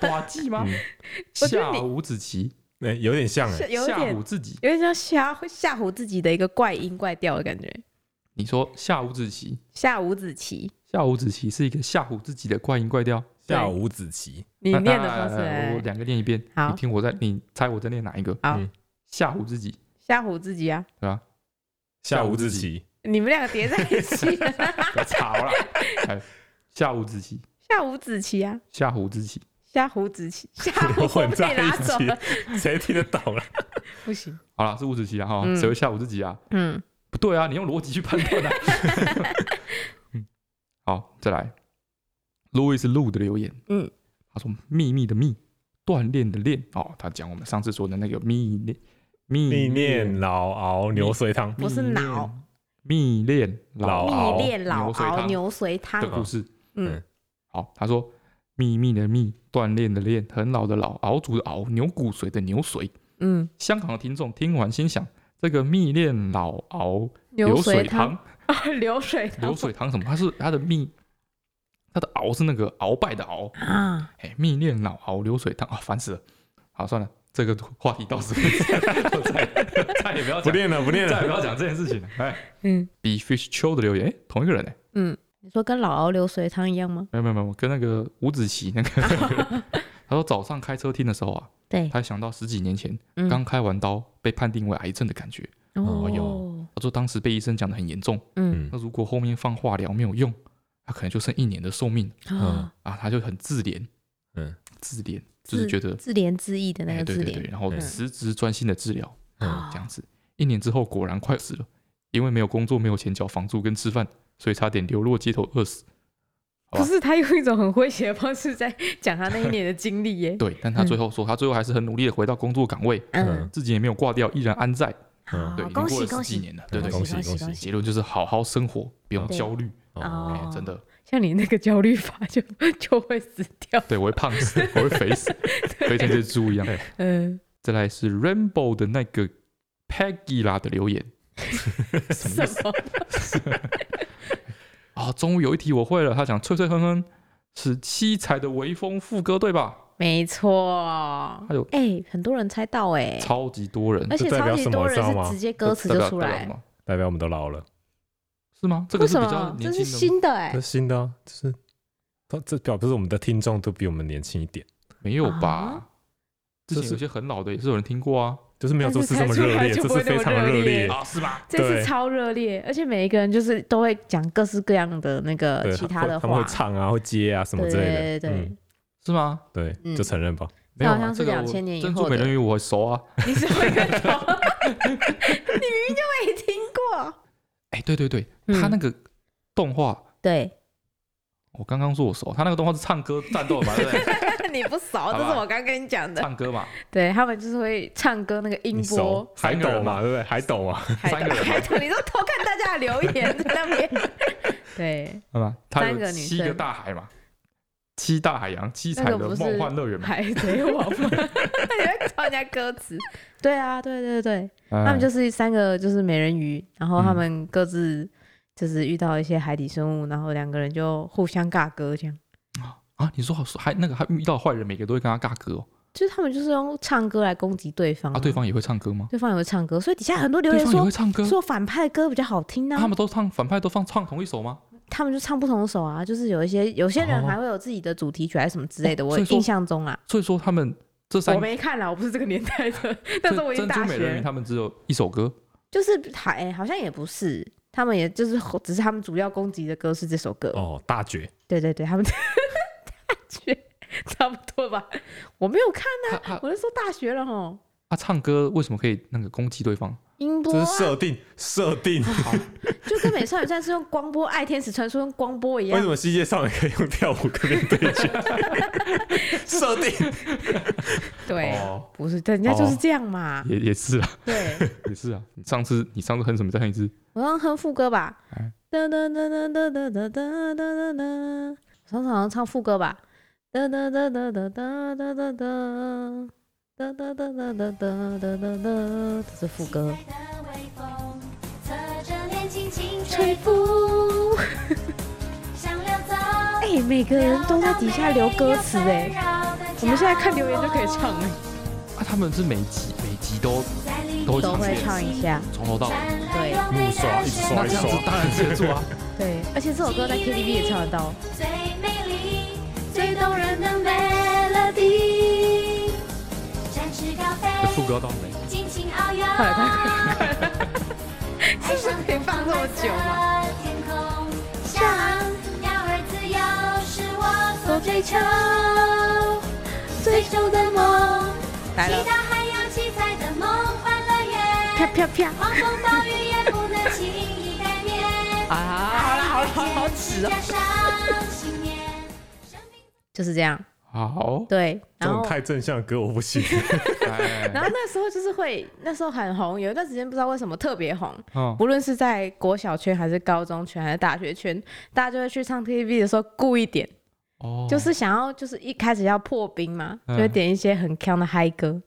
[SPEAKER 2] 打记吗？
[SPEAKER 1] 我觉
[SPEAKER 2] 下
[SPEAKER 1] 得你
[SPEAKER 2] 五子棋，
[SPEAKER 3] 哎，有点像哎，
[SPEAKER 1] 有
[SPEAKER 2] 吓
[SPEAKER 1] 点
[SPEAKER 2] 唬自己。
[SPEAKER 1] 有点像吓吓唬自己的一个怪音怪调的感觉。
[SPEAKER 2] 你说下五子棋，
[SPEAKER 1] 下五子棋，
[SPEAKER 2] 下五子棋是一个吓唬自己的怪音怪调。
[SPEAKER 3] 下五子棋，
[SPEAKER 1] 你
[SPEAKER 2] 那
[SPEAKER 1] 念的
[SPEAKER 2] 那
[SPEAKER 1] 方式
[SPEAKER 2] 哎我我
[SPEAKER 1] 来，
[SPEAKER 2] 两个念一遍，
[SPEAKER 1] 好
[SPEAKER 2] 你听我在，你猜我在念哪一个？
[SPEAKER 1] 好
[SPEAKER 3] 嗯
[SPEAKER 2] 吓唬自己，
[SPEAKER 1] 吓唬自己啊！
[SPEAKER 2] 对吧？
[SPEAKER 3] 下五子棋，
[SPEAKER 1] 你们两个叠在一起，啊
[SPEAKER 2] 不要吵啦，哎吓唬自己，
[SPEAKER 1] 下五子棋啊，
[SPEAKER 2] 吓唬自己。
[SPEAKER 1] 吓唬自己，吓
[SPEAKER 3] 混
[SPEAKER 1] 唬
[SPEAKER 3] 在
[SPEAKER 1] 被
[SPEAKER 3] 一
[SPEAKER 1] 拉走了，
[SPEAKER 3] 起，谁听得懂啊？
[SPEAKER 1] 不行。
[SPEAKER 2] 好啦，是五子棋啊，哈，
[SPEAKER 1] 嗯
[SPEAKER 2] 谁会吓唬自己啊？
[SPEAKER 1] 嗯，
[SPEAKER 2] 不对啊，你用逻辑去判 断啊。嗯好，再来，Louis Lu 的留言，
[SPEAKER 1] 嗯，
[SPEAKER 2] 他说秘密的密，锻炼的练，哦，他讲我们上次说的那个密练，
[SPEAKER 3] 意
[SPEAKER 2] 密
[SPEAKER 3] 面老熬牛髓汤，
[SPEAKER 1] 不是脑
[SPEAKER 2] 密练老
[SPEAKER 3] 老
[SPEAKER 2] 熬
[SPEAKER 3] 熬
[SPEAKER 1] 蜜炼老
[SPEAKER 2] 牛髓
[SPEAKER 1] 熬
[SPEAKER 2] 汤
[SPEAKER 1] 牛髓汤
[SPEAKER 2] 的，故事。
[SPEAKER 1] 嗯，
[SPEAKER 2] 好，他说秘密的密，锻炼的练，很老的老，熬煮的熬，牛骨髓的牛髓。
[SPEAKER 1] 嗯，
[SPEAKER 2] 香港的听众听完心想，这个蜜炼老熬
[SPEAKER 1] 流
[SPEAKER 2] 水
[SPEAKER 1] 水汤，流水汤
[SPEAKER 2] 流，水汤什么？它是它的蜜，它的熬是那个鳌拜的鳌，
[SPEAKER 5] 啊，
[SPEAKER 2] 哎，蜜炼老熬流水汤啊，烦死了。好，算了，这个话题到此为止， 我再再也不要
[SPEAKER 3] 不
[SPEAKER 2] 讲，
[SPEAKER 3] 练了，不练
[SPEAKER 2] 再也不
[SPEAKER 3] 了。
[SPEAKER 2] 要讲这件事情了。哎
[SPEAKER 1] 嗯
[SPEAKER 2] ，B Fish Chill 的留言，哎，同一个人哎，
[SPEAKER 1] 嗯，你说跟老熬流水汤一样吗？
[SPEAKER 2] 没有没有没有，跟那个伍子棋那个， 他说早上开车听的时候啊，
[SPEAKER 5] 对，
[SPEAKER 2] 他想到十几年前
[SPEAKER 5] 嗯
[SPEAKER 2] 刚开完刀被判定为癌症的感觉。
[SPEAKER 3] 哦
[SPEAKER 5] 哦
[SPEAKER 3] 有，
[SPEAKER 2] 他说当时被医生讲的很严重，
[SPEAKER 5] 嗯
[SPEAKER 3] 嗯
[SPEAKER 2] 那如果后面放化疗没有用，他可能就剩一年的寿命
[SPEAKER 1] 嗯
[SPEAKER 5] 啊，
[SPEAKER 2] 啊，他就很自怜，
[SPEAKER 3] 嗯，
[SPEAKER 2] 自怜就是觉得
[SPEAKER 5] 自怜自艾的那
[SPEAKER 2] 哎
[SPEAKER 5] 个
[SPEAKER 2] 对
[SPEAKER 5] 自
[SPEAKER 2] 对对，
[SPEAKER 5] 怜，
[SPEAKER 2] 然后
[SPEAKER 3] 嗯
[SPEAKER 2] 辞职专心的治疗
[SPEAKER 5] 啊
[SPEAKER 2] 这样子，一年之后果然快死了，因为没有工作，没有钱缴房租跟吃饭，所以差点流落街头饿死。好吧
[SPEAKER 1] 不是，他用一种很诙谐的方式在讲他那一年的经历耶。
[SPEAKER 2] 对，但他最后说，他最后还是很努力的回到工作岗位，
[SPEAKER 5] 嗯，
[SPEAKER 2] 自己也没有挂掉，依然安在。
[SPEAKER 3] 嗯
[SPEAKER 2] 对，
[SPEAKER 5] 好
[SPEAKER 2] 已经
[SPEAKER 5] 哦恭
[SPEAKER 2] 过
[SPEAKER 5] 喜
[SPEAKER 2] 了十
[SPEAKER 5] 恭
[SPEAKER 2] 几
[SPEAKER 5] 喜，
[SPEAKER 2] 年了，
[SPEAKER 1] 嗯
[SPEAKER 2] 对对，
[SPEAKER 3] 恭喜
[SPEAKER 5] 恭
[SPEAKER 3] 恭喜
[SPEAKER 2] 结论就是好好生活，不用
[SPEAKER 5] 对
[SPEAKER 2] 焦虑，
[SPEAKER 5] 哦
[SPEAKER 2] 哎，真的，
[SPEAKER 1] 像你那个焦虑法就 就会死掉。
[SPEAKER 2] 对我会胖 死，我会肥死，肥成只猪一样。
[SPEAKER 1] 嗯，
[SPEAKER 2] 再来是 Rainbow 的那个 Peggy 啦的留言
[SPEAKER 1] 什么？
[SPEAKER 2] 啊，终于有一题我会了，他讲脆脆哼哼是七彩的微风副歌对吧？
[SPEAKER 1] 没错，
[SPEAKER 2] 他有
[SPEAKER 5] 哎，很多人猜到哎，
[SPEAKER 2] 超级多人
[SPEAKER 5] 而，且
[SPEAKER 3] 这代
[SPEAKER 5] 超
[SPEAKER 3] 表
[SPEAKER 5] 级
[SPEAKER 3] 什么
[SPEAKER 5] 多
[SPEAKER 3] 你知
[SPEAKER 5] 人
[SPEAKER 3] 道吗
[SPEAKER 5] 是直接歌词
[SPEAKER 2] 代
[SPEAKER 5] 就
[SPEAKER 2] 表
[SPEAKER 5] 出
[SPEAKER 2] 代表什
[SPEAKER 5] 来，
[SPEAKER 2] 么
[SPEAKER 3] 代表我们都老了，
[SPEAKER 2] 是吗？这
[SPEAKER 5] 为
[SPEAKER 2] 个是
[SPEAKER 5] 什
[SPEAKER 2] 比较
[SPEAKER 5] 么？
[SPEAKER 2] 年
[SPEAKER 5] 这是
[SPEAKER 2] 轻的
[SPEAKER 5] 新的哎
[SPEAKER 2] 吗，
[SPEAKER 3] 这是，新的啊，就是这这表示我们的听众都比我们年轻一点，
[SPEAKER 2] 没有吧
[SPEAKER 5] 啊？
[SPEAKER 2] 之前有些很老的也是有人听过啊，
[SPEAKER 3] 就是没有这次这么热烈，
[SPEAKER 1] 但是猜出来就
[SPEAKER 3] 这次
[SPEAKER 1] 不会那么
[SPEAKER 3] 非常的热
[SPEAKER 1] 热
[SPEAKER 3] 烈
[SPEAKER 1] 烈。哦
[SPEAKER 2] 啊是吧？
[SPEAKER 1] 这
[SPEAKER 3] 对
[SPEAKER 1] 次超热烈，而且每一个人就是都会讲各式各样的那个
[SPEAKER 3] 对，
[SPEAKER 1] 其他的
[SPEAKER 3] 他们
[SPEAKER 1] 话
[SPEAKER 3] 会，唱啊，会接啊，什么
[SPEAKER 1] 对
[SPEAKER 3] 之类
[SPEAKER 1] 对对
[SPEAKER 3] 的。
[SPEAKER 1] 对
[SPEAKER 3] 嗯，，
[SPEAKER 2] 是吗？
[SPEAKER 3] 对，
[SPEAKER 5] 嗯
[SPEAKER 3] 就承认吧。
[SPEAKER 2] 没有啊，
[SPEAKER 5] 好像是
[SPEAKER 2] 这个我
[SPEAKER 5] 2000年以
[SPEAKER 2] 珍
[SPEAKER 5] 后
[SPEAKER 2] 珠美
[SPEAKER 5] 的
[SPEAKER 2] 人鱼我熟啊，
[SPEAKER 1] 你是会跟头， 你明明就没听过。
[SPEAKER 2] 哎，对对对，
[SPEAKER 5] 嗯
[SPEAKER 2] 他那个动画，
[SPEAKER 5] 对，
[SPEAKER 2] 我刚刚说我熟，他那个动画是唱歌战斗嘛，对不对？
[SPEAKER 1] 你不熟，
[SPEAKER 2] 吧
[SPEAKER 1] 这是我刚跟你讲的。
[SPEAKER 2] 唱歌嘛，
[SPEAKER 1] 对他们就是会唱歌那个音
[SPEAKER 3] 你
[SPEAKER 1] 波
[SPEAKER 3] 熟，海
[SPEAKER 2] 三个
[SPEAKER 3] 斗
[SPEAKER 2] 人嘛
[SPEAKER 3] 嘛，对不对？海 斗嘛，
[SPEAKER 1] 还
[SPEAKER 2] 三个人
[SPEAKER 1] 还你说偷看大家的留言在那边，对，
[SPEAKER 2] 好吧？他
[SPEAKER 1] 三
[SPEAKER 2] 有
[SPEAKER 1] 个女
[SPEAKER 2] 七个
[SPEAKER 1] 生
[SPEAKER 2] 大海嘛，七大海洋，七彩
[SPEAKER 1] 那
[SPEAKER 2] 的
[SPEAKER 1] 个不是
[SPEAKER 2] 梦幻乐园嘛，
[SPEAKER 1] 海贼王嘛，那 你会抄人家歌词？对啊，对对对，
[SPEAKER 2] 他
[SPEAKER 1] 他们就是三个就是美人鱼，然后他们各自就是遇到一些海底生物，然后两个人就互相尬歌，这样。
[SPEAKER 2] 啊！你说好还那个还遇到坏人，每个都会跟他尬歌哦。
[SPEAKER 1] 就是他们就是用唱歌来攻击对方、
[SPEAKER 2] 啊，对方也会唱歌吗？
[SPEAKER 1] 对方也会唱歌，所以底下很多留
[SPEAKER 2] 对
[SPEAKER 1] 言
[SPEAKER 2] 方也
[SPEAKER 1] 说
[SPEAKER 2] 会唱歌，
[SPEAKER 1] 说反派的歌比较好听呢、啊
[SPEAKER 2] 他们都唱反派都放唱同一首吗？
[SPEAKER 1] 他们就唱不同首啊，就是有一些有些人
[SPEAKER 2] 哦
[SPEAKER 1] 还会有自己的主题曲还是什么之类的。
[SPEAKER 2] 哦
[SPEAKER 1] 我
[SPEAKER 2] 所以说
[SPEAKER 1] 印象中啊，
[SPEAKER 2] 所以说他们这三
[SPEAKER 1] 我没看啦，我不是这个年代的， 但是我
[SPEAKER 2] 珍
[SPEAKER 1] 已经
[SPEAKER 2] 珍珠
[SPEAKER 1] 大
[SPEAKER 2] 美
[SPEAKER 1] 学
[SPEAKER 2] 人鱼
[SPEAKER 1] 了，
[SPEAKER 2] 他们只有一首歌
[SPEAKER 1] 就是还、哎好像也不是，他们也就是只是他们主要攻击的歌是这首歌。
[SPEAKER 3] 哦，大绝，
[SPEAKER 1] 对对对，他们 大学差不多吧，我没有看
[SPEAKER 2] 他
[SPEAKER 1] 呐、
[SPEAKER 2] 他
[SPEAKER 1] 我是说大学了吼。
[SPEAKER 2] 他啊唱歌为什么可以那个攻击对方？
[SPEAKER 1] 音波
[SPEAKER 3] 这
[SPEAKER 1] 啊、
[SPEAKER 3] 是设定设定。
[SPEAKER 1] 就跟美少女战士用光波爱天使传说用光波 一
[SPEAKER 3] 为
[SPEAKER 1] 样
[SPEAKER 3] 什，么世界上也可以用跳舞跟人对决？ 设定
[SPEAKER 1] 对，
[SPEAKER 2] 哦，
[SPEAKER 1] 不是，对人家就是
[SPEAKER 3] 哦
[SPEAKER 1] 这样嘛。
[SPEAKER 2] 也也是啊，
[SPEAKER 1] 对，
[SPEAKER 2] 也是啊。你上次你上次哼什么？再哼一次。
[SPEAKER 1] 我刚刚哼副歌吧
[SPEAKER 2] 哎，
[SPEAKER 1] 噔噔噔噔噔噔噔噔噔噔噔，我上次好像唱副歌吧，噔噔噔噔噔噔噔噔噔。噔噔噔噔噔噔噔噔噔，这是副歌。
[SPEAKER 6] 吹
[SPEAKER 1] 不，哎、每个人都在底下留歌词哎、我们现在看留言就可以唱了，
[SPEAKER 2] 啊，他们是每集每集都都
[SPEAKER 1] 都
[SPEAKER 2] 唱
[SPEAKER 1] 会
[SPEAKER 2] 这
[SPEAKER 1] 唱一下。
[SPEAKER 2] 从头到尾，
[SPEAKER 1] 对
[SPEAKER 3] 木刷一直刷
[SPEAKER 2] 那
[SPEAKER 3] 一
[SPEAKER 2] 这样
[SPEAKER 3] 刷
[SPEAKER 2] 子，当然记得住 啊。
[SPEAKER 1] 对，而且这首歌在 KTV 也唱得到。
[SPEAKER 6] 最美丽、最动人的 melody，展翅高
[SPEAKER 2] 副
[SPEAKER 1] 哎
[SPEAKER 6] 飞，
[SPEAKER 2] 歌到没？
[SPEAKER 6] 尽情遨游。
[SPEAKER 1] 快了快
[SPEAKER 6] 海上
[SPEAKER 1] 可以放这么久吗
[SPEAKER 6] 的天空上，鸟儿自由是我所追求，最终的梦，
[SPEAKER 1] 来了
[SPEAKER 6] 其，他还有七彩的梦幻乐
[SPEAKER 1] 啪
[SPEAKER 6] 园，
[SPEAKER 1] 啪啪！
[SPEAKER 6] 狂风暴雨也不能轻易改变。
[SPEAKER 1] 啊，好了好了好了，好耻哦！
[SPEAKER 6] 加上信念，生命。
[SPEAKER 1] 就是这样，
[SPEAKER 2] 好，
[SPEAKER 1] 对。
[SPEAKER 3] 这
[SPEAKER 1] 然
[SPEAKER 3] 种
[SPEAKER 1] 后，
[SPEAKER 3] 太正向的歌我不行。
[SPEAKER 1] 然
[SPEAKER 2] 哎，
[SPEAKER 1] 后那时候就是会，那时候很红，有一段时间不知道为什么特别红，
[SPEAKER 2] 嗯，
[SPEAKER 1] 不论是在国小圈还是高中圈还是大学圈，大家就会去唱 KTV 的时候故意点，
[SPEAKER 2] 哦，
[SPEAKER 1] 就是想要就是一开始要破冰嘛，就
[SPEAKER 2] 嗯
[SPEAKER 1] 会点一些很强的嗨歌。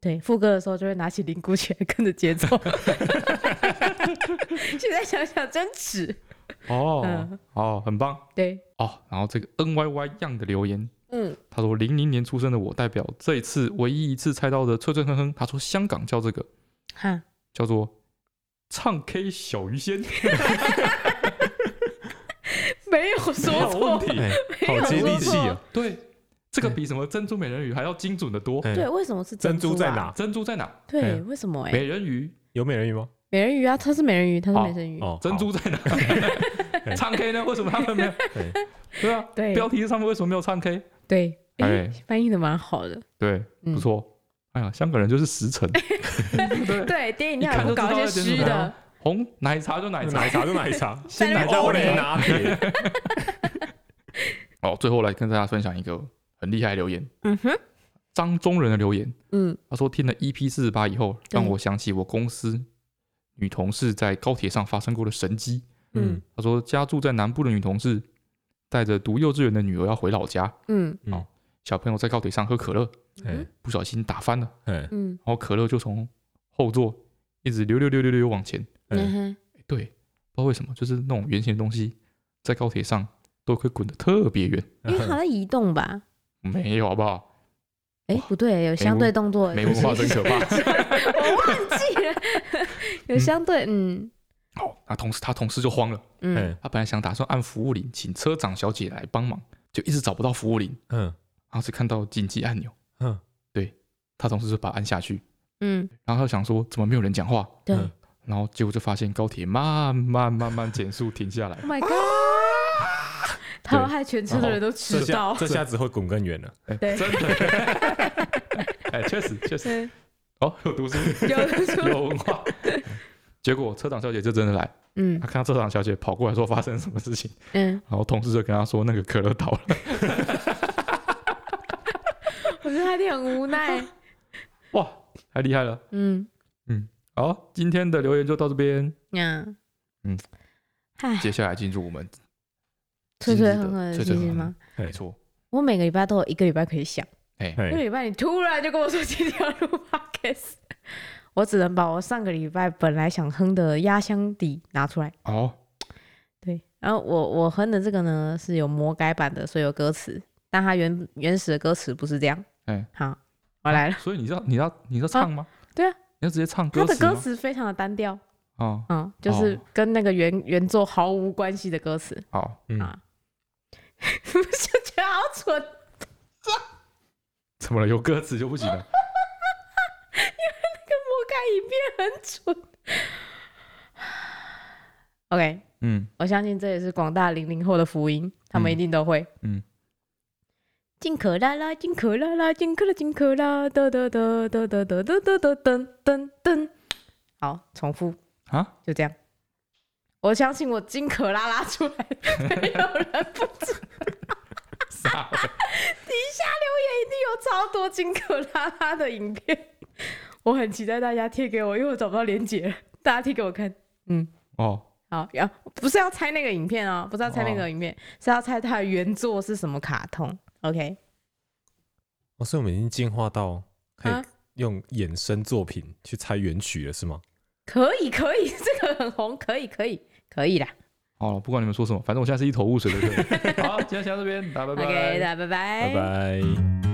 [SPEAKER 1] 对，副歌的时候就会拿起灵鼓起来跟着节奏。 现在想想真耻。
[SPEAKER 2] 哦
[SPEAKER 1] 嗯
[SPEAKER 2] 哦，很棒
[SPEAKER 1] 对，
[SPEAKER 2] 哦。然后这个 N Y Y 样的留言，
[SPEAKER 1] 嗯，
[SPEAKER 2] 他说零零年出生的我，代表这一次唯一一次猜到的脆脆哼哼。他说香港叫这个
[SPEAKER 1] 哈，
[SPEAKER 2] 叫做唱 K 小鱼仙，
[SPEAKER 1] 没有 说错。
[SPEAKER 2] 哎
[SPEAKER 3] 好接地气啊！
[SPEAKER 2] 对，这个比什么珍珠美人鱼还要精准的多。
[SPEAKER 3] 哎
[SPEAKER 1] 对，为什么是
[SPEAKER 3] 珍珠
[SPEAKER 1] 珠
[SPEAKER 3] 在
[SPEAKER 1] 啊？
[SPEAKER 3] 哪？
[SPEAKER 2] 珍珠在哪？
[SPEAKER 1] 对，
[SPEAKER 3] 哎
[SPEAKER 1] 为什么、欸？
[SPEAKER 2] 美人鱼，
[SPEAKER 3] 有美人鱼吗？
[SPEAKER 1] 美人鱼啊，它是美人鱼，它是
[SPEAKER 2] 好
[SPEAKER 1] 美人鱼。
[SPEAKER 3] 哦，
[SPEAKER 2] 珍珠在哪？ 唱 K 呢？为什么 他们没有？
[SPEAKER 3] 对
[SPEAKER 2] 对啊，
[SPEAKER 1] 哦对
[SPEAKER 2] 标题上面为什么没有唱 K？
[SPEAKER 1] 对，哎、
[SPEAKER 2] 哎
[SPEAKER 1] 翻译的蛮好的。
[SPEAKER 2] 对，
[SPEAKER 1] 嗯
[SPEAKER 2] 不错。哎呀，香港人就是实诚，
[SPEAKER 1] 对，电影
[SPEAKER 2] 一
[SPEAKER 1] 料也
[SPEAKER 2] 看
[SPEAKER 1] 不
[SPEAKER 2] 就知
[SPEAKER 1] 搞
[SPEAKER 2] 道
[SPEAKER 1] 一
[SPEAKER 2] 要
[SPEAKER 1] 些
[SPEAKER 2] 点
[SPEAKER 1] 虚
[SPEAKER 2] 什么
[SPEAKER 1] 的。。
[SPEAKER 2] 红奶茶就奶
[SPEAKER 3] 好
[SPEAKER 2] 茶
[SPEAKER 3] 奶，茶就奶 茶，
[SPEAKER 1] 在
[SPEAKER 2] 鲜
[SPEAKER 1] 那
[SPEAKER 2] 奶
[SPEAKER 1] 边
[SPEAKER 2] 在
[SPEAKER 1] 欧
[SPEAKER 2] 我
[SPEAKER 3] 欧
[SPEAKER 1] 蕾
[SPEAKER 3] 蕾
[SPEAKER 2] 脸。
[SPEAKER 3] 拿铁。
[SPEAKER 2] 哦，最后来跟大家分享一个很厉害的留言，
[SPEAKER 1] 嗯哼，
[SPEAKER 2] 张中人的留言。
[SPEAKER 1] 嗯，
[SPEAKER 2] 他说听了 EP 四十八以后，让
[SPEAKER 1] 对
[SPEAKER 2] 我想起我公司女同事在高铁上发生过的神机。
[SPEAKER 1] 嗯
[SPEAKER 3] 嗯
[SPEAKER 2] 他说家住在南部的女同事带着读幼稚园的女儿要回老家，
[SPEAKER 1] 嗯
[SPEAKER 2] 小朋友在高铁上喝可乐，不小心打翻了，
[SPEAKER 3] 哎
[SPEAKER 1] 嗯，
[SPEAKER 2] 然后可乐就从后座一直流流流流流往前。
[SPEAKER 3] 哎
[SPEAKER 1] 嗯哼，
[SPEAKER 2] 对，不知道为什么，就是那种圆形的东西在高铁上都可以滚得特别远。
[SPEAKER 3] 嗯
[SPEAKER 1] 因为它在移动吧？
[SPEAKER 2] 没有好不好？
[SPEAKER 1] 哎、
[SPEAKER 2] 哇
[SPEAKER 1] 不对，有相对动作，
[SPEAKER 2] 没文化真可怕。
[SPEAKER 1] 我忘记了，有相对，嗯
[SPEAKER 2] 好，哦那同事他同事就慌了，
[SPEAKER 1] 嗯，
[SPEAKER 2] 他本来想打算按服务铃请车长小姐来帮忙，就一直找不到服务铃，
[SPEAKER 3] 嗯
[SPEAKER 2] 然后只看到紧急按钮，
[SPEAKER 3] 嗯，
[SPEAKER 2] 他同事就把它按下去，
[SPEAKER 1] 嗯，
[SPEAKER 2] 然后他想说怎么没有人讲话，
[SPEAKER 1] 对
[SPEAKER 3] 嗯
[SPEAKER 2] 然后结果就发现高铁慢慢慢慢减速停下来
[SPEAKER 1] ，Oh，my god！他们害全车的人都
[SPEAKER 3] 这
[SPEAKER 1] 迟
[SPEAKER 3] 下
[SPEAKER 1] 到，
[SPEAKER 3] 这下子会滚更远了。
[SPEAKER 2] 哎
[SPEAKER 1] 对
[SPEAKER 2] 真的，哎，确实确实，
[SPEAKER 1] 对，
[SPEAKER 2] 哦，有读书，
[SPEAKER 1] 有人说，
[SPEAKER 2] 有文化。结果车长小姐就真的来，
[SPEAKER 1] 嗯
[SPEAKER 2] 她看到车长小姐跑过来说发生什么事情，
[SPEAKER 1] 嗯，
[SPEAKER 2] 然后同事就跟她说那个可乐倒了，
[SPEAKER 1] 我觉得他一定很无奈，
[SPEAKER 2] 哇，太厉害了。
[SPEAKER 1] 嗯，
[SPEAKER 2] 好，今天的留言就到这边，
[SPEAKER 1] 呀，
[SPEAKER 2] 嗯，
[SPEAKER 1] 唉，
[SPEAKER 2] 接下来进入我们
[SPEAKER 1] 脆
[SPEAKER 2] 今日
[SPEAKER 1] 脆
[SPEAKER 2] 的
[SPEAKER 1] 哼哼的
[SPEAKER 2] 脆
[SPEAKER 1] 其
[SPEAKER 2] 脆哼
[SPEAKER 1] 实
[SPEAKER 2] 哼
[SPEAKER 1] 吗？
[SPEAKER 2] 没错，
[SPEAKER 1] 我每个礼拜都有一个礼拜可以想，
[SPEAKER 2] 哎，
[SPEAKER 1] 一个
[SPEAKER 3] 哎
[SPEAKER 1] 礼拜你突然就跟我说今天要录 podcast，我只能把我上个礼拜本来想哼的压箱底拿出来。
[SPEAKER 2] 哦，
[SPEAKER 1] 然后我我哼的这个呢是有魔改版的，所以有歌词，但它原原始的歌词不是这样。
[SPEAKER 2] 哎
[SPEAKER 1] 好，我来了。
[SPEAKER 2] 所以你知道你要你要唱吗？
[SPEAKER 1] 对啊，
[SPEAKER 2] 你要直接唱
[SPEAKER 1] 它
[SPEAKER 2] 歌
[SPEAKER 1] 的
[SPEAKER 2] 词
[SPEAKER 1] 歌
[SPEAKER 2] 吗？
[SPEAKER 1] 词非常的单调，
[SPEAKER 2] 哦，
[SPEAKER 1] 嗯，就是
[SPEAKER 2] 哦
[SPEAKER 1] 跟那个原原作毫无关系的歌词，
[SPEAKER 2] 好，
[SPEAKER 3] 嗯
[SPEAKER 1] 啊 不是觉得好蠢？
[SPEAKER 2] 怎么了？有歌词就 不行了？
[SPEAKER 1] 跟魔改影片很蠢。OK，
[SPEAKER 2] 嗯，
[SPEAKER 1] 我相信这也是广大零零后的福音，他们
[SPEAKER 2] 嗯
[SPEAKER 1] 一定都会。
[SPEAKER 2] 嗯，
[SPEAKER 1] 进可拉拉，进可拉拉，进可拉，进可拉，噔噔噔噔噔噔噔噔噔噔噔。好，重复
[SPEAKER 2] 啊，
[SPEAKER 1] 就这样。我相信我金可拉拉出来， 没有人不知道。
[SPEAKER 2] 傻了，
[SPEAKER 1] 底下留言一定有超多金可拉拉的影片，我很期待大家贴给我，因为我找不到链接了，大家贴给我看。
[SPEAKER 2] 哦，
[SPEAKER 1] 好，要不是要猜那个影片哦，不是要猜那个影片，是要猜它的原作是什么卡通。OK，
[SPEAKER 3] 哦，所以我们已经进化到可以
[SPEAKER 1] 啊
[SPEAKER 3] 用衍生作品去猜原曲了，是吗？
[SPEAKER 1] 可以，可以， 这个很红，可以，可以，可以啦。
[SPEAKER 2] 好了，不管你们 说什么，反正我现在是一头雾水的。对不对好，今天先到这边，大家拜拜。
[SPEAKER 1] 哎 OK，大家拜拜，
[SPEAKER 3] 拜拜。